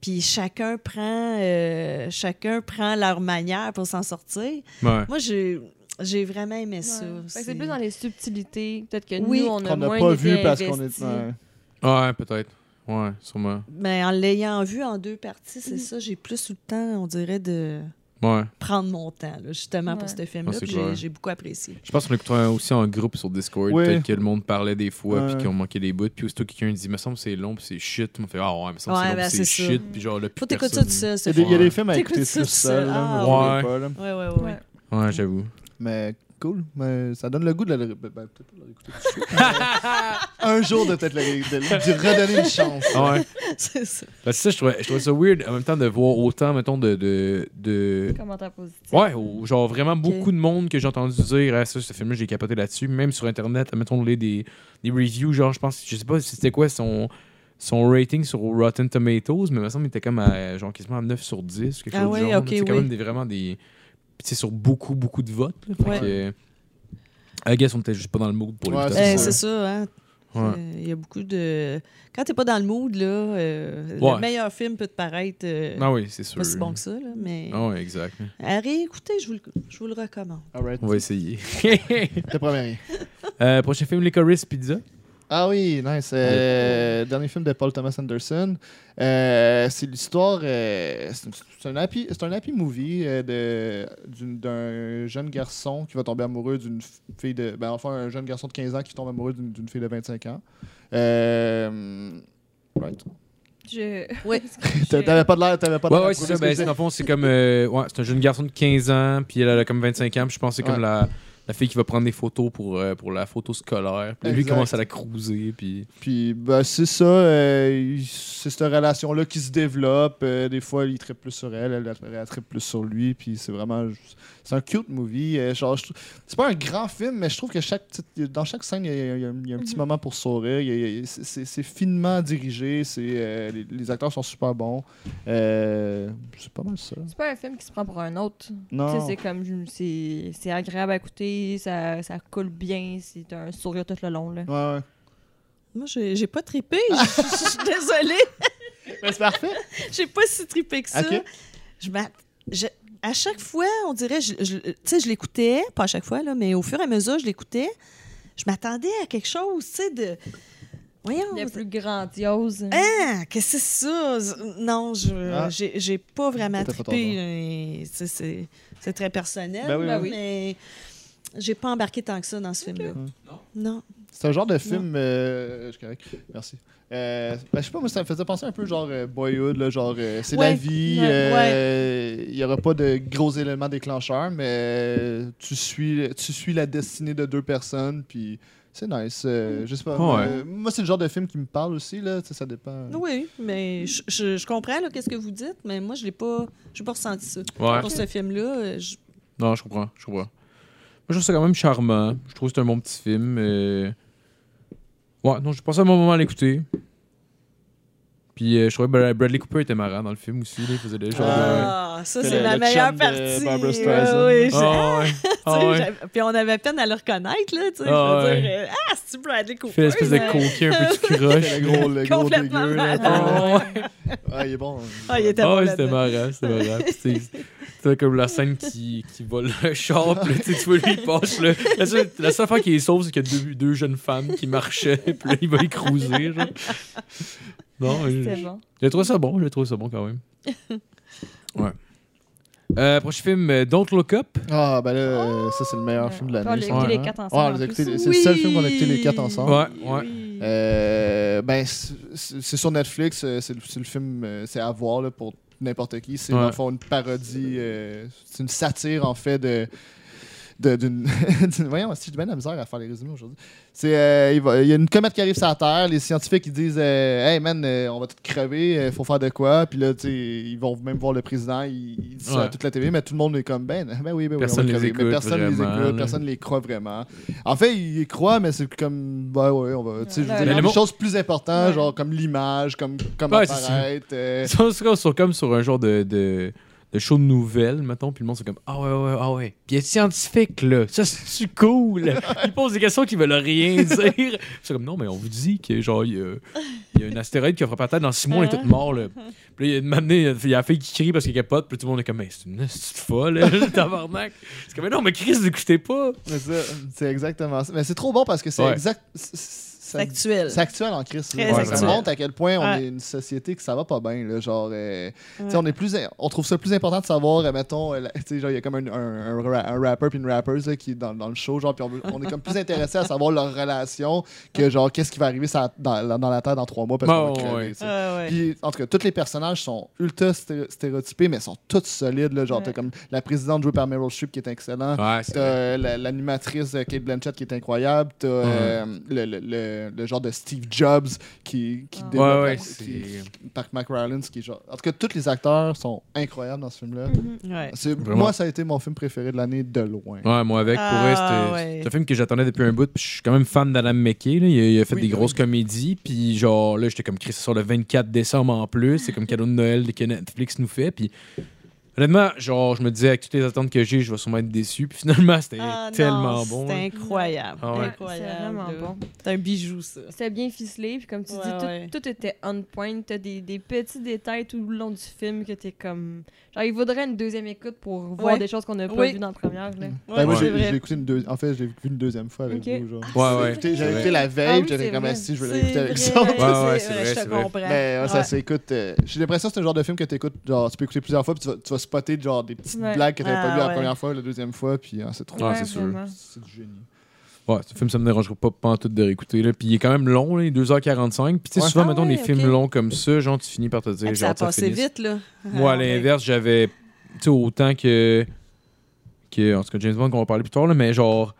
S6: Puis chacun prend, euh, chacun prend leur manière pour s'en sortir.
S3: Ouais.
S6: Moi, j'ai j'ai vraiment aimé ça.
S5: Ouais. Fait que
S6: C'est-
S5: C'est plus dans les subtilités. Peut-être que
S6: Oui.
S5: nous, on a
S4: Qu'on n'a
S5: moins
S4: pas vu
S5: été
S4: parce qu'on est.
S5: investis.
S4: ouais.
S3: Ouais, peut-être. Ouais, sûrement.
S6: Mais Ben, en l'ayant vu en deux parties, c'est ça, j'ai plus eu le temps, on dirait, de
S3: Ouais.
S6: prendre mon temps, là, justement, pour
S5: Ouais.
S6: ce film-là.
S3: Ah, c'est
S6: puis
S3: clair.
S6: j'ai- J'ai beaucoup apprécié.
S3: Je pense qu'on écoutait aussi en groupe sur Discord.
S4: Ouais.
S3: Peut-être que le monde parlait des fois,
S4: Ouais.
S3: puis qu'on manquait des bouts. Puis aussitôt quelqu'un dit, me semble que c'est long, puis c'est shit. On fait, ah ouais, me semble que
S6: Ouais,
S3: c'est long,
S6: ben,
S3: puis c'est
S6: c'est ça.
S3: shit. Puis genre, le
S6: Faut t'écouter ça tout seul,
S4: Il y, a
S6: c'est
S4: des- il y a
S3: Ouais.
S4: des films à
S6: T'écoutes
S4: écouter
S6: ça
S4: plus
S6: tout seul.
S4: seul, là, moi,
S6: Ah,
S4: je
S3: ouais.
S4: l'ai pas, là.
S6: Ouais, ouais, ouais.
S5: Ouais.
S3: Ouais, j'avoue.
S4: Mais cool. Mais ça donne le goût de la. ben, ben, peut-être pas de la réécouter tout de suite, mais un jour de peut-être la ré- de lui redonner une chance.
S3: Ah ouais.
S6: C'est ça.
S3: Parce que ça, je trouvais, je trouvais ça weird en même temps de voir autant, mettons, de. de, de-
S5: Commentaire positif.
S3: Ouais, ou genre vraiment beaucoup de monde que j'ai entendu dire, ah, ça, ce film-là, j'ai capoté là-dessus, même sur Internet, mettons, les, des, des reviews, genre, je pense, je sais pas si c'était quoi son, son rating sur Rotten Tomatoes, mais il me semble qu'il était comme à, genre, quasiment à 9 sur 10, quelque
S6: Ah
S3: chose
S6: oui,
S3: du genre. là.
S6: ok,
S3: c'est quand
S6: oui.
S3: même des, vraiment des. Puis c'est sur beaucoup, beaucoup de votes, là. Fait
S6: Ouais.
S3: que. I guess, on était juste pas dans le mood pour
S4: Ouais,
S3: les
S4: c'est
S6: Euh,
S4: ça.
S6: c'est ça, hein?
S3: Ouais.
S6: Euh, Il y a beaucoup de. Quand t'es pas dans le mood, là, euh,
S3: Ouais.
S6: le meilleur film peut te paraître euh,
S3: Ah oui, c'est sûr.
S6: pas si bon que ça, là, mais.
S3: Ah ouais, exact.
S6: À réécouter, je vous le, je vous le recommande.
S4: Alright.
S3: On va essayer.
S4: Le premier.
S3: Euh, prochain film, Licorice Pizza.
S4: Ah oui, nice. Euh, Dernier film de Paul Thomas Anderson. Euh, c'est l'histoire. euh, c'est c'est un happy, c'est un happy movie euh, de- d'une- d'un jeune garçon qui va tomber amoureux d'une fille de. Ben, enfin, un jeune garçon de 15 ans qui tombe amoureux d'une d'une fille de 25 ans. Euh, right.
S5: Je.
S6: Oui.
S4: T'a- T'avais pas de l'air. T'avais pas de
S3: Ouais,
S4: l'air
S3: ouais, c'est ça. Ben,
S4: approuvé ce que
S3: c'est-
S4: je
S3: dans le fond, c'est comme. euh, ouais, c'est un jeune garçon de 15 ans, puis elle, elle a comme 25 ans, puis je pense que c'est
S4: Ouais.
S3: comme la, la fille qui va prendre des photos pour, euh, pour la photo scolaire. Puis lui, il
S4: Exact.
S3: commence à la cruiser, puis.
S4: Puis ben, c'est ça, euh, il- c'est cette relation-là qui se développe. Euh, des fois, il tripe plus sur elle, elle, elle, elle tripe plus sur lui. Puis c'est vraiment. ju- C'est un cute movie. Euh, genre, je trou- c'est pas un grand film, mais je trouve que chaque petite- dans chaque scène, il y a, il y a- il y a un petit moment pour sourire. Il y a- il y a- c'est- c'est c'est finement dirigé. c'est, euh, les, les acteurs sont super bons. Euh, c'est pas mal ça.
S5: C'est pas un film qui se prend pour un autre. Tu sais,
S4: Non.
S5: c'est comme. je- C'est c'est agréable à écouter, ça, ça coule bien, c'est un sourire tout le long, là.
S4: Ouais, ouais.
S6: Moi, j'ai j'ai pas trippé. Je je- je suis désolée.
S4: Mais Ben, c'est parfait.
S6: J'ai pas si trippé que ça.
S4: Ok.
S6: Je m'a- je- à chaque fois, on dirait, je, je- tu sais, je l'écoutais, pas à chaque fois, là, mais au fur et à mesure, je l'écoutais. Je m'attendais à quelque chose, tu sais, de. Voyons.
S5: Le plus grandiose.
S6: Hein? Qu'est-ce que c'est ça? Non, je
S4: Ah.
S6: j'ai j'ai pas vraiment
S4: T'as pas ton
S6: trippé.
S4: droit.
S6: là, et c'est- C'est c'est très personnel,
S4: Ben oui, Hum.
S6: là,
S5: ben oui.
S6: mais j'ai pas embarqué tant que ça dans ce film-là. Non.
S4: C'est un genre de film. euh, je suis correct. Merci. Euh, ben, je sais pas, moi, ça me faisait penser un peu genre euh, Boyhood, là, genre euh, c'est
S6: Ouais,
S4: la vie.
S6: ouais,
S4: euh, Il n'y aura pas de gros éléments déclencheurs, mais euh, tu, suis, tu suis la destinée de deux personnes, puis c'est nice. euh, je sais pas.
S3: Ouais.
S4: euh, moi, c'est le genre de film qui me parle aussi, là, tu sais, ça dépend.
S6: Oui, mais je, je- je comprends là, qu'est-ce que vous dites, mais moi, je l'ai pas, j'ai pas ressenti ça.
S3: Ouais.
S6: Pour ce film-là, euh, je-
S3: Non, je comprends, je comprends. Moi, je trouve ça quand même charmant. Je trouve que c'est un bon petit film. euh. Ouais, non, j'ai passé un bon moment à l'écouter. Puis euh, je trouvais que Bradley Cooper était marrant dans le film aussi. là, il faisait des genres de-
S6: Ah, ça,
S4: C'est
S6: c'est
S4: le-
S6: la
S4: le
S6: meilleure
S4: chum de
S6: partie.
S4: Barbra
S6: Ah
S4: Streisand.
S6: oui, je-
S3: Ah ouais.
S6: tu sais,
S3: Ah ouais.
S6: j'avais- Puis on avait peine à le reconnaître, là, tu sais.
S3: Ah
S6: je veux
S3: ouais.
S6: dire, euh, ah, c'est-tu Bradley
S3: Il fait
S6: Cooper?
S3: l'espèce de
S5: Ouais.
S3: coquin un peu tout
S4: C'est
S3: croche.
S4: le gros, le gros
S6: Complètement
S4: dégueu, là.
S6: malade.
S3: Ah ouais.
S4: Ah, il est bon.
S6: Ah, il était
S3: Ah
S6: bon
S3: ouais, c'était
S6: là-dedans.
S3: marrant, c'était marrant. Puis c'est- C'est comme la scène qui, qui vole le char, puis là, tu sais, tu vois, lui, il passe. Là. La, seule, la seule affaire qui est sauve, c'est qu'il y a deux, deux jeunes femmes qui marchaient, puis là, il va les cruiser. Genre. Non,
S5: C'était
S3: je-
S5: bon.
S3: j'ai trouvé ça bon, j'ai trouvé ça bon quand même. Ouais. Euh, prochain film, euh, Don't Look Up.
S4: Ah, ben là, euh, ça, c'est le meilleur film de
S5: On
S4: l'année. ça.
S5: l'a écouté Oh. les
S3: Ouais.
S5: quatre
S4: Ouais, on
S5: ensemble.
S4: les
S5: en
S4: a écoutés-
S5: plus.
S4: c'est le seul film qu'on a écouté les quatre
S5: Oh,
S4: ensemble.
S3: Ouais, ouais.
S6: Oui.
S4: Euh, ben, c- c- c'est sur Netflix, euh, c'est le, c'est le film, euh, c'est à voir là, pour n'importe qui. C'est
S3: Ouais.
S4: dans le fond, une parodie, euh, c'est une satire en fait de. de- D'une. d'une- Voyons, si j'ai bien de la misère à faire les résumés aujourd'hui. C'est, euh, il, va- il y a une comète qui arrive sur la Terre, les scientifiques ils disent euh, Hey man, euh, on va tout crever, euh, faut faire de quoi. Puis là, tu sais, ils vont même voir le président, ils ils disent ça à
S3: Ouais.
S4: toute la TV, mais tout le monde est comme Ben, ben oui, ben oui,
S3: Personne
S4: on va
S3: les
S4: crever.
S3: écoute
S4: Mais personne
S3: vraiment,
S4: les écoute,
S3: là.
S4: personne les croit vraiment. En fait, ils y croient, mais c'est comme. Ouais, ouais, on va. Tu sais, je veux
S5: Ouais.
S4: dire,
S5: Mais
S4: il y
S3: le
S4: a des
S3: mot-
S4: choses plus importantes,
S5: Ouais.
S4: genre comme l'image, comme, comme
S3: Ouais, c'est ça.
S4: apparaître. euh,
S3: Ils sont, ils sont comme sur un genre de, de, de show de nouvelles, mettons, puis le monde, c'est comme Ah ouais, ouais, ah ouais. Puis être scientifique, là, ça, c'est cool. Ils posent des questions qui veulent rien dire. c'est comme Non, mais on vous dit que, genre, il y a, il y a un astéroïde qui a frappé la Terre dans six mois, on est tous morts, là. Puis là, il y a une matinée, il y a la fille qui crie parce qu'elle capote, puis tout le monde est comme Mais c'est une petite folle, là, le tabarnak. C'est comme Mais non, mais Chris, n'écoutez pas.
S4: c'est ça, c'est exactement ça. Mais c'est trop bon parce que c'est
S3: Ouais.
S4: exact. c'est- C'est ça-
S6: C'est actuel.
S4: C'est actuel en crise.
S6: Très
S4: ça
S3: actuel.
S4: montre à quel point on
S6: Ouais.
S4: est une société que ça va pas bien. là, Genre, euh, tu sais, on est plus, on trouve ça plus important de savoir, euh, mettons, euh, la- tu sais, genre, il y a comme un, un, un ra- un rapper puis une rapper là, qui est dans, dans le show, genre, puis on, veut- on est comme plus intéressé à savoir leur relation que genre qu'est-ce qui va arriver sur la- dans, dans la terre dans trois mois parce qu'on
S3: Oh,
S4: va crever,
S3: ouais.
S4: tu sais.
S6: Ah, ouais.
S4: Puis, en tout cas, tous les personnages sont ultra stéré- stéréotypés, mais sont tous solides. Là, genre,
S5: Ouais.
S4: t'as comme la présidente jouée par Meryl Streep qui est excellent.
S3: Ouais, c'est
S4: T'as euh, la- l'animatrice euh, Kate Blanchett qui est incroyable. T'as euh, le, le- le- le genre de Steve Jobs qui, qui
S5: Ah.
S3: Ouais,
S4: développe-
S3: ouais,
S4: qui-
S3: c'est-
S4: par Mac Rylance. Qui est genre... En tout cas, tous les acteurs sont incroyables dans ce film-là.
S6: Ouais.
S4: C'est-
S3: Vraiment.
S4: Moi, ça a été mon film préféré de l'année de loin.
S3: Ouais, moi avec, pour vrai,
S6: Ah,
S3: c'était
S6: ouais.
S3: c'est un film que j'attendais depuis un bout. Puis je suis quand même fan d'Adam McKay. Là. Il, a, il a fait
S4: Oui,
S3: des
S4: oui.
S3: grosses comédies. Puis genre, là, j'étais comme Chris, ça sort le 24 décembre en plus. C'est comme cadeau de Noël que Netflix nous fait. Puis honnêtement, genre, je me disais, avec toutes les attentes que j'ai, je vais sûrement être déçu. Puis finalement, c'était
S6: Ah,
S3: tellement
S6: non,
S3: bon.
S6: C'est
S3: là.
S6: incroyable.
S3: Ah ouais.
S6: incroyable.
S5: C'est vraiment
S6: là.
S5: bon.
S6: C'est un bijou, ça.
S5: C'était bien ficelé, puis comme tu
S6: Ouais,
S5: dis, tout,
S6: ouais.
S5: tout était on point. T'as des, des petits détails tout le long du film que t'es comme. Genre, il vaudrait une deuxième écoute pour voir
S6: Ouais.
S5: des choses qu'on n'a pas
S6: Oui.
S5: vues dans la première. Là.
S4: Ben,
S6: Ouais,
S4: moi,
S6: c'est
S4: j'ai-
S6: vrai.
S4: j'ai écouté une deuxième. En fait, j'ai vu une deuxième fois avec
S5: Ok.
S4: vous. genre.
S3: Ouais,
S4: J'ai
S3: ouais.
S4: écouté-
S3: C'est
S4: J'avais
S3: vrai.
S4: écouté la
S5: Ah
S4: veille,
S5: oui,
S4: j'étais
S5: c'est
S4: comme
S5: vrai.
S4: si je
S6: Ah, C'est
S4: voulais l'écouter avec
S6: vrai,
S4: ça.
S3: Ouais, ouais, c'est vrai,
S6: je te
S3: c'est vrai.
S6: comprends.
S4: Mais euh, ça
S6: Ouais.
S4: s'écoute. euh, J'ai l'impression que c'est le genre de film que t'écoutes, genre, tu peux écouter plusieurs fois, puis tu vas, tu vas spotter genre, des petites
S5: Ouais.
S4: blagues que t'avais
S6: Ah,
S4: pas vues la
S6: ouais.
S4: première fois, la deuxième fois, puis ah, c'est trop.
S3: Ouais, c'est sûr.
S5: vraiment.
S4: C'est du génie.
S3: Ouais, ce film, ça me dérangerait pas pas en tout de réécouter. Là. Puis il est quand même long, là, il est 2h45. Puis tu sais,
S4: Ouais.
S3: souvent,
S5: Ah
S3: mettons,
S5: ouais,
S3: des films
S5: ok.
S3: longs comme ça, genre, tu finis par te dire,
S6: Fait que Ça
S3: genre,
S6: a passé
S3: finisse.
S6: vite, là.
S3: Moi,
S6: Ah,
S3: à
S6: ouais.
S3: l'inverse, j'avais. Tu sais, autant que. que en tout cas, James Bond, qu'on va parler plus tard, là, mais genre.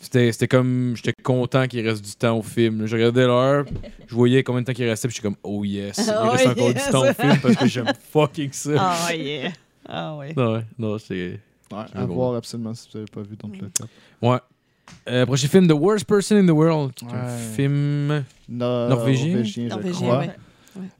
S3: C'était c'était comme. J'étais content qu'il reste du temps au film. là. Je regardais l'heure, je voyais combien de temps qu'il restait, puis j'étais comme, oh yes, il
S6: Oh
S3: reste encore
S6: yes.
S3: du temps au film parce que j'aime fucking ça.
S6: Ah, yeah. Ah, ouais.
S3: Non, ouais, non, c'est.
S4: Ouais,
S3: C'est
S4: à
S3: bon.
S4: voir absolument si vous avez pas vu, donc
S6: Mm.
S4: le top.
S3: Ouais. Euh, prochain film, The Worst Person in the World, qui est un
S4: Ouais.
S3: film.
S4: Nor-
S3: Norvégien?
S4: Norvégien, je
S6: Norvégien,
S4: crois.
S6: ouais.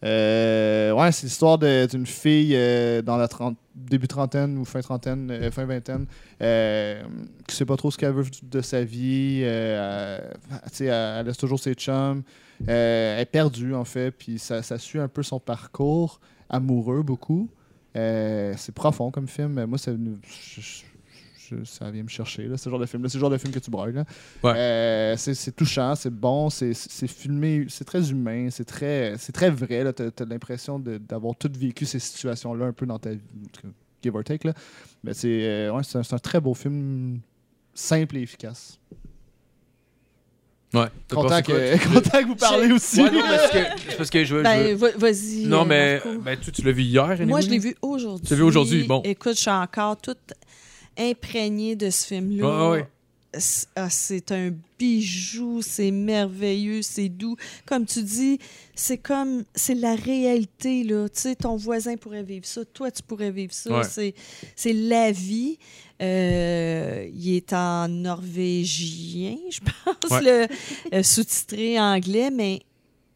S4: Euh, ouais, c'est l'histoire de- d'une fille euh, dans la trente- début trentaine ou fin trentaine, euh, fin vingtaine, euh, qui sait pas trop ce qu'elle veut de sa vie. euh, elle- tu sais, elle, elle laisse toujours ses chums. euh, elle est perdue, en fait, puis ça, ça suit un peu son parcours amoureux beaucoup. Euh, c'est profond comme film. Moi, ça, je- je- je- ça vient me chercher, là, ce genre de film. C'est le genre de film que tu broyes. là.
S3: Ouais.
S4: Euh, c'est c'est touchant, c'est bon, c'est c'est filmé, c'est très humain, c'est très, c'est très vrai. Tu as, l'impression de- d'avoir tout vécu ces situations-là un peu dans ta vie, en tout cas, give or take. Là. Mais c'est euh, ouais, c'est un, c'est un très beau film simple et efficace.
S3: Ouais. T'as
S4: Content
S3: pensé quoi, toi?
S4: que, content que vous parlez aussi.
S3: Ouais, non, mais c'est que- c'est parce que je veux.
S6: Ben, va- vas-y. euh,
S3: Non, mais.
S6: Marco.
S3: Ben, tu, tu l'as vu hier,
S6: Moi,
S3: anyway?
S6: je l'ai vu aujourd'hui.
S3: Tu l'as vu aujourd'hui, bon.
S6: Écoute, je suis encore toute imprégnée de ce film-là.
S3: Ouais, ouais.
S6: C'est- ah, c'est un bijou, c'est merveilleux, c'est doux. Comme tu dis, c'est comme c'est la réalité là. Tu sais, ton voisin pourrait vivre ça, toi tu pourrais vivre ça.
S3: Ouais.
S6: C'est c'est la vie. Euh, il est en norvégien, je pense, le euh, sous-titré anglais, mais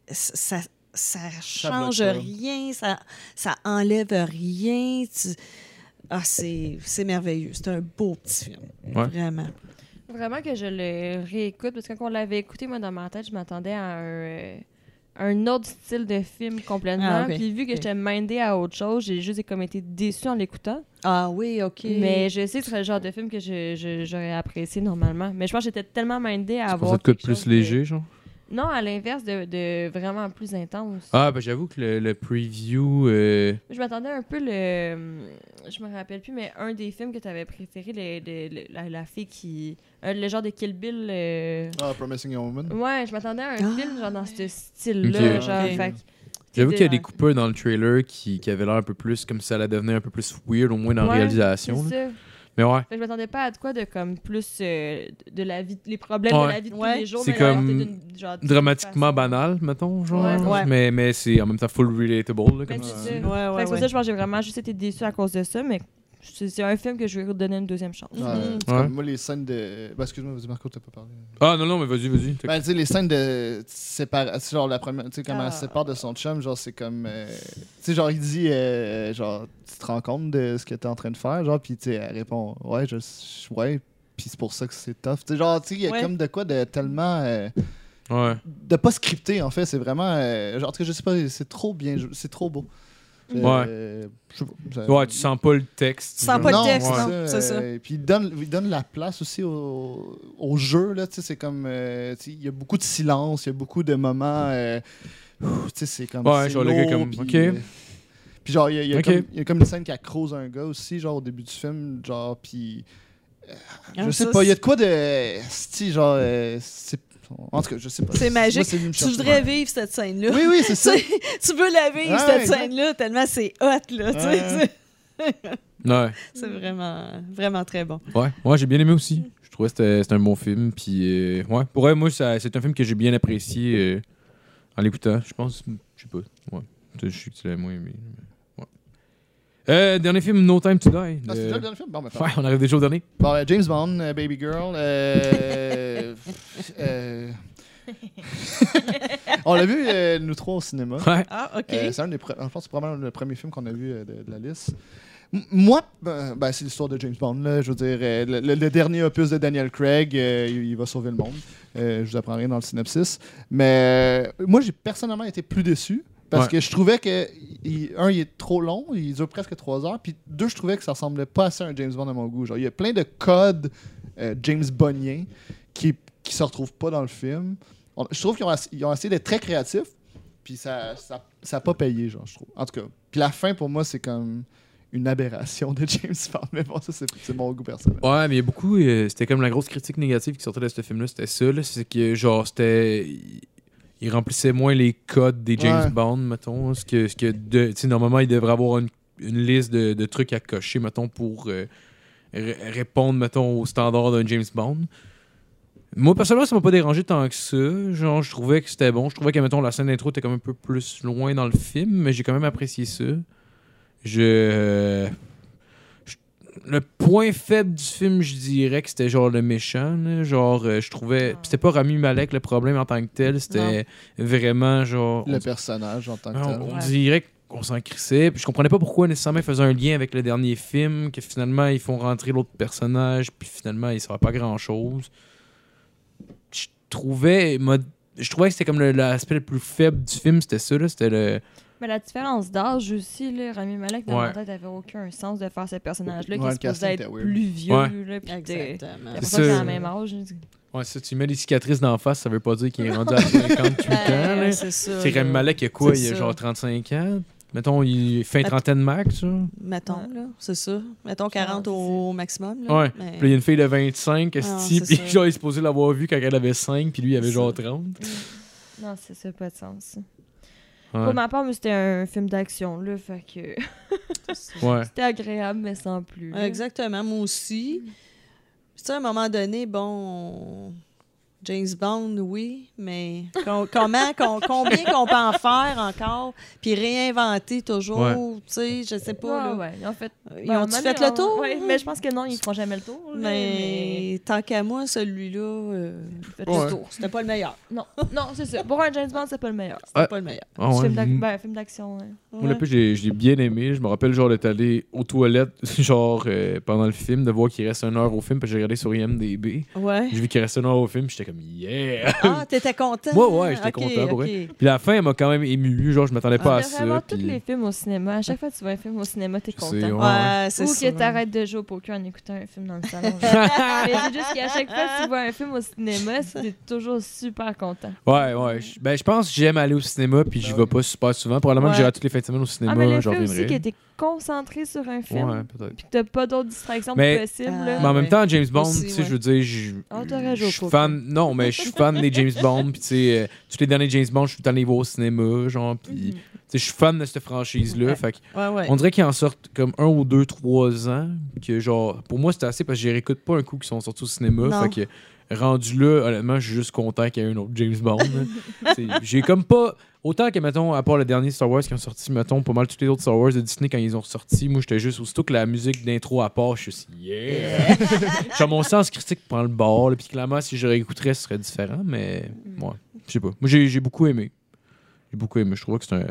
S6: c- ça ça change
S4: bloque pas.
S6: rien, ça ça enlève rien. Tu- Ah, c'est c'est merveilleux. C'est un beau petit film,
S3: Ouais.
S6: vraiment.
S5: Vraiment que je le réécoute, parce que quand on l'avait écouté, moi, dans ma tête, je m'attendais à un, euh, un autre style de film complètement.
S6: Ah, ok.
S5: Puis vu que
S6: Ok.
S5: j'étais mindée à autre chose, j'ai juste comme été déçue en l'écoutant.
S6: Ah oui, OK.
S5: Mais je sais que ce serait le genre de film que je- je- j'aurais apprécié normalement. Mais je pense que j'étais tellement mindée
S3: Pour
S5: à
S3: ça
S5: avoir.
S3: te coûte
S5: quelque chose
S3: plus
S5: de-
S3: léger, genre.
S5: Non, à l'inverse, de, de vraiment plus intense.
S3: Ah, ben j'avoue que le, le preview. euh,
S5: Je m'attendais un peu le. euh, Je me rappelle plus, mais un des films que tu avais préféré, le- le- le- la, la fille qui. euh, le genre de Kill Bill. euh,
S4: Ah, Promising Young Woman.
S5: Ouais, je m'attendais à un
S6: Ah,
S5: film genre dans ce
S3: Ok.
S5: style-là. Genre,
S6: Ok.
S5: fait que-
S3: J'avoue qu'il y a
S5: C'était-
S3: des coupeurs dans le trailer qui, qui avaient l'air un peu plus comme si ça allait devenir un peu plus weird, au moins dans la
S5: Ouais,
S3: réalisation.
S5: C'est
S3: là.
S5: ça.
S3: Mais ouais.
S5: Fait que je m'attendais pas à de quoi de comme plus euh, de la vie, les problèmes
S3: Ouais.
S5: de la vie de
S6: Ouais.
S5: tous les jours.
S3: C'est
S5: mais la
S3: comme
S5: portée d'une- genre, d'une
S3: Dramatiquement
S5: façon.
S3: banal, mettons, genre.
S5: Ouais.
S6: Ouais.
S3: Mais, mais c'est en même temps full relatable. là,
S5: Mais
S3: comme
S5: c'est
S3: ça.
S5: ça. Fait
S6: Ouais, ouais,
S5: que c'est
S6: ouais.
S5: pour ça, je pense que j'ai vraiment juste été déçue à cause de ça, mais c'est c'est un film que je vais redonner une deuxième chance.
S4: Ouais,
S6: Mhm.
S4: c'est comme
S3: Ouais.
S4: Moi, les scènes de. Ben, Excuse-moi, vas-y, Marco, t'as pas parlé.
S3: Ah non, non, mais vas-y, vas-y.
S4: Ben, tu sais, les scènes de séparation, genre la première, tu sais, quand
S6: Ah.
S4: elle se sépare de son chum, genre c'est comme, euh, tu sais, genre il dit, euh, genre tu te rends compte de ce que t'es en train de faire, genre puis tu sais, elle répond, ouais, je, je- ouais, puis c'est pour ça que c'est tough, tu sais, genre tu sais, il y a
S6: Ouais.
S4: comme de quoi de tellement, euh,
S3: Ouais.
S4: de pas scripter en fait, c'est vraiment, euh, genre en tout cas, je sais pas, c'est trop bien, jou- c'est trop beau. Euh, je sais pas, ça-
S3: Ouais, tu sens pas le texte.
S6: Tu sens pas le
S4: Non,
S6: texte,
S4: ouais.
S6: non, c'est ça.
S4: euh, Puis il donne, il donne la place aussi au, au jeu, là, tu sais, c'est comme, euh, tu sais, il y a beaucoup de silence, il y a beaucoup de moments, euh, ouf, tu sais, c'est comme,
S3: Ouais,
S4: c'est
S3: genre, le gars
S4: lourd,
S3: comme,
S4: puis,
S3: OK.
S4: euh, puis genre, il y a, il y a
S3: OK.
S4: comme, il y a comme une scène qui accrose un gars aussi, genre, au début du film, genre, puis, euh,
S6: Ah,
S4: je sais
S6: ça,
S4: pas, il y a de quoi de, si, genre, euh, c'est- en tout cas, je sais pas.
S6: C'est magique.
S4: Moi, c'est venu me
S6: Tu
S4: chercher.
S6: voudrais vivre cette scène-là.
S4: Oui, oui, c'est ça.
S6: Tu- tu veux la vivre,
S4: Ouais,
S6: cette
S4: exact.
S6: scène-là, tellement c'est hot, là. tu sais.
S4: Ouais.
S3: Ouais.
S6: C'est vraiment, vraiment très bon.
S3: Ouais, ouais j'ai bien aimé aussi. Je trouvais que c'était- c'était un bon film. Puis, euh, ouais, pour vrai, moi, ça- c'est un film que j'ai bien apprécié euh, en l'écoutant. Je pense, je sais pas. Ouais, je sais que tu l'as moins aimé. mais ouais. Euh, dernier film, No Time to Die.
S4: Ah, c'est
S3: de-
S4: déjà le dernier film? Bon, ben,
S3: Ouais, on arrive déjà au dernier.
S4: Bon, euh, James Bond, euh, Baby Girl. euh, euh, on l'a vu, euh, nous trois, au cinéma.
S3: Ouais.
S6: Ah, OK.
S4: Euh, c'est un des pre- je pense que c'est probablement le premier film qu'on a vu euh, de, de la liste. M- Moi, ben, ben, c'est l'histoire de James Bond. là. Je veux dire, euh, le, le- le dernier opus de Daniel Craig, euh, il, il va sauver le monde. Euh, je vous apprends rien dans le synopsis. Mais euh, moi, j'ai personnellement été plus déçu. Parce
S3: Ouais.
S4: que je trouvais que, il- un, il est trop long, il dure presque trois heures. Puis deux, je trouvais que ça ressemblait pas assez à un James Bond à mon goût. Genre, il y a plein de codes euh, James Bonnier qui, qui se retrouvent pas dans le film. On- je trouve qu'ils ont, ass- ils ont essayé d'être très créatifs, puis ça, ça, ça a pas payé, genre, je trouve. En tout cas, puis la fin, pour moi, c'est comme une aberration de James Bond. Mais bon, ça, c'est c'est mon goût personnel.
S3: Ouais, mais il y a beaucoup. euh, c'était comme la grosse critique négative qui sortait de ce film-là. C'était ça, là. C'est que, genre, c'était. il- Il remplissait moins les codes des James
S4: Ouais.
S3: Bond, mettons. hein, Ce que, ce que de- tu sais, normalement, il devrait avoir une, une liste de, de trucs à cocher, mettons, pour euh, ré- répondre, mettons, aux standards d'un James Bond. Moi, personnellement, ça m'a pas dérangé tant que ça. Genre, je trouvais que c'était bon. Je trouvais que, mettons, la scène d'intro était comme un peu plus loin dans le film, mais j'ai quand même apprécié ça. Je. je- Le point faible du film, je dirais que c'était genre le méchant. là. Genre, euh, je trouvais. Puis C'était pas Rami Malek le problème en tant que tel. C'était vraiment genre.
S4: Le personnage en tant que
S3: Non,
S4: tel.
S3: on
S6: Ouais.
S3: dirait qu'on s'en crissait. Puis je comprenais pas pourquoi nécessairement ils faisaient un lien avec le dernier film, que finalement ils font rentrer l'autre personnage, puis finalement il sert pas grand chose. Je trouvais, m'a- je trouvais que c'était comme le- l'aspect le, plus faible du film, c'était ça, là, c'était le.
S5: Mais la différence d'âge aussi, là, Rami Malek, dans
S3: Ouais.
S5: ma tête, avait aucun sens de faire ce personnage-là qui
S4: Ouais,
S5: est
S4: le
S5: supposé
S4: casting
S5: être
S4: était weird.
S5: plus vieux.
S3: Ouais.
S5: Là, puis t'es-
S6: Exactement.
S5: la
S3: C'est
S5: personne qui
S3: ça.
S5: a le même âge. je dis-
S3: Ouais, ça, tu mets des cicatrices d'en face, ça veut pas dire qu'il est rendu à 58 ans. là.
S6: Ouais, Ben, c'est ça.
S3: C'est
S6: là.
S3: Rami Malek, il a quoi
S6: C'est
S3: Il a
S6: ça.
S3: genre 35 ans Mettons, il est fin
S6: Mettons-
S3: trentaine max, ça.
S6: Mettons, là, Ah, c'est ça. Mettons 40
S5: 40
S6: au maximum. Là.
S3: Ouais.
S6: Mais-
S3: Puis là, il y a une fille de 25, esti,
S6: Ah, c'est
S3: puis
S6: ça.
S3: genre, il est supposé l'avoir vu quand elle avait 5, puis lui, il avait
S6: C'est
S3: genre
S6: ça.
S3: 30.
S5: Non, c'est ça, pas de sens.
S3: Ouais.
S5: Pour ma part, moi, c'était un film d'action, là, fait que
S3: Ouais.
S5: c'était agréable, mais sans plus.
S6: Ouais, Exactement, moi aussi. Tu sais, à un moment donné, bon, James Bond, oui, mais com- comment, com- combien qu'on peut en faire encore, puis réinventer toujours,
S3: Ouais.
S6: tu sais, je sais pas.
S5: Pas,
S6: là.
S5: Ah, ouais. En fait,
S6: Ils
S5: ben,
S6: ont
S5: on en
S6: fait
S5: est-
S6: le tour?
S5: Ouais, mais je pense que non, ils feront jamais le tour. là, mais...
S6: Mais tant qu'à moi, celui-là, euh,
S5: Faites
S4: Ouais.
S5: le tour.
S6: c'était pas le meilleur.
S5: Non, non c'est ça. Pour un James Bond, c'est pas le meilleur.
S6: C'était
S3: Ouais.
S6: pas le meilleur.
S3: Ah ouais.
S5: Film d'ac- ben, film d'action, ouais.
S3: Moi, le plus, j'ai- je l'ai bien aimé. Je me rappelle, genre, d'être allé aux toilettes, genre, euh, pendant le film, de voir qu'il reste une heure au film, parce que j'ai regardé sur IMDB.
S6: Ouais.
S3: J'ai vu qu'il restait une heure au film, puis j'étais comme, yeah!
S6: Ah, t'étais content?
S3: Moi, ouais, j'étais
S6: Ok,
S3: content, pour
S6: ok.
S3: Puis la fin, elle m'a quand même ému. Genre, je
S6: Ah,
S3: m'attendais pas
S5: On
S3: à
S5: devrait avoir
S3: ça.
S5: Ah, tous
S3: puis-
S5: les films au cinéma. À chaque fois que tu vois un film au cinéma, t'es
S3: Je sais,
S5: content.
S3: ouais.
S6: Ouais, c'est
S5: Ou
S6: ça.
S5: que t'arrêtes de jouer au poker en écoutant un film dans le salon. là. Mais c'est juste qu'à chaque fois que tu vois un film au cinéma, t'es toujours super content.
S3: Ouais, ouais. Je- Ben, je pense que j'aime aller au cinéma, puis j'y
S4: Ah
S3: vais
S4: oui.
S3: pas super souvent. Probablement que
S5: Ouais.
S3: j'irai toutes les fins de semaine au cinéma,
S5: Ah, mais le
S3: j'en
S5: fait aussi que
S3: reviendrai.
S5: t'es concentré sur un film,
S3: Ouais, peut-être.
S5: puis que t'as pas d'autres distractions
S3: Mais-
S5: possibles.
S6: Ah.
S5: là. Ben,
S3: Mais en même
S6: ouais.
S3: temps, James Bond,
S6: Aussi,
S3: tu sais,
S6: ouais.
S3: je veux dire, je
S5: Ah, t'aurais
S3: je
S5: joué au
S3: suis
S5: poker.
S3: fan. Non, mais je suis fan des James Bond, puis tu sais, euh, tous les derniers James Bond, je suis tout le temps les voir au cinéma, genre, puis
S5: Mhm.
S3: tu sais, je suis fan de cette franchise-là.
S6: Ouais.
S3: Fait que
S6: Ouais, ouais.
S3: on dirait qu'ils en sortent comme un ou deux, trois ans, que genre, pour moi, c'était assez parce que je les réécoute pas un coup qui sont sortis au cinéma.
S6: Non.
S3: Fait que rendu là, honnêtement, je suis juste content qu'il y ait un autre James Bond. là. C'est- J'ai comme pas. Autant que, mettons, à part le dernier Star Wars qui ont sorti, mettons, pas mal tous les autres Star Wars de Disney quand ils ont sorti, moi, j'étais juste, aussitôt que la musique d'intro à part, je suis aussi, yeah! Genre, mon sens critique prend le bord, là, puis clairement, si je réécouterais, ce serait différent, mais. Ouais, je sais pas. Moi, j'ai j'ai beaucoup aimé. J'ai beaucoup aimé. Je trouvais que c'est un.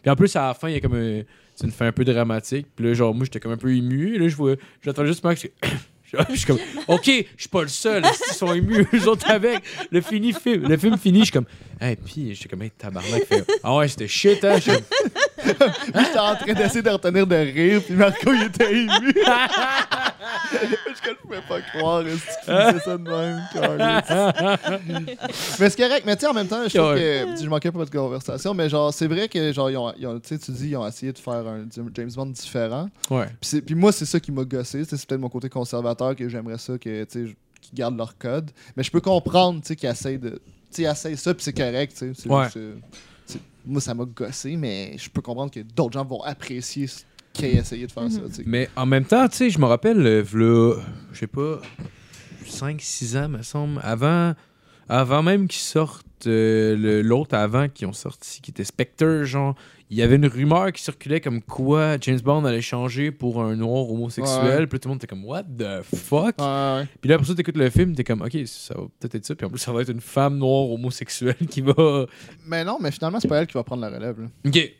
S3: Puis en plus, à la fin, il y a comme un- c'est une fin un peu dramatique. Puis là, genre, moi, j'étais comme un peu ému. Et là, je vois, j'attends juste Max. Je je suis comme, OK, je suis pas le seul. Ils sont émus, eux autres avec. Le, fini film, le film finit, je suis comme, hey, puis j'étais comme, hey, tabarnak. Fait, ah ouais, c'était shit, hein. Je suis comme,
S4: J'étais en train d'essayer de retenir de rire, puis Marco, il était ému. je ne pouvais pas croire est-ce que tu faisais ça de même. Carlis. mais c'est correct. Mais tu sais, en même temps, je trouve que je manquais pas votre conversation, mais genre, c'est vrai que, genre, ils ont, ils ont- tu sais, tu dis, ils ont essayé de faire un James Bond différent.
S3: Ouais.
S4: Puis, c'est- puis moi, c'est ça qui m'a gossé. Tu sais, C'est peut-être mon côté conservateur que j'aimerais ça que, tu sais, je- qu'ils gardent leur code. Mais je peux comprendre tu sais, qu'ils essayent de. Tu sais, ils essayent ça, puis c'est correct. tu sais. C'est-
S3: Ouais.
S4: c'est- c'est- moi, ça m'a gossé, mais je peux comprendre que d'autres gens vont apprécier ce qu'ils aient essayé de faire ça. tu sais.
S3: Mais en même temps, tu sais, je me rappelle, euh, v'là, je sais pas, 5-6 ans, me semble, avant, avant même qu'ils sortent euh, le- l'autre avant qu'ils ont sorti, qui était Spectre, genre, il y avait une rumeur qui circulait comme quoi James Bond allait changer pour un noir homosexuel.
S4: Ouais.
S3: Puis tout le monde était comme, what the fuck?
S4: Ouais, ouais.
S3: Puis là, pour ça, t'écoutes le film, t'es comme, ok, ça va peut-être être ça. Puis en plus, ça va être une femme noire homosexuelle qui va.
S4: Mais non, mais finalement, c'est pas elle qui va prendre la relève. là.
S3: Ok.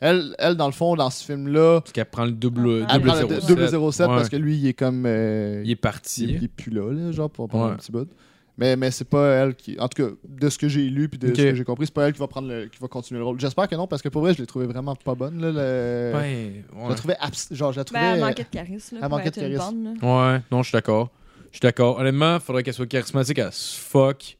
S4: Elle, elle, dans le fond, dans ce film-là,
S3: Parce qu'elle prend le double,
S4: Ah. elle
S3: Ah, double
S4: prend le
S3: 007.
S4: 007
S3: Ouais.
S4: parce que lui, il est comme. euh,
S3: Il est parti.
S4: il, il est plus là, là, genre, pour prendre
S3: Ouais.
S4: un petit bout. Mais, mais c'est pas elle qui. En tout cas, de ce que j'ai lu puis de
S3: Ok.
S4: ce que j'ai compris, c'est pas elle qui va, prendre le- qui va continuer le rôle. J'espère que non, parce que pour vrai, je l'ai trouvé vraiment pas bonne. Là, le-
S3: Ouais,
S4: Je
S3: ouais.
S4: la trouvais abs- Genre, je la trouvais. euh,
S5: Ben, elle manquait de charisme. Là,
S4: elle
S5: pour
S4: manquait de Oh,
S5: être une
S4: charisme.
S5: blonde, là.
S3: Ouais, non, je suis d'accord. Je suis d'accord. Honnêtement, faudrait qu'elle soit charismatique à ce fuck. Tu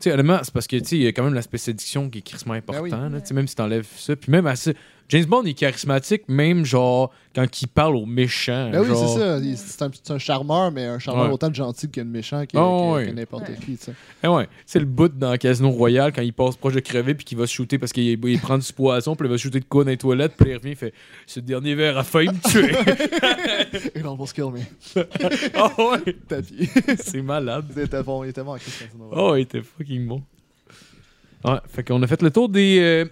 S3: sais, honnêtement, c'est parce que, tu sais, il y a quand même l'aspect séduction qui est crissement important,
S4: Ben oui.
S3: là, tu sais, même si t'enlèves ça. Puis même, à ce- James Bond il est charismatique, même, genre, quand il parle aux méchants.
S4: Ben oui,
S3: genre.
S4: c'est ça. Il- C'est un, c'est un charmeur, mais un charmeur
S3: Ouais.
S4: autant de gentil que de méchant que,
S3: Oh,
S4: que-
S3: oui.
S4: que n'importe
S5: Ouais.
S4: qui. tu sais.
S3: Eh ouais, c'est le bout dans Casino Royal quand il passe proche de crever puis qu'il va se shooter parce qu'il il prend du poison, puis il va se shooter de quoi dans les toilettes, puis il revient, il fait Ce dernier verre a failli me tuer.
S4: Et dans le bon skill, mais
S3: Ah ouais,
S4: tapis.
S3: c'est malade.
S4: il était bon, il était bon en Christian Snow.
S3: Oh, il était fucking bon. Ouais, fait qu'on a fait le tour des, euh,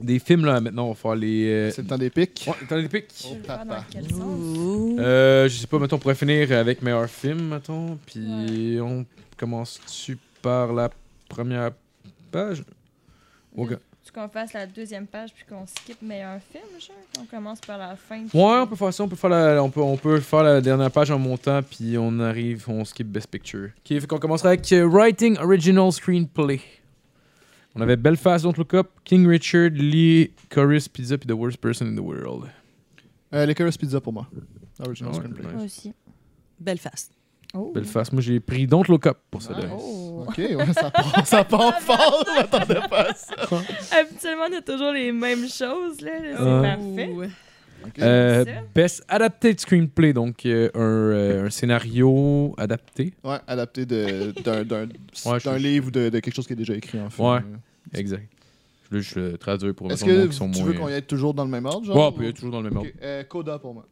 S3: des films là. Maintenant, on va faire les. euh,
S4: C'est le temps des pics.
S3: Ouais, dans les pics.
S4: Oh,
S5: Je vais
S4: papa.
S5: voir dans quel sens.
S6: Ouh.
S3: Euh, je sais pas, mettons, on pourrait finir avec meilleur film, mettons. Puis on commence-tu par la première page Ok. Ouais,
S5: Tu qu'on fasse la deuxième page puis qu'on skip meilleur film, genre. On commence par la fin. puis-
S3: on peut faire ça, on peut faire la, on peut, on peut faire la dernière page en montant, puis on arrive, on skip Best Picture. Ok, fait qu'on commencera avec euh, Writing Original Screenplay. On avait Belfast, Don't Look Up, King Richard, Lee, Chorus, Pizza, puis The Worst Person in the World.
S4: Euh, les Chorus Pizza pour moi. Ah Original
S3: Ah Ouais,
S4: screenplay.
S3: nice.
S5: Moi aussi.
S6: Belfast.
S5: Oh.
S3: Belfast, moi j'ai pris Don't Look Up pour ça.
S4: Nice.
S5: Oh.
S4: Ok, ouais, ça part, ça
S5: Ah, ben,
S4: part fort. je m'attendais pas à ça.
S5: Habituellement, on a toujours les mêmes choses, là. là, C'est
S3: Ah.
S5: parfait.
S6: Ouh.
S4: Ok.
S3: Euh,
S5: Ça.
S3: best Adapted Screenplay, donc euh, un, euh, un scénario adapté.
S4: Ouais, adapté de- d'un d'un-
S3: Ouais, je-
S4: d'un livre ou de, de quelque chose qui est déjà écrit en fait. Euh,
S3: Ouais. Exact. Je voulais juste le traduire pour
S4: Est-ce
S3: les gens
S4: que
S3: qui sont
S4: tu
S3: moins...
S4: veux qu'on y aille toujours dans le même ordre? Genre,
S3: Ouais, on peut
S4: ou-
S3: y aller toujours dans le même ordre.
S4: Ok, euh, Coda pour moi.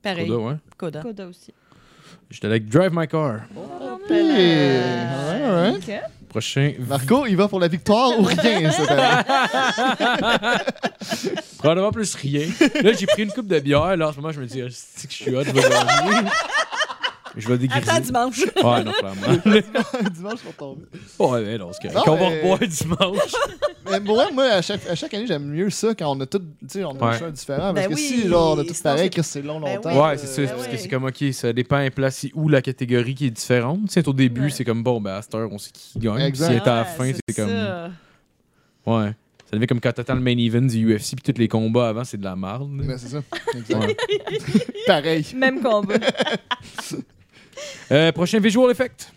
S6: Pareil.
S3: Coda, ouais.
S6: Coda.
S5: Coda aussi.
S3: J'étais avec Drive My Car.
S4: Hey, alright.
S5: Ok.
S3: Prochain,
S4: Marco, il va pour la victoire ou rien cette année.
S3: probablement plus rien. Là, j'ai pris une coupe de bière. Là, en ce moment, je me dis, ah, c'est que je suis hot, je vais gagner. Je vais dégriser.
S6: Attends dimanche.
S3: Ouais, non, clairement.
S4: Dimanche, je vais retomber.
S3: Ouais, mais non, c'est correct.
S4: Non,
S3: On va
S4: mais-
S3: reboire dimanche.
S4: Mais pour vrai, moi, à chaque, à chaque année, j'aime mieux ça quand on a tous, tu sais, on a
S3: Ouais.
S4: un choix différent. Parce
S6: Ben
S4: que
S6: oui,
S4: si, genre, on a tous
S6: sinon
S4: pareil,
S6: c'est-
S4: que c'est long,
S6: Ben
S4: longtemps.
S6: oui.
S3: Ouais, c'est ça.
S4: euh,
S3: c'est parce que
S6: ouais.
S3: c'est comme, OK, ça dépend un place c'est où la catégorie qui est différente. C'est au début,
S5: Ouais.
S3: c'est comme, bon, ben à cette heure, on sait qui gagne. Puis
S4: Exact.
S3: Si elle est à la
S6: Ouais,
S3: fin, c'est comme.
S6: ça.
S3: Ouais. Ça devient comme quand t'attends le main event du UFC, puis tous les combats avant, c'est de la marde. là.
S4: Mais Ben, c'est ça. Exact.
S3: Ouais.
S4: pareil.
S5: Même combat.
S3: Euh, prochain visual effect.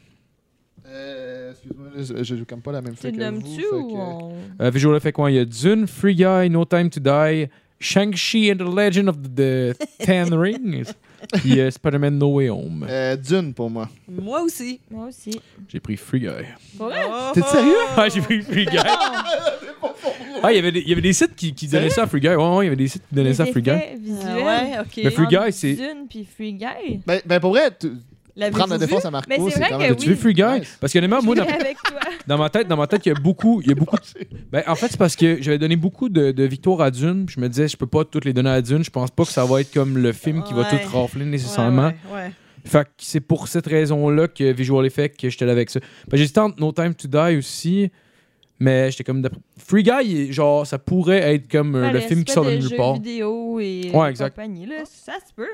S4: Euh, Excuse-moi, je, je joue comme pas la même
S5: Tu
S4: feuille
S5: le
S4: que vous.
S5: nommes-tu
S4: fait
S5: ou
S4: que-
S5: on...
S3: Euh, visual effect, ouais, il y a Dune, Free Guy, No Time to Die, Shang-Chi and the Legend of the Ten Rings, puis euh, Spider-Man No Way Home.
S4: Euh, Dune pour moi.
S6: Moi aussi.
S5: Moi aussi.
S3: J'ai pris Free Guy.
S5: Pour vrai?
S4: T'es
S6: Oh!
S4: sérieux?
S3: Ah, j'ai pris Free Guy. Ah, il y avait des- il y avait des sites qui, qui donnaient ça à Free Guy. Ouais, ouais, il y avait des sites qui donnaient
S5: Les
S3: ça à Free Guy.
S5: effets visuels.
S6: Ah ouais, ok.
S3: Mais Free
S5: entre
S3: Guy, c'est-
S5: Dune puis Free Guy.
S4: Ben, ben pour vrai, tu-
S6: L'avez-vous
S4: prendre la
S6: vu?
S4: défense à Marco,
S5: Mais c'est
S4: c'est
S5: vrai
S4: quand
S5: que
S4: même.
S5: oui.
S3: Tu veux Free Guy?
S4: Nice.
S3: Parce qu'honnêtement, Ah, moi,
S5: Je
S3: dans,
S5: l'ai avec toi.
S3: dans ma tête, dans ma tête, il y a beaucoup, il y a beaucoup. Ben, en fait, c'est parce que j'avais donné beaucoup de, de victoires à Dune. puis Je me disais, je peux pas toutes les donner à Dune. Je pense pas que ça va être comme le film qui va
S6: Ouais.
S3: tout rafler
S6: Ouais,
S3: nécessairement.
S6: ouais, ouais.
S3: Fait que c'est pour cette raison-là que Visual Effect, que j'étais là avec ça. Ben, J'hésitais entre No Time to Die aussi, mais j'étais comme... d'après- Free Guy, genre, ça pourrait être comme euh,
S5: Ben,
S3: le film qui sort de
S5: l'espèce
S3: nulle part.
S5: jeux vidéo et euh,
S3: Ouais, exact.
S5: compagnie, là, ça se peut.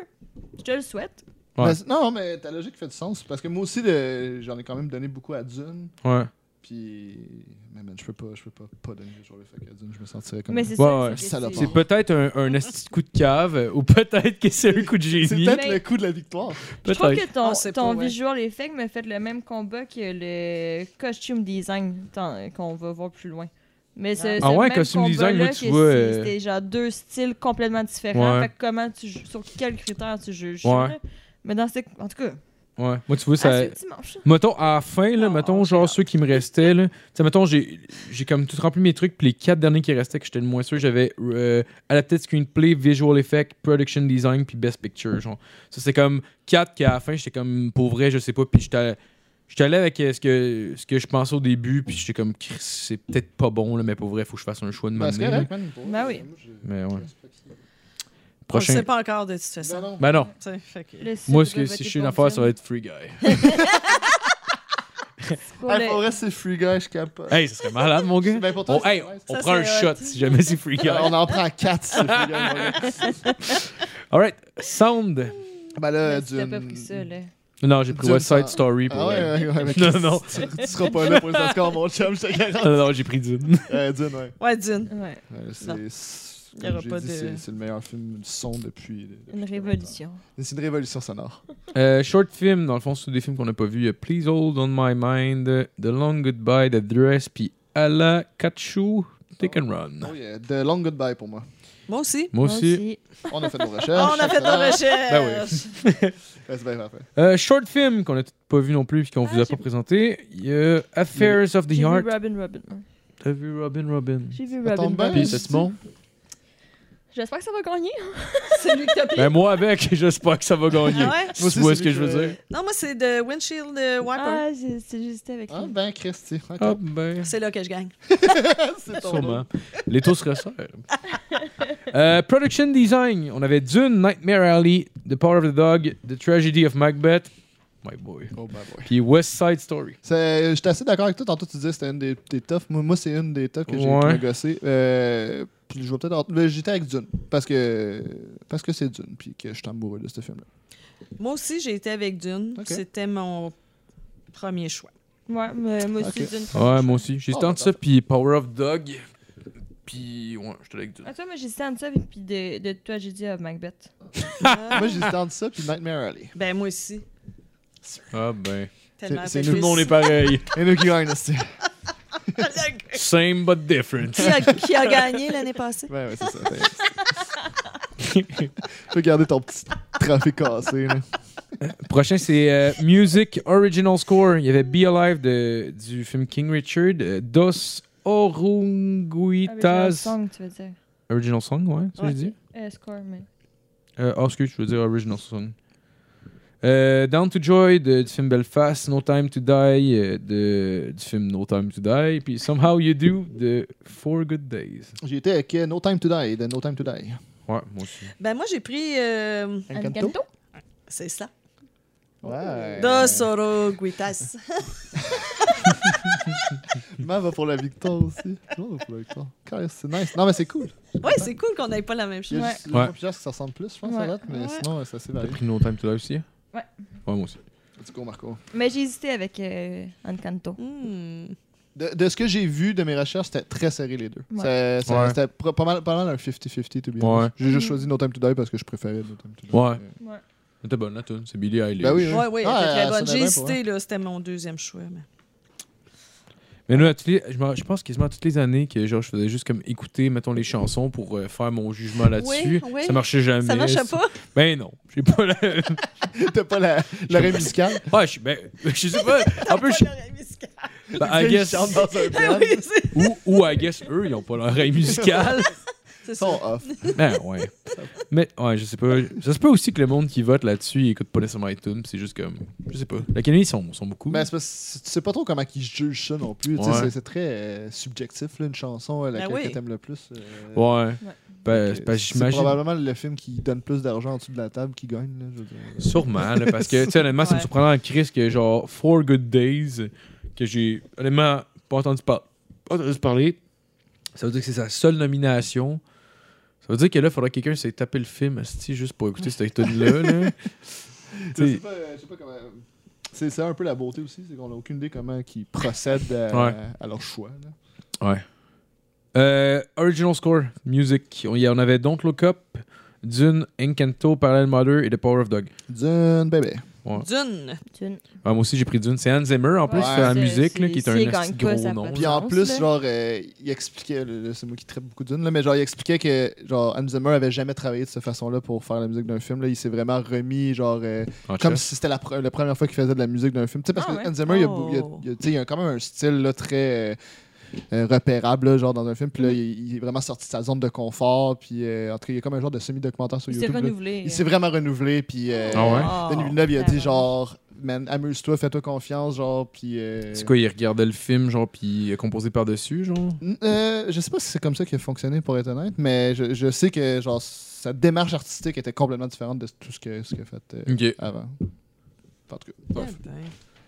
S5: Je te le souhaite.
S3: Ouais.
S4: Ben, c'est- non, mais ta logique fait du sens. Parce que moi aussi, le- j'en ai quand même donné beaucoup à Dune.
S3: Ouais.
S4: Puis, mais man, je peux pas, je peux pas, pas donner le jour de fuck à Dune. Je me sentirais comme.
S5: Mais
S3: Ouais,
S5: c'est ça.
S3: ouais.
S5: c'est que
S4: Salopard.
S5: c'est-
S3: C'est peut-être un, un esti de coup de cave, euh, ou peut-être que c'est un coup de
S4: C'est
S3: génie.
S4: peut-être
S5: Mais-
S4: le coup de la victoire.
S5: Je trouve
S3: Peut-être.
S5: que
S4: Ah,
S5: ton,
S6: On sait
S5: ton
S6: pas, ouais.
S5: visual effect me fait le même combat que le costume design tant- qu'on va voir plus loin. Mais ce,
S3: Ah
S5: ce
S3: ouais,
S5: même
S3: costume design,
S5: combat-là
S3: là, tu
S5: que
S3: vois,
S5: si
S3: euh,
S5: C'était genre deux styles complètement différents.
S3: Ouais.
S5: Fait que comment tu ju- sur quels critères tu juges
S3: Ouais.
S5: ça, là. Mais dans ce en tout cas,
S3: Ouais. Moi, tu vois,
S5: ça...
S3: ça.
S5: dimanche.
S3: Mettons, à la fin, là,
S5: Oh,
S3: mettons,
S5: j'ai
S3: genre
S5: hâte.
S3: ceux qui me restaient, là. Tu sais, mettons, j'ai j'ai comme tout rempli mes trucs, puis les quatre derniers qui restaient, que j'étais le moins sûr, j'avais euh, adapté de screenplay, visual effect, production design, puis best picture, genre. Ça, c'est comme quatre qu'à la fin, j'étais comme, pour vrai, je sais pas, puis j'étais. J'étais allé avec euh, ce que, ce que je pensais au début, puis j'étais comme, Chris, c'est peut-être pas bon, là, mais pour vrai, faut que je fasse un choix de ma
S4: Parce que, hein?
S3: manière.
S4: correct, man. pour-
S5: Ben oui.
S4: moi, j'ai-
S3: Mais ouais.
S6: On ne
S3: Prochain.
S6: sait pas encore de toute façon.
S4: Ben non.
S3: Ben non.
S6: Tu sais, fait que-
S5: Le
S3: Moi,
S5: site
S3: ce que,
S5: de
S3: si
S5: voter
S3: je suis une affaire,
S5: pour
S3: ça
S5: Jim.
S3: va être Free Guy.
S5: Pour
S4: Ah,
S5: le-
S4: pour vrai, c'est Free Guy, je capote.
S3: hey, ça serait malade, mon gars.
S4: Ben, pour toi,
S3: On, hey, oh,
S4: c'est nice.
S3: on
S6: Ça,
S3: prend un
S6: c'est
S3: shot
S6: hot.
S3: si jamais c'est Free Guy.
S4: on en prend 4, c'est Free Guy. mon gars.
S3: Alright, Sound.
S4: Ben là,
S5: Mais si t'as
S4: Dune.
S5: pas pris ça, là.
S3: Non, j'ai pris
S4: Dune,
S3: West Side
S4: ça-
S3: Story pour.
S4: Ah ouais,
S3: euh,
S4: ouais, ouais, mais
S3: Non, non.
S4: Tu, tu seras pas là pour les Oscars, mon chum, je te garantis.
S3: Non, non, j'ai pris Dune.
S4: Euh, Dune, ouais.
S6: Ouais, Dune.
S5: Ouais,
S4: Euh,
S6: Non.
S4: c'est- c'est.
S6: Il y aura
S4: comme j'ai
S6: pas
S4: dit,
S6: de-
S4: C'est c'est le meilleur film du son depuis. euh, depuis
S5: une
S4: longtemps.
S5: révolution.
S4: C'est une révolution sonore.
S3: Euh, short film, dans le fond, c'est tous des films qu'on n'a pas vus. Il y a Please Hold On My Mind, The Long Goodbye, The Dress, puis Ala Kachu, Take and Run.
S4: Oh yeah, The Long Goodbye pour moi.
S6: Moi aussi.
S3: Moi aussi.
S4: On a fait nos recherches.
S6: Ah, on a fait nos
S4: excellent.
S6: recherches.
S3: Ben
S4: Ouais, c'est bien parfait.
S3: Euh, short film qu'on n'a tous pas vu non plus, puis qu'on
S5: Ah,
S3: vous a
S5: j'ai-
S3: pas présenté. Il y a Affairs of
S5: J'ai
S3: the
S5: vu
S3: Heart.
S5: Robin Robin.
S3: T'as vu Robin Robin?
S5: J'ai vu
S4: Ça
S5: Robin
S4: tombe bien.
S5: Robin.
S3: Puis c'est bon?
S5: J'espère que ça va gagner. Celui que t'as pris.
S3: Ben, moi avec, j'espère que ça va gagner.
S6: Ah ouais?
S3: Tu
S4: Moi aussi,
S3: vois
S4: c'est
S3: ce que
S4: lui
S3: je
S4: que
S3: veux
S4: j'avais.
S3: dire?
S6: Non, moi, c'est de Windshield euh, Wiper.
S5: Ah, c'est c'est juste avec
S4: Ah
S5: lui.
S4: ben Christy, ok.
S3: Ah ben,
S6: C'est là que je gagne.
S4: c'est ton nom.
S3: sûrement. Les taux se resserrent. Euh, production design. On avait Dune, Nightmare Alley, The Power of the Dog, The Tragedy of Macbeth. My boy.
S4: Oh ben boy.
S3: Puis West Side Story.
S4: C'est- euh, J'étais assez d'accord avec toi. Tantôt, tu disais que c'était une des, des toughs. Moi, moi, c'est une des toughs que j'ai
S3: Ouais.
S4: ouais. gossé. Euh, puis je vais peut-être. avoir- là, J'étais avec Dune. Parce que parce que c'est Dune. Puis que je suis amoureux de ce film-là.
S6: Moi aussi, j'ai été avec Dune.
S4: Ok.
S6: C'était mon premier choix.
S5: Ouais, mais moi
S4: Ok.
S5: aussi, d'une
S3: Ouais, moi aussi. J'ai
S4: Ah,
S3: tenté
S4: bah,
S3: ça, puis Power of Dog. Puis, ouais, j'étais avec Dune.
S5: Ah, toi, moi, j'ai de ça, puis de, de toi, j'ai dit euh, Macbeth.
S6: Ah.
S4: moi, j'hésitais entre ça. Puis Nightmare Alley.
S6: ben, moi aussi.
S3: Ah ben.
S6: Tellement
S4: C'est- c'est
S3: Tout le
S6: réfléchi.
S3: monde est pareil.
S4: Et nous qui gagnons, c'est.
S3: Same but different.
S6: qui, a, qui a gagné l'année passée?
S4: Ouais, ouais, c'est ça. c'est- Tu peux garder ton petit trafic cassé. Là.
S3: Prochain, c'est euh, Music Original Score. Il y avait Be Alive de, du film King Richard. euh, Dos
S5: Original
S3: Orunguitas.
S5: song, tu veux dire.
S3: Original Song, ouais, ça
S6: Ouais.
S3: je dis.
S5: Euh, score, mais.
S3: Euh, ah, excuse, je veux dire Original Song. Euh, Down to Joy de, du film Belfast, No Time to Die euh, de, du film No Time to Die, puis Somehow You Do de Four Good Days.
S4: J'ai été avec euh, No Time to Die de No Time to Die.
S3: Ouais, moi aussi.
S6: Ben, moi, j'ai pris. euh,
S4: Encanto.
S6: c'est ça.
S4: Ouais.
S6: Dos Oroguitas.
S4: Ma va pour la victoire aussi. Tout le monde va pour la victoire. Carré, C'est nice. Non, mais c'est cool.
S6: Ouais, c'est cool qu'on n'ait pas la même
S4: Il y
S6: chose.
S4: a
S5: Ouais.
S4: juste le
S3: Ouais.
S4: ouais. que ça ressemble plus, je pense, à
S5: Ouais.
S4: l'autre, mais
S6: Ouais.
S4: sinon, euh, ça s'est
S3: T'as
S4: varié.
S3: pris No Time to Die aussi? hein?
S5: Ouais.
S3: Ouais, moi aussi.
S4: Let's go, Marco.
S5: Mais j'ai hésité avec euh, Encanto.
S6: Hmm.
S4: De, de ce que j'ai vu de mes recherches, c'était très serré les deux. Ça- ça-
S3: Ouais.
S4: C'était pro- pas mal, pas mal un 50-50, to be honest.
S3: Ouais.
S4: J'ai
S6: Mm.
S4: juste choisi No Time to Die parce que je préférais No Time to Die.
S3: Ouais.
S4: Mais-
S5: Ouais.
S3: T'es bonne la tune, c'est Billy Eilish.
S4: Ben oui, oui.
S6: Ouais, ouais,
S4: Ah,
S6: elle était
S4: elle
S6: très bonne.
S4: sonnait
S6: J'ai
S4: bien pour
S6: hésité, là. C'était mon deuxième choix. mais-
S3: Mais nous, à tous les- je, me- je pense quasiment toutes les années que genre, je faisais juste comme écouter, mettons, les chansons pour euh, faire mon jugement là-dessus.
S6: Oui, oui.
S3: Ça marchait jamais.
S6: Ça marchait pas?
S3: Ben non. J'ai pas la...
S4: T'as pas la- l'oreille musicale?
S3: Ouais, je, ben, je sais pas. En plus, je- ben, I
S4: Ils
S3: guess,
S4: chantent dans un
S6: Ah
S4: band.
S6: oui, c'est-
S3: ou, ou I guess eux, ils ont pas l'oreille musicale.
S6: c'est
S4: Ils sont
S6: ça.
S4: off.
S3: ben ouais. Mais ouais, je sais pas. Ça se peut aussi que le monde qui vote là-dessus, il écoute pas nécessairement les tunes. C'est juste comme. Je sais pas. L'Académie, ils sont, sont beaucoup.
S4: Mais Ben, c'est parce que tu sais pas trop comment ils jugent ça non plus. tu sais,
S3: Ouais.
S4: c'est- C'est très euh, subjectif, là, une chanson euh, laquelle
S6: oui.
S4: que t'aimes le plus. euh,
S3: Ouais. Ben,
S4: Donc,
S3: c'est
S4: euh,
S3: parce que
S4: c'est
S3: j'imagine.
S4: probablement le film qui donne plus d'argent en dessous de la table qui gagne. Là, je veux dire.
S3: Sûrement, là, parce que, tu sais, honnêtement, ça me
S6: Ouais.
S3: surprenant en crise que, genre, Four Good Days, que j'ai, honnêtement, pas entendu, par- pas entendu parler, ça veut dire que c'est sa seule nomination. Ça veut dire que là, il faudrait que quelqu'un s'est tapé le film, asti, juste pour écouter cette tune là
S4: Je sais pas, euh, je sais pas comment. C'est ça un peu la beauté aussi, c'est qu'on n'a aucune idée comment ils procèdent à,
S3: Ouais.
S4: à leur choix. là.
S3: Ouais. Euh, original score, music. On, y en avait Don't Look Up, Dune, Encanto, Parallel Mother et The Power of Dog.
S4: Dune bébé.
S6: Dune.
S5: Dune.
S3: Ah, moi aussi, j'ai pris Dune. C'est Hans Zimmer, en plus,
S4: Ouais.
S3: fait la
S5: C'est-
S3: musique, là,
S5: c'est-
S3: qui est
S5: si
S3: un
S5: il gagne
S3: esti
S5: pas,
S3: gros
S5: ça a
S3: nom.
S5: pas de
S4: Puis en
S5: sens,
S4: plus,
S5: là.
S4: genre, euh, il expliquait, là, là, c'est moi qui traite beaucoup de Dune, là, mais genre, il expliquait que genre, Hans Zimmer avait jamais travaillé de cette façon-là pour faire la musique d'un film. Là. Il s'est vraiment remis, genre, euh,
S3: En
S4: comme
S3: chess.
S4: si c'était la, pre- la première fois qu'il faisait de la musique d'un film. Tu sais, parce
S5: Ah
S4: que
S5: ouais?
S4: Hans Zimmer, il, a,
S6: Oh.
S4: il a- il a- tu sais, il a quand même un style là, très euh, euh, repérable, là, genre, dans un film. Puis là,
S5: Mm-hmm.
S4: il, il est vraiment sorti de sa zone de confort. Puis, euh, en tout cas, il y a comme un genre de semi-documentaire sur
S5: Il s'est
S4: YouTube. là.
S5: renouvelé. hein. euh.
S4: Il s'est vraiment renouvelé, puis euh,
S3: Ah ouais?
S4: Denis Villeneuve, il a dit genre, man, amuse-toi, fais-toi confiance, genre, puis. euh,
S3: C'est quoi, il regardait le film, genre, puis il a composé par-dessus, genre
S4: N- euh, je sais pas si c'est comme ça qu'il a fonctionné, pour être honnête, mais je, je sais que genre sa démarche artistique était complètement différente de tout ce que ce qu'il a fait euh,
S3: Ok.
S4: avant. En tout cas,
S6: Eh
S4: bref.
S6: ben.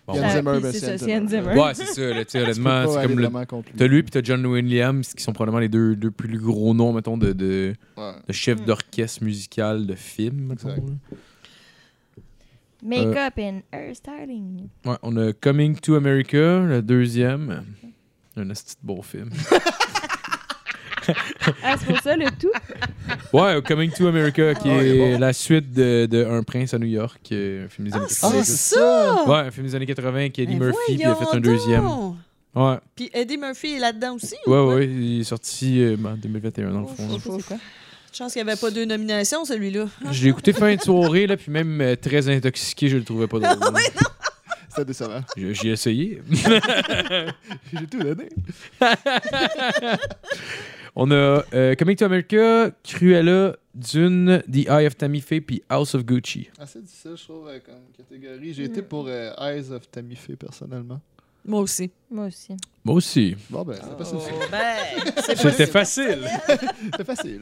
S3: Bon,
S4: Puis Hans
S5: Ça-
S3: ouais.
S4: Zimmer,
S5: puis
S4: ben,
S5: c'est
S4: c'est
S5: ça, c'est
S4: Hans
S5: Hans
S4: Zimmer.
S5: Zimmer.
S3: Ouais, c'est ça, là, tu sais,
S4: Tu peux pas
S3: honnêtement, c'est
S4: aller
S3: comme le.
S4: vraiment contre lui.
S3: T'as lui, puis t'as John Williams, qui sont probablement les deux, deux plus gros noms, mettons, de, de,
S4: Ouais.
S3: de chefs
S5: Mm.
S3: d'orchestre musical, de film, mettons,
S4: Exact.
S3: là. Euh.
S5: Make-up and hairstyling.
S3: Ouais, on a Coming to America, le deuxième. Un esti de beau film.
S5: Ah, c'est pour ça le tout?
S3: Ouais, euh, Coming to America, qui
S4: Ah, il
S3: est
S4: est bon.
S3: la suite de, de Un prince à New York, qui est un film des années
S6: Ah,
S3: 80.
S6: c'est
S4: c'est
S6: ça!
S3: Ouais, un film des années 80 avec Eddie
S6: Ben
S3: Murphy, puis il a fait un
S6: voyons
S3: deuxième.
S6: donc!
S3: Ouais,
S6: Puis Eddie Murphy est là-dedans aussi? ou
S3: ouais,
S6: pas?
S3: ouais, il est sorti euh, en 2021, dans le fond. là.
S5: Je sais pas c'est quoi.
S6: Je pense qu'il n'y avait pas deux nominations, celui-là.
S3: Je l'ai écouté fin de soirée, là, puis même euh, très intoxiqué, je le trouvais pas
S6: Ah
S3: drôle. là.
S4: C'était décevant.
S3: J'ai j'ai essayé.
S4: J'ai tout donné.
S3: On a euh, Coming to America, Cruella, Dune, The Eye of Tammy Faye, puis House of Gucci.
S4: Assez difficile, je trouve, euh, comme catégorie. J'ai été pour euh, Eyes of Tammy Faye, personnellement.
S6: Moi aussi. Oh,
S5: Moi aussi.
S3: Moi aussi.
S4: Bon, ben, c'était
S6: Ah,
S4: facile.
S6: ben.
S3: C'était facile.
S4: C'était facile.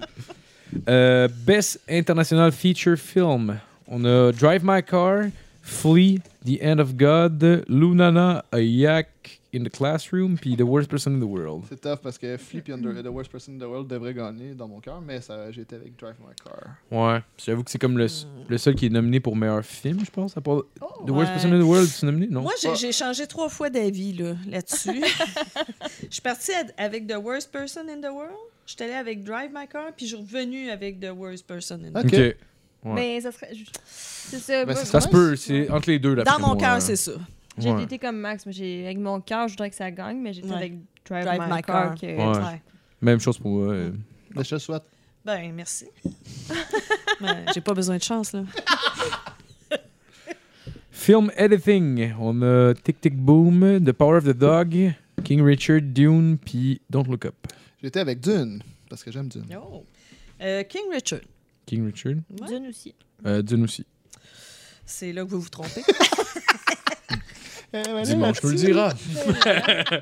S3: Euh, Best International Feature Film. On a Drive My Car, Flea, The End of God, Lunana, A Yak in the Classroom, puis The Worst Person in the World.
S4: C'est tough parce que Flip and the, the Worst Person in the World devrait gagner dans mon cœur, mais ça- j'étais avec Drive My Car.
S3: Ouais. J'avoue que c'est comme le, le seul qui est nominé pour meilleur film, je pense. à part-
S5: Oh!
S3: The Worst
S6: ouais.
S3: Person in the World, c'est nominé? Non.
S6: Moi, j'ai- j'ai changé trois fois d'avis là, là-dessus. je suis partie ad- avec The Worst Person in the World. Je suis allée avec Drive My Car, puis je suis revenue avec The Worst Person in the World.
S4: Ok.
S3: Ok. Ouais.
S5: Mais ça serait. je- C'est ça.
S4: Ben,
S5: moi,
S4: c'est
S3: Ça se
S4: nice.
S3: peut, c'est entre les deux.
S6: Dans mon cœur, c'est ça.
S5: J'ai
S3: euh, Ouais.
S5: été comme Max, mais j'ai avec mon cœur, je voudrais que ça gagne, mais j'étais
S6: Ouais.
S5: avec Drive,
S6: Drive
S5: My,
S6: My
S5: Car.
S6: Car.
S5: que-
S3: Ouais.
S6: Ouais.
S3: Même chose pour moi. euh.
S4: Mais je te souhaite.
S6: Ben, merci. Ben, j'ai pas besoin de chance, là.
S3: Film editing. On a Tic Tic Boom, The Power of the Dog, King Richard, Dune, puis Don't Look Up.
S4: J'étais avec Dune, parce que j'aime Dune.
S6: Oh. Euh, King Richard.
S3: King Richard.
S6: Ouais.
S5: Dune aussi.
S3: Euh, Dune aussi.
S6: C'est là que vous vous trompez.
S4: Eh,
S3: Dimanche, tu me le diras.
S4: ben,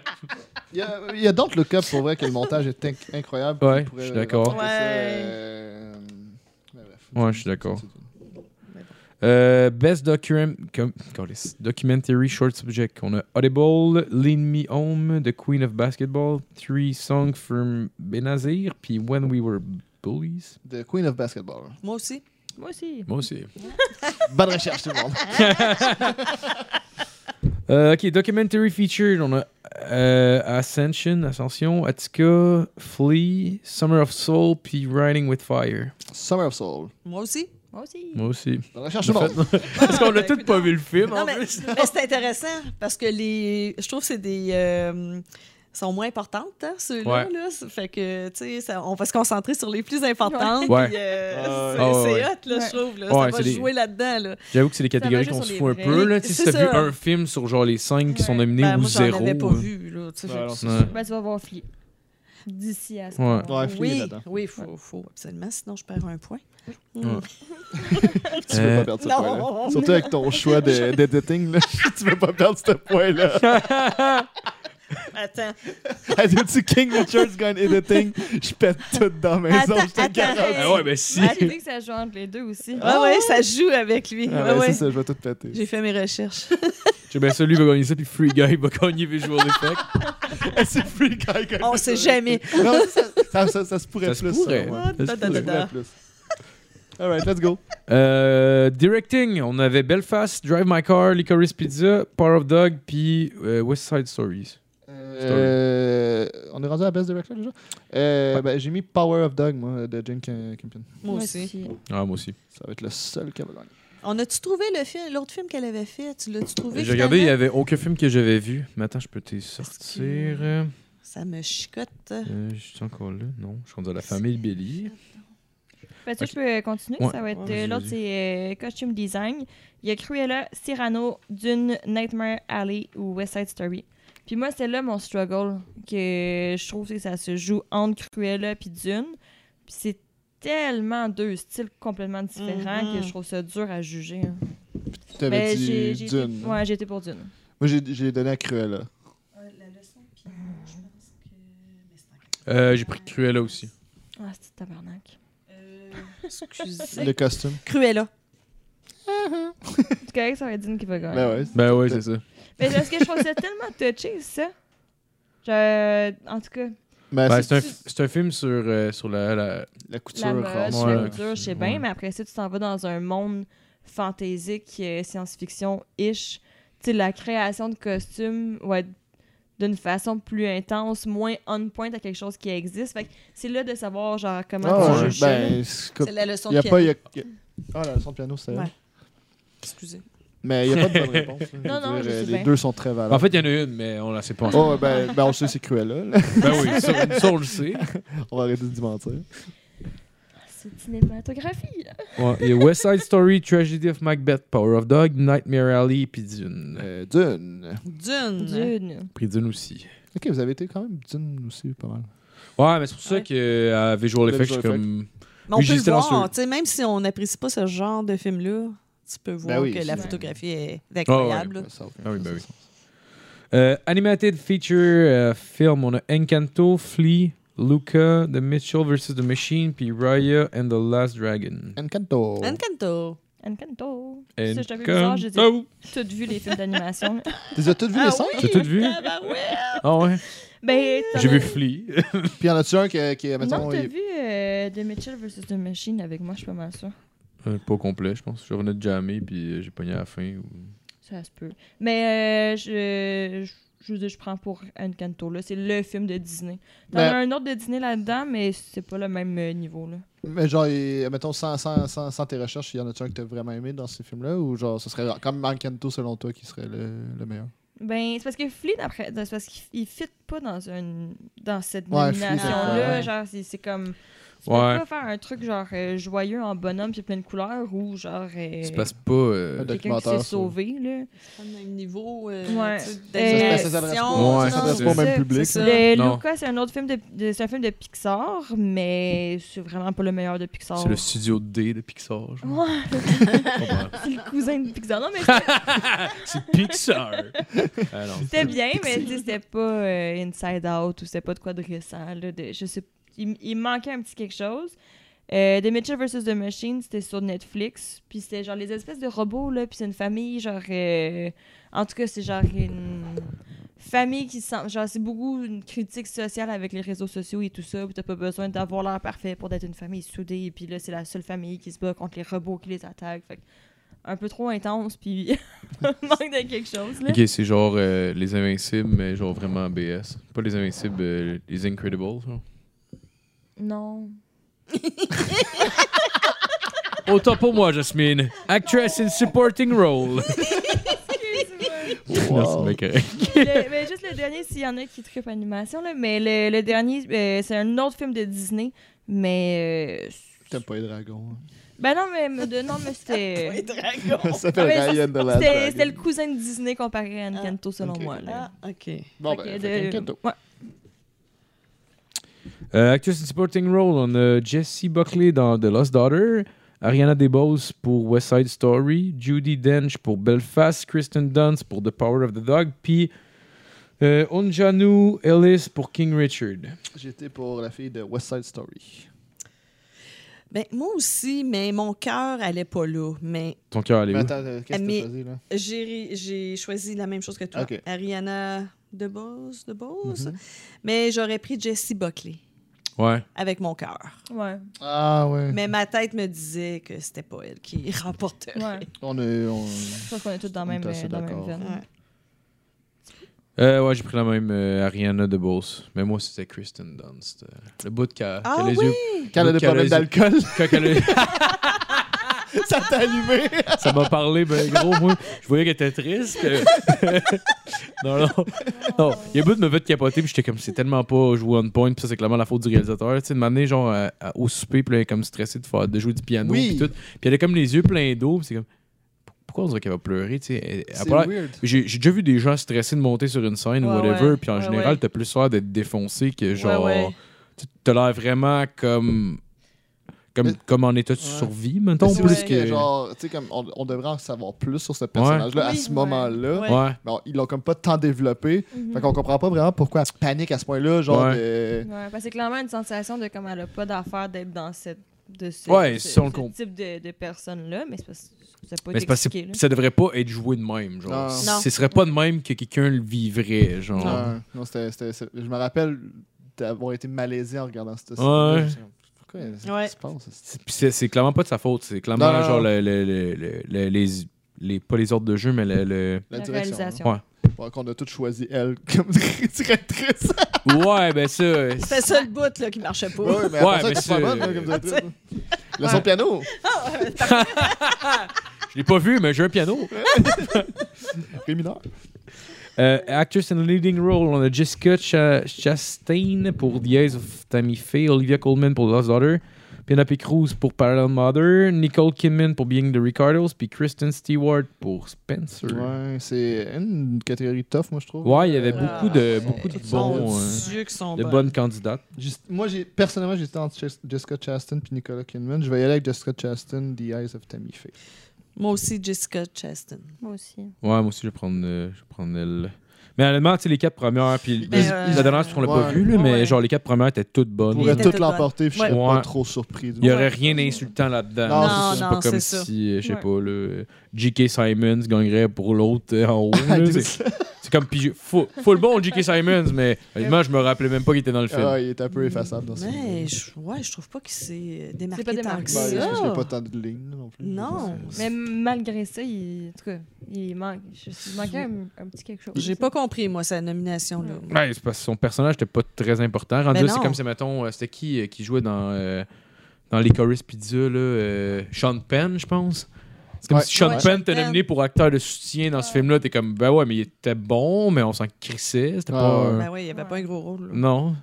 S4: Il y a, il y a d'autres le cas pour vrai que le montage est inc- incroyable.
S3: Ouais,
S4: Ils pourraient
S3: je suis d'accord.
S4: remplacer ça,
S6: Ouais.
S4: euh, mais bref.
S3: Ouais, je suis d'accord.
S4: C'est- c'est-
S3: Euh, best document, com- câlisse. Documentary Short Subject. On a Audible, Lean Me Home, The Queen of Basketball, Three Songs from Benazir, puis When We Were Bullies.
S4: The Queen of Basketball.
S6: Moi aussi.
S5: Moi aussi.
S3: Moi aussi.
S4: Bonne recherche, tout le monde.
S3: Euh, ok, Documentary Featured. On a euh, Ascension, Ascension, Attica, Flea, Summer of Soul, puis Riding with Fire.
S4: Summer of Soul.
S6: Moi aussi.
S5: Moi aussi.
S3: Moi aussi.
S4: Bonne recherche, tout le monde.
S3: Parce qu'on a
S6: ben,
S3: tous pas vu le film.
S6: Non,
S3: en
S6: mais,
S3: plus.
S6: mais c'est intéressant parce que les. Je trouve que c'est des. euh, sont moins importantes, hein, ceux-là.
S3: Ouais.
S6: là. Ça Fait que, tu sais, ça- on va se concentrer sur les plus importantes.
S3: Ouais.
S6: puis, euh,
S4: Ouais.
S6: c'est
S3: Ah ouais,
S6: c'est
S3: ouais.
S6: hot, là,
S5: Ouais.
S6: je trouve. Là.
S3: Ouais,
S6: ça
S3: c'est
S6: va
S3: des-
S6: jouer là-dedans. Là.
S3: J'avoue que c'est des catégories
S5: Ça va
S3: qu'on
S5: juste
S3: se
S5: sur
S3: fout un
S5: les
S3: peu.
S5: vrais.
S3: Là, Tu sais, si
S6: C'est
S3: t'as vu
S6: ça.
S3: un film sur genre les cinq qui sont
S5: Ouais.
S3: nominés
S6: Ben,
S3: ou
S6: moi, j'en
S3: zéro.
S6: avais pas
S3: là.
S6: vu. Là, tu sais,
S4: Ouais, non,
S6: fait-
S4: c'est
S3: Ouais.
S5: Ben, tu vas voir Flea. D'ici à ce
S3: Ouais.
S5: moment.
S4: Ouais, Flea. il est
S6: oui,
S4: là-dedans.
S6: oui, faut, faut absolument, sinon je perds un point.
S3: Ouais.
S6: Hmm.
S4: Tu veux
S3: Euh,
S4: pas perdre ce
S6: non.
S4: point-là. Surtout avec ton choix de- d'editing, là. tu veux pas perdre ce point-là.
S6: Attends,
S4: Elle dit King Richard's gun editing. Je pète tout dans la maison.
S6: Attends,
S4: je te garantis.
S6: attends.
S3: Ah ouais, ben si.
S5: Ah, j'ai vu que ça joue entre les deux aussi.
S6: ah ouais, ça joue avec lui.
S4: Ah,
S6: Ouais,
S4: ben,
S6: ouais.
S4: c'est ça, je vais tout péter.
S6: J'ai fait mes recherches.
S3: J'ai bien ça, lui va gagner ça, puis Free Guy va gagner Visual Effect.
S4: c'est free guy. guy.
S6: On sait jamais. Oh,
S4: Non, ça, ça, ça- ça se pourrait
S3: Ça se
S4: plus.
S3: pourrait.
S4: ouais.
S3: Ça se
S4: Ça se pourrait
S6: Da-da-da-da.
S4: plus. Alright, let's go.
S3: Euh, directing, on avait Belfast, Drive My Car, Licorice Pizza, Power of Dog, puis euh, West Side Stories.
S4: Euh, on est rendu à la Best Director déjà? Euh, ben, J'ai mis Power of Dog, moi, de Jane Kim- Campion.
S6: Moi aussi.
S3: Ah, moi aussi.
S4: Ça va être le seul qui va gagner.
S6: On a-tu trouvé le film, l'autre film qu'elle avait fait? Tu l'as-tu trouvé?
S3: J'ai regardé, il n'y
S6: finalement?
S3: avait aucun film que j'avais vu. Mais attends, je peux t'y sortir.
S6: que- Ça me chicote.
S3: Euh, je suis encore là. Non, je suis rendu à la famille Billy.
S5: Ben, tu sais, je peux continuer.
S3: Ouais.
S5: Ça va être
S3: Ouais,
S5: euh,
S3: vas-y,
S5: l'autre,
S3: vas-y.
S5: c'est euh, costume design. Il y a Cruella, Cyrano, Dune, Nightmare Alley ou West Side Story. Puis moi, c'est là mon struggle que je trouve que ça se joue entre Cruella puis Dune. Puis c'est tellement deux styles complètement différents
S6: Mhm.
S5: que je trouve ça dur à juger. hein.
S4: Tu avais
S5: Ben, j'ai-
S4: dit
S5: j'ai
S4: Dune. hein.
S5: été- Ouais, j'ai été pour Dune.
S4: Moi, j'ai j'ai donné à Cruella.
S6: la leçon, puis je pense que.
S3: Euh, J'ai pris Cruella aussi.
S5: Ah, c'est tabarnak.
S4: Le
S6: Excusez.
S4: costume.
S6: Cruella.
S5: C'est correct, ça va être Dune qui va gagner.
S4: Ben ouais.
S3: Ben oui, c'est ça.
S5: Mais parce que je trouve ça tellement touché, ça. Je- En tout cas,
S4: Mais
S3: Ben,
S4: c'est
S3: c'est un, f- c'est un film sur, euh, sur la, la-
S4: la couture.
S5: la mode,
S4: clairement.
S3: ouais.
S5: la culture, je sais bien,
S3: Ouais.
S5: mais après ça, tu t'en vas dans un monde fantaisique, euh, science-fiction-ish. Tu sais, la création de costumes va être d'une façon plus intense, moins on point à quelque chose qui existe. Fait que c'est là de savoir, genre, comment
S4: Ah
S5: tu
S4: ouais,
S5: juges ça.
S4: ben, c'est comme-
S6: C'est la leçon
S4: Il y a
S6: de
S4: pas. il
S6: piano.
S4: Y a... Ah, la leçon de piano, c'est elle.
S6: Ouais. Excusez.
S4: Mais il n'y a pas de bonne réponse. là.
S5: Non,
S4: veux
S5: non, je
S4: euh,
S5: sais
S4: Les
S5: bien.
S4: deux sont très valables.
S3: En fait, il y en a une, mais on la sait pas. encore.
S4: Oh, ben, ben, on sait c'est Cruella. là.
S3: ben oui, ça, ça, on le sait.
S4: on va arrêter de se mentir.
S5: C'est cinématographie, là.
S3: Ouais, il y a West Side Story, Tragedy of Macbeth, Power of Dog, Nightmare Alley, puis Dune.
S4: Euh, Dune.
S6: Dune.
S5: Dune.
S3: Pris Dune aussi.
S4: Ok, vous avez été quand même Dune aussi, pas mal.
S3: Ouais, mais c'est pour ça
S6: Ouais.
S3: que euh, à Visual
S4: Le
S3: Effects, je suis
S4: Visual
S3: comme.
S6: Mais on
S3: Oui,
S6: peut le
S3: j'hésitais dans
S6: voir,
S3: ce-
S6: tu sais, même si on n'apprécie pas ce genre de film-là, tu peux voir
S4: Ben oui, Ah
S6: que la
S5: c'est-
S6: photographie est incroyable.
S4: Ouais, ça a aucun
S3: Ah oui, ben
S4: sens.
S3: Euh, animated feature euh, film, on a Encanto, Flea, Luca, The Mitchell vs. The Machine, puis Raya and the Last Dragon.
S4: Encanto.
S6: Encanto.
S5: Encanto. Ça, je suis un peu bizarre, j'ai dit-
S3: Encanto! Ah
S5: toutes vu les films d'animation. là.
S4: Tu les as toutes vues,
S5: Ah,
S4: les cinq?
S3: J'ai tout vu.
S6: Tabarouette.
S3: Ah ouais?
S5: ben, t'en
S3: J'ai
S5: as-
S3: vu Flea.
S4: Puis y en a-tu un que- qui est, mettons,
S5: Non, t'as
S4: il-
S5: vu euh, The Mitchell vs. The Machine avec moi, je suis pas mal sûre.
S3: Euh, pas au complet, je pense. Je revenais de jammer, puis euh, j'ai pogné à la fin. ou-
S5: Ça se peut. Mais euh, je, je, je veux dire, je prends pour Encanto. Là. C'est le film de Disney. T'en
S4: Ben-
S5: as un autre de Disney là-dedans, mais c'est pas le même euh, niveau. Là.
S4: Mais genre, il- mettons, sans, sans, sans, sans tes recherches, il y en a-tu un que t'as vraiment aimé dans ces films-là? Ou genre, ce serait quand même Encanto, selon toi, qui serait le, le meilleur?
S5: Ben, c'est parce que Flea, d'après, c'est parce qu'il il fit pas dans, une, dans cette
S4: Ouais, Flea,
S5: nomination-là.
S6: c'est-
S5: Genre, c'est, c'est comme. Tu
S3: Ouais.
S5: peux pas faire un truc genre euh, joyeux en bonhomme puis plein de couleurs ou genre. euh,
S3: Ça se passe pas. euh,
S4: de-
S5: quelqu'un qui
S4: documentaire,
S5: s'est
S4: ça.
S5: sauvé. Là.
S6: Pas le même niveau euh,
S5: Ouais.
S6: tu sais,
S5: Euh,
S4: ça s'adresse pas-
S6: d'expression,
S3: Ouais,
S6: non,
S4: ça s'adresse
S5: c'est
S4: pas au
S5: ça,
S4: même public.
S6: c'est
S4: là.
S6: ça.
S5: Le
S3: Non.
S5: Luca, c'est un autre film de, de- c'est un film de Pixar, mais c'est vraiment pas le meilleur de Pixar.
S3: C'est le studio D de Pixar. genre.
S5: Ouais,
S3: Je comprends.
S5: c'est le cousin de Pixar. Non, mais
S3: C'est Pixar! Ah non.
S5: c'était bien, mais tu sais, c'était pas euh, Inside Out ou c'était pas de quoi de récent. Là, de- je sais, il, il manquait un petit quelque chose. Euh, the Mitchell vs. The Machine, c'était sur Netflix. Puis c'était genre les espèces de robots, là. Puis c'est une famille, genre. euh, en tout cas, c'est genre une famille qui sent. Genre, c'est beaucoup une critique sociale avec les réseaux sociaux et tout ça. Puis t'as pas besoin d'avoir l'air parfait pour d'être une famille soudée. Puis là, c'est la seule famille qui se bat contre les robots qui les attaquent. Fait que un peu trop intense, puis manque de quelque chose, là.
S3: Ok, c'est genre euh, les Invincibles, mais genre vraiment BS. Pas les Invincibles, euh, les Incredibles. genre.
S5: Non.
S3: Autant pour moi, Jasmine. Actress in supporting role.
S4: Wow.
S3: Non, c'est bien correct.
S5: Le- mais juste le dernier, s'il y en a qui trippent animation, là, mais le, le dernier, euh, c'est un autre film de Disney, mais... euh,
S4: T'aimes pas les dragons.
S5: ben non, mais, mais de- non, mais c'était...
S6: Les dragons.
S4: hein. ça
S5: Ah,
S4: fait
S5: mais
S4: Ryan de la
S5: C'était
S4: dragon.
S5: c'était le cousin de Disney comparé à Encanto, selon
S4: ok.
S5: moi. Là.
S6: Ah, OK.
S4: Bon,
S5: Fait
S4: ben,
S5: que
S4: fait
S5: de-
S4: Encanto.
S5: ouais.
S3: Euh, actress in supporting role, on a Jessie Buckley dans The Lost Daughter, Ariana DeBose pour West Side Story, Judy Dench pour Belfast, Kristen Dunst pour The Power of the Dog, puis euh, Onjanu Ellis pour King Richard.
S4: J'étais pour la fille de West Side Story.
S6: Ben, moi aussi, mais mon cœur n'allait pas là. Mais
S3: Ton cœur, elle
S4: Mais
S3: est où?
S4: attends, euh, qu'est-ce que
S6: Mais-
S4: t'as choisi, là?
S6: j'ai ri- j'ai choisi la même chose que toi.
S4: Ok.
S6: Ariana DeBose, DeBose.
S4: Mhm.
S6: Mais j'aurais pris Jessie Buckley.
S3: Ouais.
S6: avec mon cœur.
S5: Ouais.
S4: Ah ouais.
S6: Mais ma tête me disait que c'était pas elle qui remporterait.
S5: Ouais.
S4: On est. on-
S5: Je pense qu'on est tous dans,
S4: On est
S5: la même,
S4: assez
S5: dans la même
S4: d'accord.
S5: veine.
S6: Ouais.
S3: Euh, ouais, j'ai pris la même euh, Ariana DeBose. Mais moi, c'était Kristen Dunst. euh, le bout qui a, qui a
S6: Ah
S3: les
S6: oui!
S3: yeux.
S4: Quand elle a des
S3: Qu'elle a
S4: problèmes
S3: les-
S4: d'alcool,
S3: Quand elle a-
S4: ça t'a allumé.
S3: ça m'a parlé, ben gros, moi, je voyais qu'elle était triste. que- non, non. Non, il y a un bout de me fait capoter, puis j'étais comme, c'est tellement pas joué on point, puis ça, c'est clairement la faute du réalisateur. Tu sais, de m'amener, genre, à- à- au souper, puis là, elle est comme stressée de, faire, de jouer du piano,
S4: Oui.
S3: puis tout. Puis elle a comme les yeux pleins d'eau, puis c'est comme, pourquoi on dirait qu'elle va pleurer, tu sais? Elle- elle a
S4: C'est
S3: pas l'air-
S4: weird.
S3: J'ai j'ai déjà vu des gens stressés de monter sur une scène ou
S5: Ouais,
S3: whatever,
S5: ouais.
S3: puis en
S5: Ouais,
S3: général,
S5: ouais.
S3: t'as plus l'air d'être défoncé que genre.
S6: ouais.
S3: tu- T'as l'air vraiment comme. Comme,
S4: Mais-
S3: comme en état de
S4: Ouais.
S3: survie,
S4: Mais
S3: mettons.
S4: C'est
S3: plus
S4: plus
S5: ouais.
S4: que genre, tu sais, comme on, on devrait en savoir plus sur ce personnage-là à
S5: Oui,
S4: ce
S5: ouais.
S4: moment-là.
S6: Ouais.
S3: Ouais.
S4: Mais on- ils l'ont comme pas tant développé. Fait qu'on comprend pas vraiment pourquoi elle panique à ce point-là. Genre,
S3: Ouais.
S4: de-
S5: Ouais, parce que c'est clairement une sensation de comme elle a pas d'affaire d'être dans cette de ce,
S3: Ouais,
S5: ce-
S3: ça, on le
S5: ce
S3: comp-
S5: type de, de personne là, mais c'est parce que ça peut
S3: Mais
S5: être
S3: c'est parce que
S5: expliqué. là.
S3: ça devrait pas être joué de même.
S4: Non.
S3: Genre.
S6: Non.
S3: Ce serait pas de même que quelqu'un le vivrait. Genre.
S4: Ouais. Non, c'était- c'était- c'est- je me rappelle d'avoir été malaisé en regardant cette scène.
S3: Ouais.
S4: Pourquoi qu'est-ce
S6: Ouais.
S4: qui se passe?
S3: Puis c'est, c'est clairement pas de sa faute. C'est clairement
S4: Non, non,
S3: genre
S4: non.
S3: le- le- le- le- le- les, les. Pas les ordres de jeu, mais le. le-
S4: La,
S5: La
S4: direction.
S5: réalisation.
S3: Ouais.
S4: hein. Ouais, Qu'on a toutes choisi elle comme directrice.
S3: Ouais, ben ça. euh,
S6: C'était ça le bout là, qui marchait pas.
S4: Ouais, mais
S3: Ouais,
S4: après ça,
S3: mais
S4: elle
S3: c'est-
S4: est pas bonne, hein, comme directrice.
S6: Ah,
S4: Le son piano.
S3: Je l'ai pas vu, mais j'ai un piano.
S4: Ré mineur.
S3: Euh, actress in leading role, on a Jessica Cha- Chastain pour The Eyes of Tammy Faye, Olivia Colman pour The Lost Daughter, Penelope Cruz pour Parallel Mother, Nicole Kidman pour Being the Ricardos, puis Kristen Stewart pour Spencer.
S4: Ouais, c'est une catégorie tough, moi, je trouve.
S3: Ouais, il y avait
S6: Ah,
S3: beaucoup de,
S6: ouais.
S3: beaucoup de, bons,
S6: Mon
S4: hein.
S3: euh,
S6: Dieu, qu'ils sont
S3: de
S6: bonnes.
S3: bonnes candidates.
S4: Juste- moi, j'ai personnellement, j'étais entre Ches- Jessica Chastain puis Nicolas Kidman. Je vais y aller avec Jessica Chastain, The Eyes of Tammy Faye.
S6: Moi aussi, Jessica Chastain.
S5: Moi aussi.
S3: Ouais, moi aussi, je vais prendre, euh, je vais prendre elle. Mais honnêtement, tu sais, les quatre premières, puis
S4: Mais,
S3: les-
S6: euh,
S3: la dernière, c'est qu'on l'a pas
S4: ouais.
S3: vue, là, mais
S6: Ouais.
S3: genre les quatre premières étaient toutes bonnes.
S4: Pourrait
S6: était
S4: tout
S6: tout
S4: l'emporter, puis je serais
S3: Ouais.
S4: pas trop surpris.
S3: Il n'y aurait rien d'insultant là-dedans.
S4: Non,
S3: là.
S4: c'est
S3: c'est
S6: ça.
S3: pas
S6: Non,
S3: comme
S6: c'est ça.
S3: si, euh, je sais
S5: Ouais.
S3: pas, là, euh, J.K. Simons gagnerait pour l'autre euh, en haut. là. c'est,
S4: Ah,
S3: c'est comme pis, full, full bon J.K. Simons, mais honnêtement, je me rappelais même pas qu'il était dans le film.
S4: il est un peu effaçable dans ce
S6: Mais je, ouais, je trouve pas qu'il s'est euh, démarqué,
S5: pas
S6: tant
S5: démarqué.
S6: que
S4: Bah,
S6: ça.
S4: c'est parce qu'il n'y a pas tant de lignes non plus.
S6: Non.
S5: Mais malgré ça, il, en tout cas, il manque, je- il manquait un, un petit quelque chose.
S6: J'ai pas compris, moi, sa nomination-là.
S3: Ouais, c'est parce que son personnage n'était pas très important. Rendu
S6: Mais
S3: là, c'est
S6: Ben non.
S3: comme si, mettons, euh, c'était qui euh, qui jouait dans, euh, dans les Chorus Pizza, là, euh, Sean Penn, je pense. C'est comme
S4: Ouais.
S3: si Sean
S6: Ouais,
S3: Penn
S6: Sean
S3: était
S6: Penn.
S3: nominé pour acteur de soutien dans ce film-là. T'es comme, ben ouais, mais il était bon, mais on s'en crissait. C'était
S4: Ouais,
S3: pas.
S4: ouais.
S3: un-
S6: Ben oui, il n'y avait pas un gros rôle. là.
S3: Non.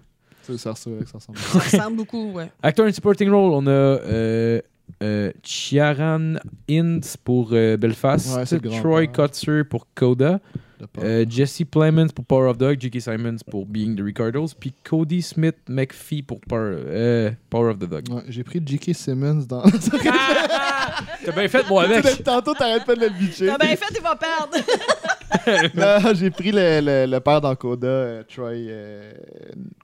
S4: Ça, ça ressemble ça ressemble.
S6: Ça ressemble beaucoup, ouais.
S3: Acteur in supporting role, on a euh, euh, Chiaran Ince pour euh, Belfast,
S4: Ouais, c'est le grand
S3: Troy
S4: père.
S3: Kotzer pour Coda,
S4: de peur.
S3: euh, Jesse Plemons pour Power of Dog, J.K. Simons pour Being the Ricardos, puis Cody Smith McPhee pour Power, euh, Power of the Dog.
S4: Ouais, J'ai pris J.K. Simmons dans.
S3: T'as bien fait, moi, avec.
S4: Depuis Tantôt, t'arrêtes pas de le bitcher.
S6: T'as bien fait, Ah, ben, il va perdre.
S4: Non, j'ai pris le, le, le père d'Ancoda, euh, Troy euh,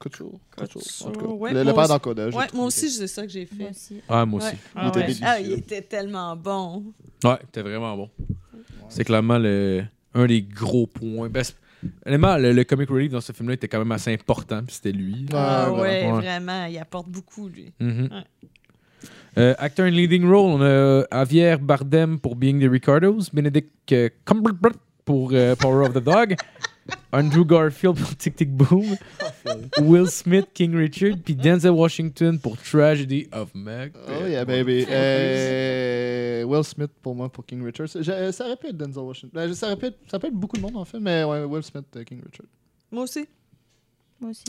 S4: Couture. Couture, en tout cas.
S6: Ouais,
S4: le, le
S6: moi
S4: père
S6: aussi.
S4: d'Ancoda. j'ai
S6: Ouais,
S4: trouvé.
S6: moi aussi, c'est ça que j'ai
S5: Moi
S6: fait.
S5: aussi.
S3: Ah, moi aussi.
S6: Ouais. Ah,
S4: était
S6: ouais.
S4: délicieux.
S6: Ah, il était tellement bon.
S3: Ouais, t'es vraiment bon. C'est clairement le, un des gros points. Ben, c'est- honnêtement, le, le comic relief dans ce film-là était quand même assez important, puis c'était lui.
S6: Ah,
S4: Ouais,
S6: ouais,
S3: vraiment.
S6: vraiment, il apporte beaucoup, lui.
S3: Mhm.
S6: Ouais.
S3: Euh, acteur in leading role, on a euh, Javier Bardem pour Being the Ricardos, Benedict euh, Cumberbatch pour euh, Power of the Dog, Andrew Garfield pour Tic Tic Boom, Will Smith King Richard, puis Denzel Washington pour Tragedy of Macbeth.
S4: Oh yeah, baby. Euh, Will Smith pour moi, pour King Richard. Je- euh, ça aurait pu être Denzel Washington. Ben, je- ça, aurait pu être, ça peut être beaucoup de monde en fait, mais ouais, Will Smith, euh, King Richard.
S6: Moi aussi.
S5: Moi aussi.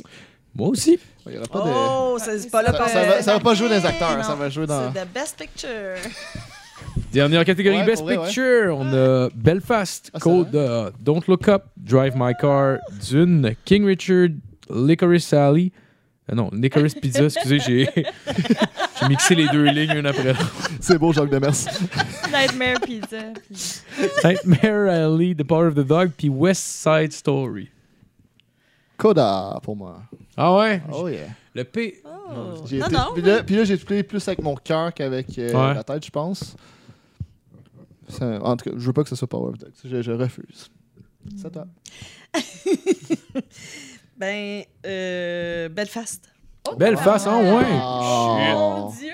S3: Moi aussi.
S4: Il y aura pas de.
S6: Oh, c'est pas là
S4: Ça,
S6: pour
S4: ça va, ça va pas jouer dans les acteurs, hein, ça va jouer dans.
S6: C'est the best picture.
S3: Dernière catégorie,
S4: Ouais,
S3: Best
S4: pour vrai, ouais.
S3: Picture, on a Belfast,
S4: Ah, c'est
S3: Code, euh, Don't Look Up, Drive My Car, Dune, King Richard, Licorice Sally. Euh, non, Licorice Pizza, excusez, j'ai j'ai mixé les deux lignes une après l'autre.
S4: C'est beau, Jacques Demers.
S5: Nightmare Pizza. puis-
S3: Nightmare Alley, The Power of the Dog, puis West Side Story.
S4: Coda pour moi.
S3: Ah ouais?
S4: Oh yeah.
S3: Le P.
S6: Oh.
S4: J'ai
S6: Non,
S4: été-
S6: non.
S4: Puis là, puis là, j'ai pris plus avec mon cœur qu'avec euh,
S3: Ouais.
S4: la tête, je pense. Ça- en tout cas, je veux pas que ce soit Power of Dogs. Je, je refuse. C'est toi.
S6: Ben, euh, Belfast.
S3: Belle face, hein, ouais.
S5: Mon
S4: Oh.
S5: Dieu!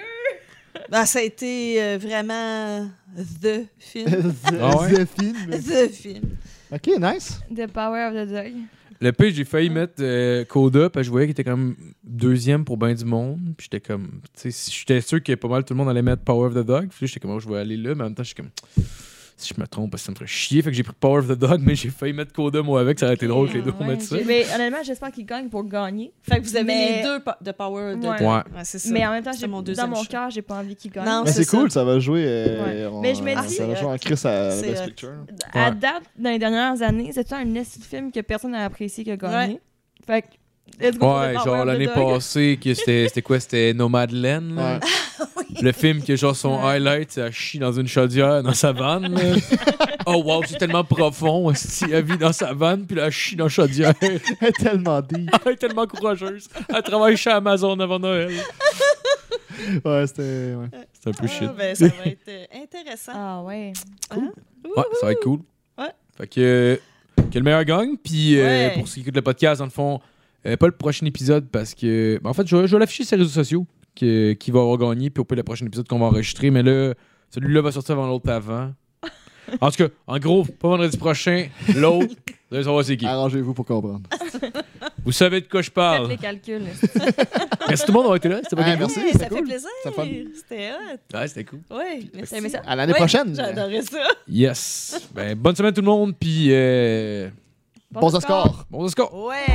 S6: Ah, ça a été euh, vraiment the film.
S3: Ah ouais?
S4: The film.
S6: the film.
S4: Ok, nice.
S5: The Power of the Dog.
S3: Le P, j'ai failli mettre euh, Coda, parce que je voyais qu'il était comme deuxième pour ben du monde. Puis j'étais comme, tu sais, si- j'étais sûr que pas mal tout le monde allait mettre Power of the Dog. Puis là, j'étais comme, oh, je vais aller là, mais en même temps, j'étais comme, si je me trompe, ça me ferait chier. Fait que j'ai pris Power of the Dog, mais j'ai failli mettre Coda, moi, avec. Ça aurait été drôle que les deux
S5: Ah Ouais,
S3: on mette ça.
S5: j'ai- Mais honnêtement, j'espère qu'il gagne pour gagner.
S6: Fait que vous avez
S5: Mais-
S6: les deux po- de Power de
S5: Ouais.
S3: Ouais.
S6: Ouais, c'est ça.
S5: Mais en même temps,
S6: C'est
S5: j'ai-
S6: mon
S5: dans
S6: deuxième
S5: mon
S6: choix.
S5: cœur, j'ai pas envie qu'il gagne.
S6: Non,
S4: Mais
S6: c'est
S4: c'est
S6: ça.
S4: cool, ça va jouer. euh,
S5: Oh, Ouais.
S4: on-
S5: Mais je me
S4: euh,
S5: dis,
S4: ça va
S6: euh,
S4: jouer en Chris à
S6: c'est
S4: Best
S6: vrai.
S4: Picture.
S5: À
S3: Ouais.
S5: date, dans les dernières années, c'est un esti de film que personne n'a apprécié qui a gagné. Fait que, let's go
S3: Ouais, genre l'année passée, que c'était c'était quoi C'était Nomadland. là.
S4: Ouais.
S3: Le film que genre son highlight, c'est à chier dans une chaudière dans sa vanne. là. oh wow, c'est tellement profond. hostie, Elle vit dans sa vanne, puis là, elle chie dans la chaudière.
S4: Elle est tellement dit.
S3: Elle est tellement courageuse. Elle travaille chez Amazon avant Noël.
S4: Ouais, c'était. ouais.
S3: C'est un peu shit.
S6: Ah, ben, ça va être euh, intéressant.
S5: Ah ouais.
S3: Ouais, ça va être cool.
S6: Ouais.
S3: Fait que, euh, que le meilleur gagne. Puis euh,
S6: Ouais.
S3: pour ceux qui écoutent le podcast, dans le fond, euh, pas le prochain épisode parce que. ben, en fait, je, vais- je vais l'afficher sur les réseaux sociaux que, qui va avoir gagné. Puis au pire, le prochain épisode qu'on va enregistrer. Mais là, celui-là va sortir avant l'autre avant. En tout cas, en gros, pas vendredi prochain, l'autre, vous allez savoir c'est
S6: Ah.
S3: qui.
S4: Arrangez-vous pour comprendre.
S3: Vous savez de quoi je
S5: Faites
S3: parle.
S5: les calculs.
S3: Merci tout le monde d'avoir été là. C'était pas
S4: Ouais,
S3: cool.
S4: Ah, merci,
S6: Ouais,
S4: c'était
S6: ça fait
S4: cool.
S6: plaisir.
S4: C'était fun.
S6: C'était hot.
S3: Ouais, c'était cool.
S6: Oui,
S5: T'as aimé
S6: merci.
S5: ça?
S4: À l'année
S6: Ouais,
S4: prochaine.
S6: Ah. J'adorais ça.
S3: Yes. Ben, bonne semaine tout le monde. Puis euh,
S4: Bon score.
S3: bon score.
S6: Ouais.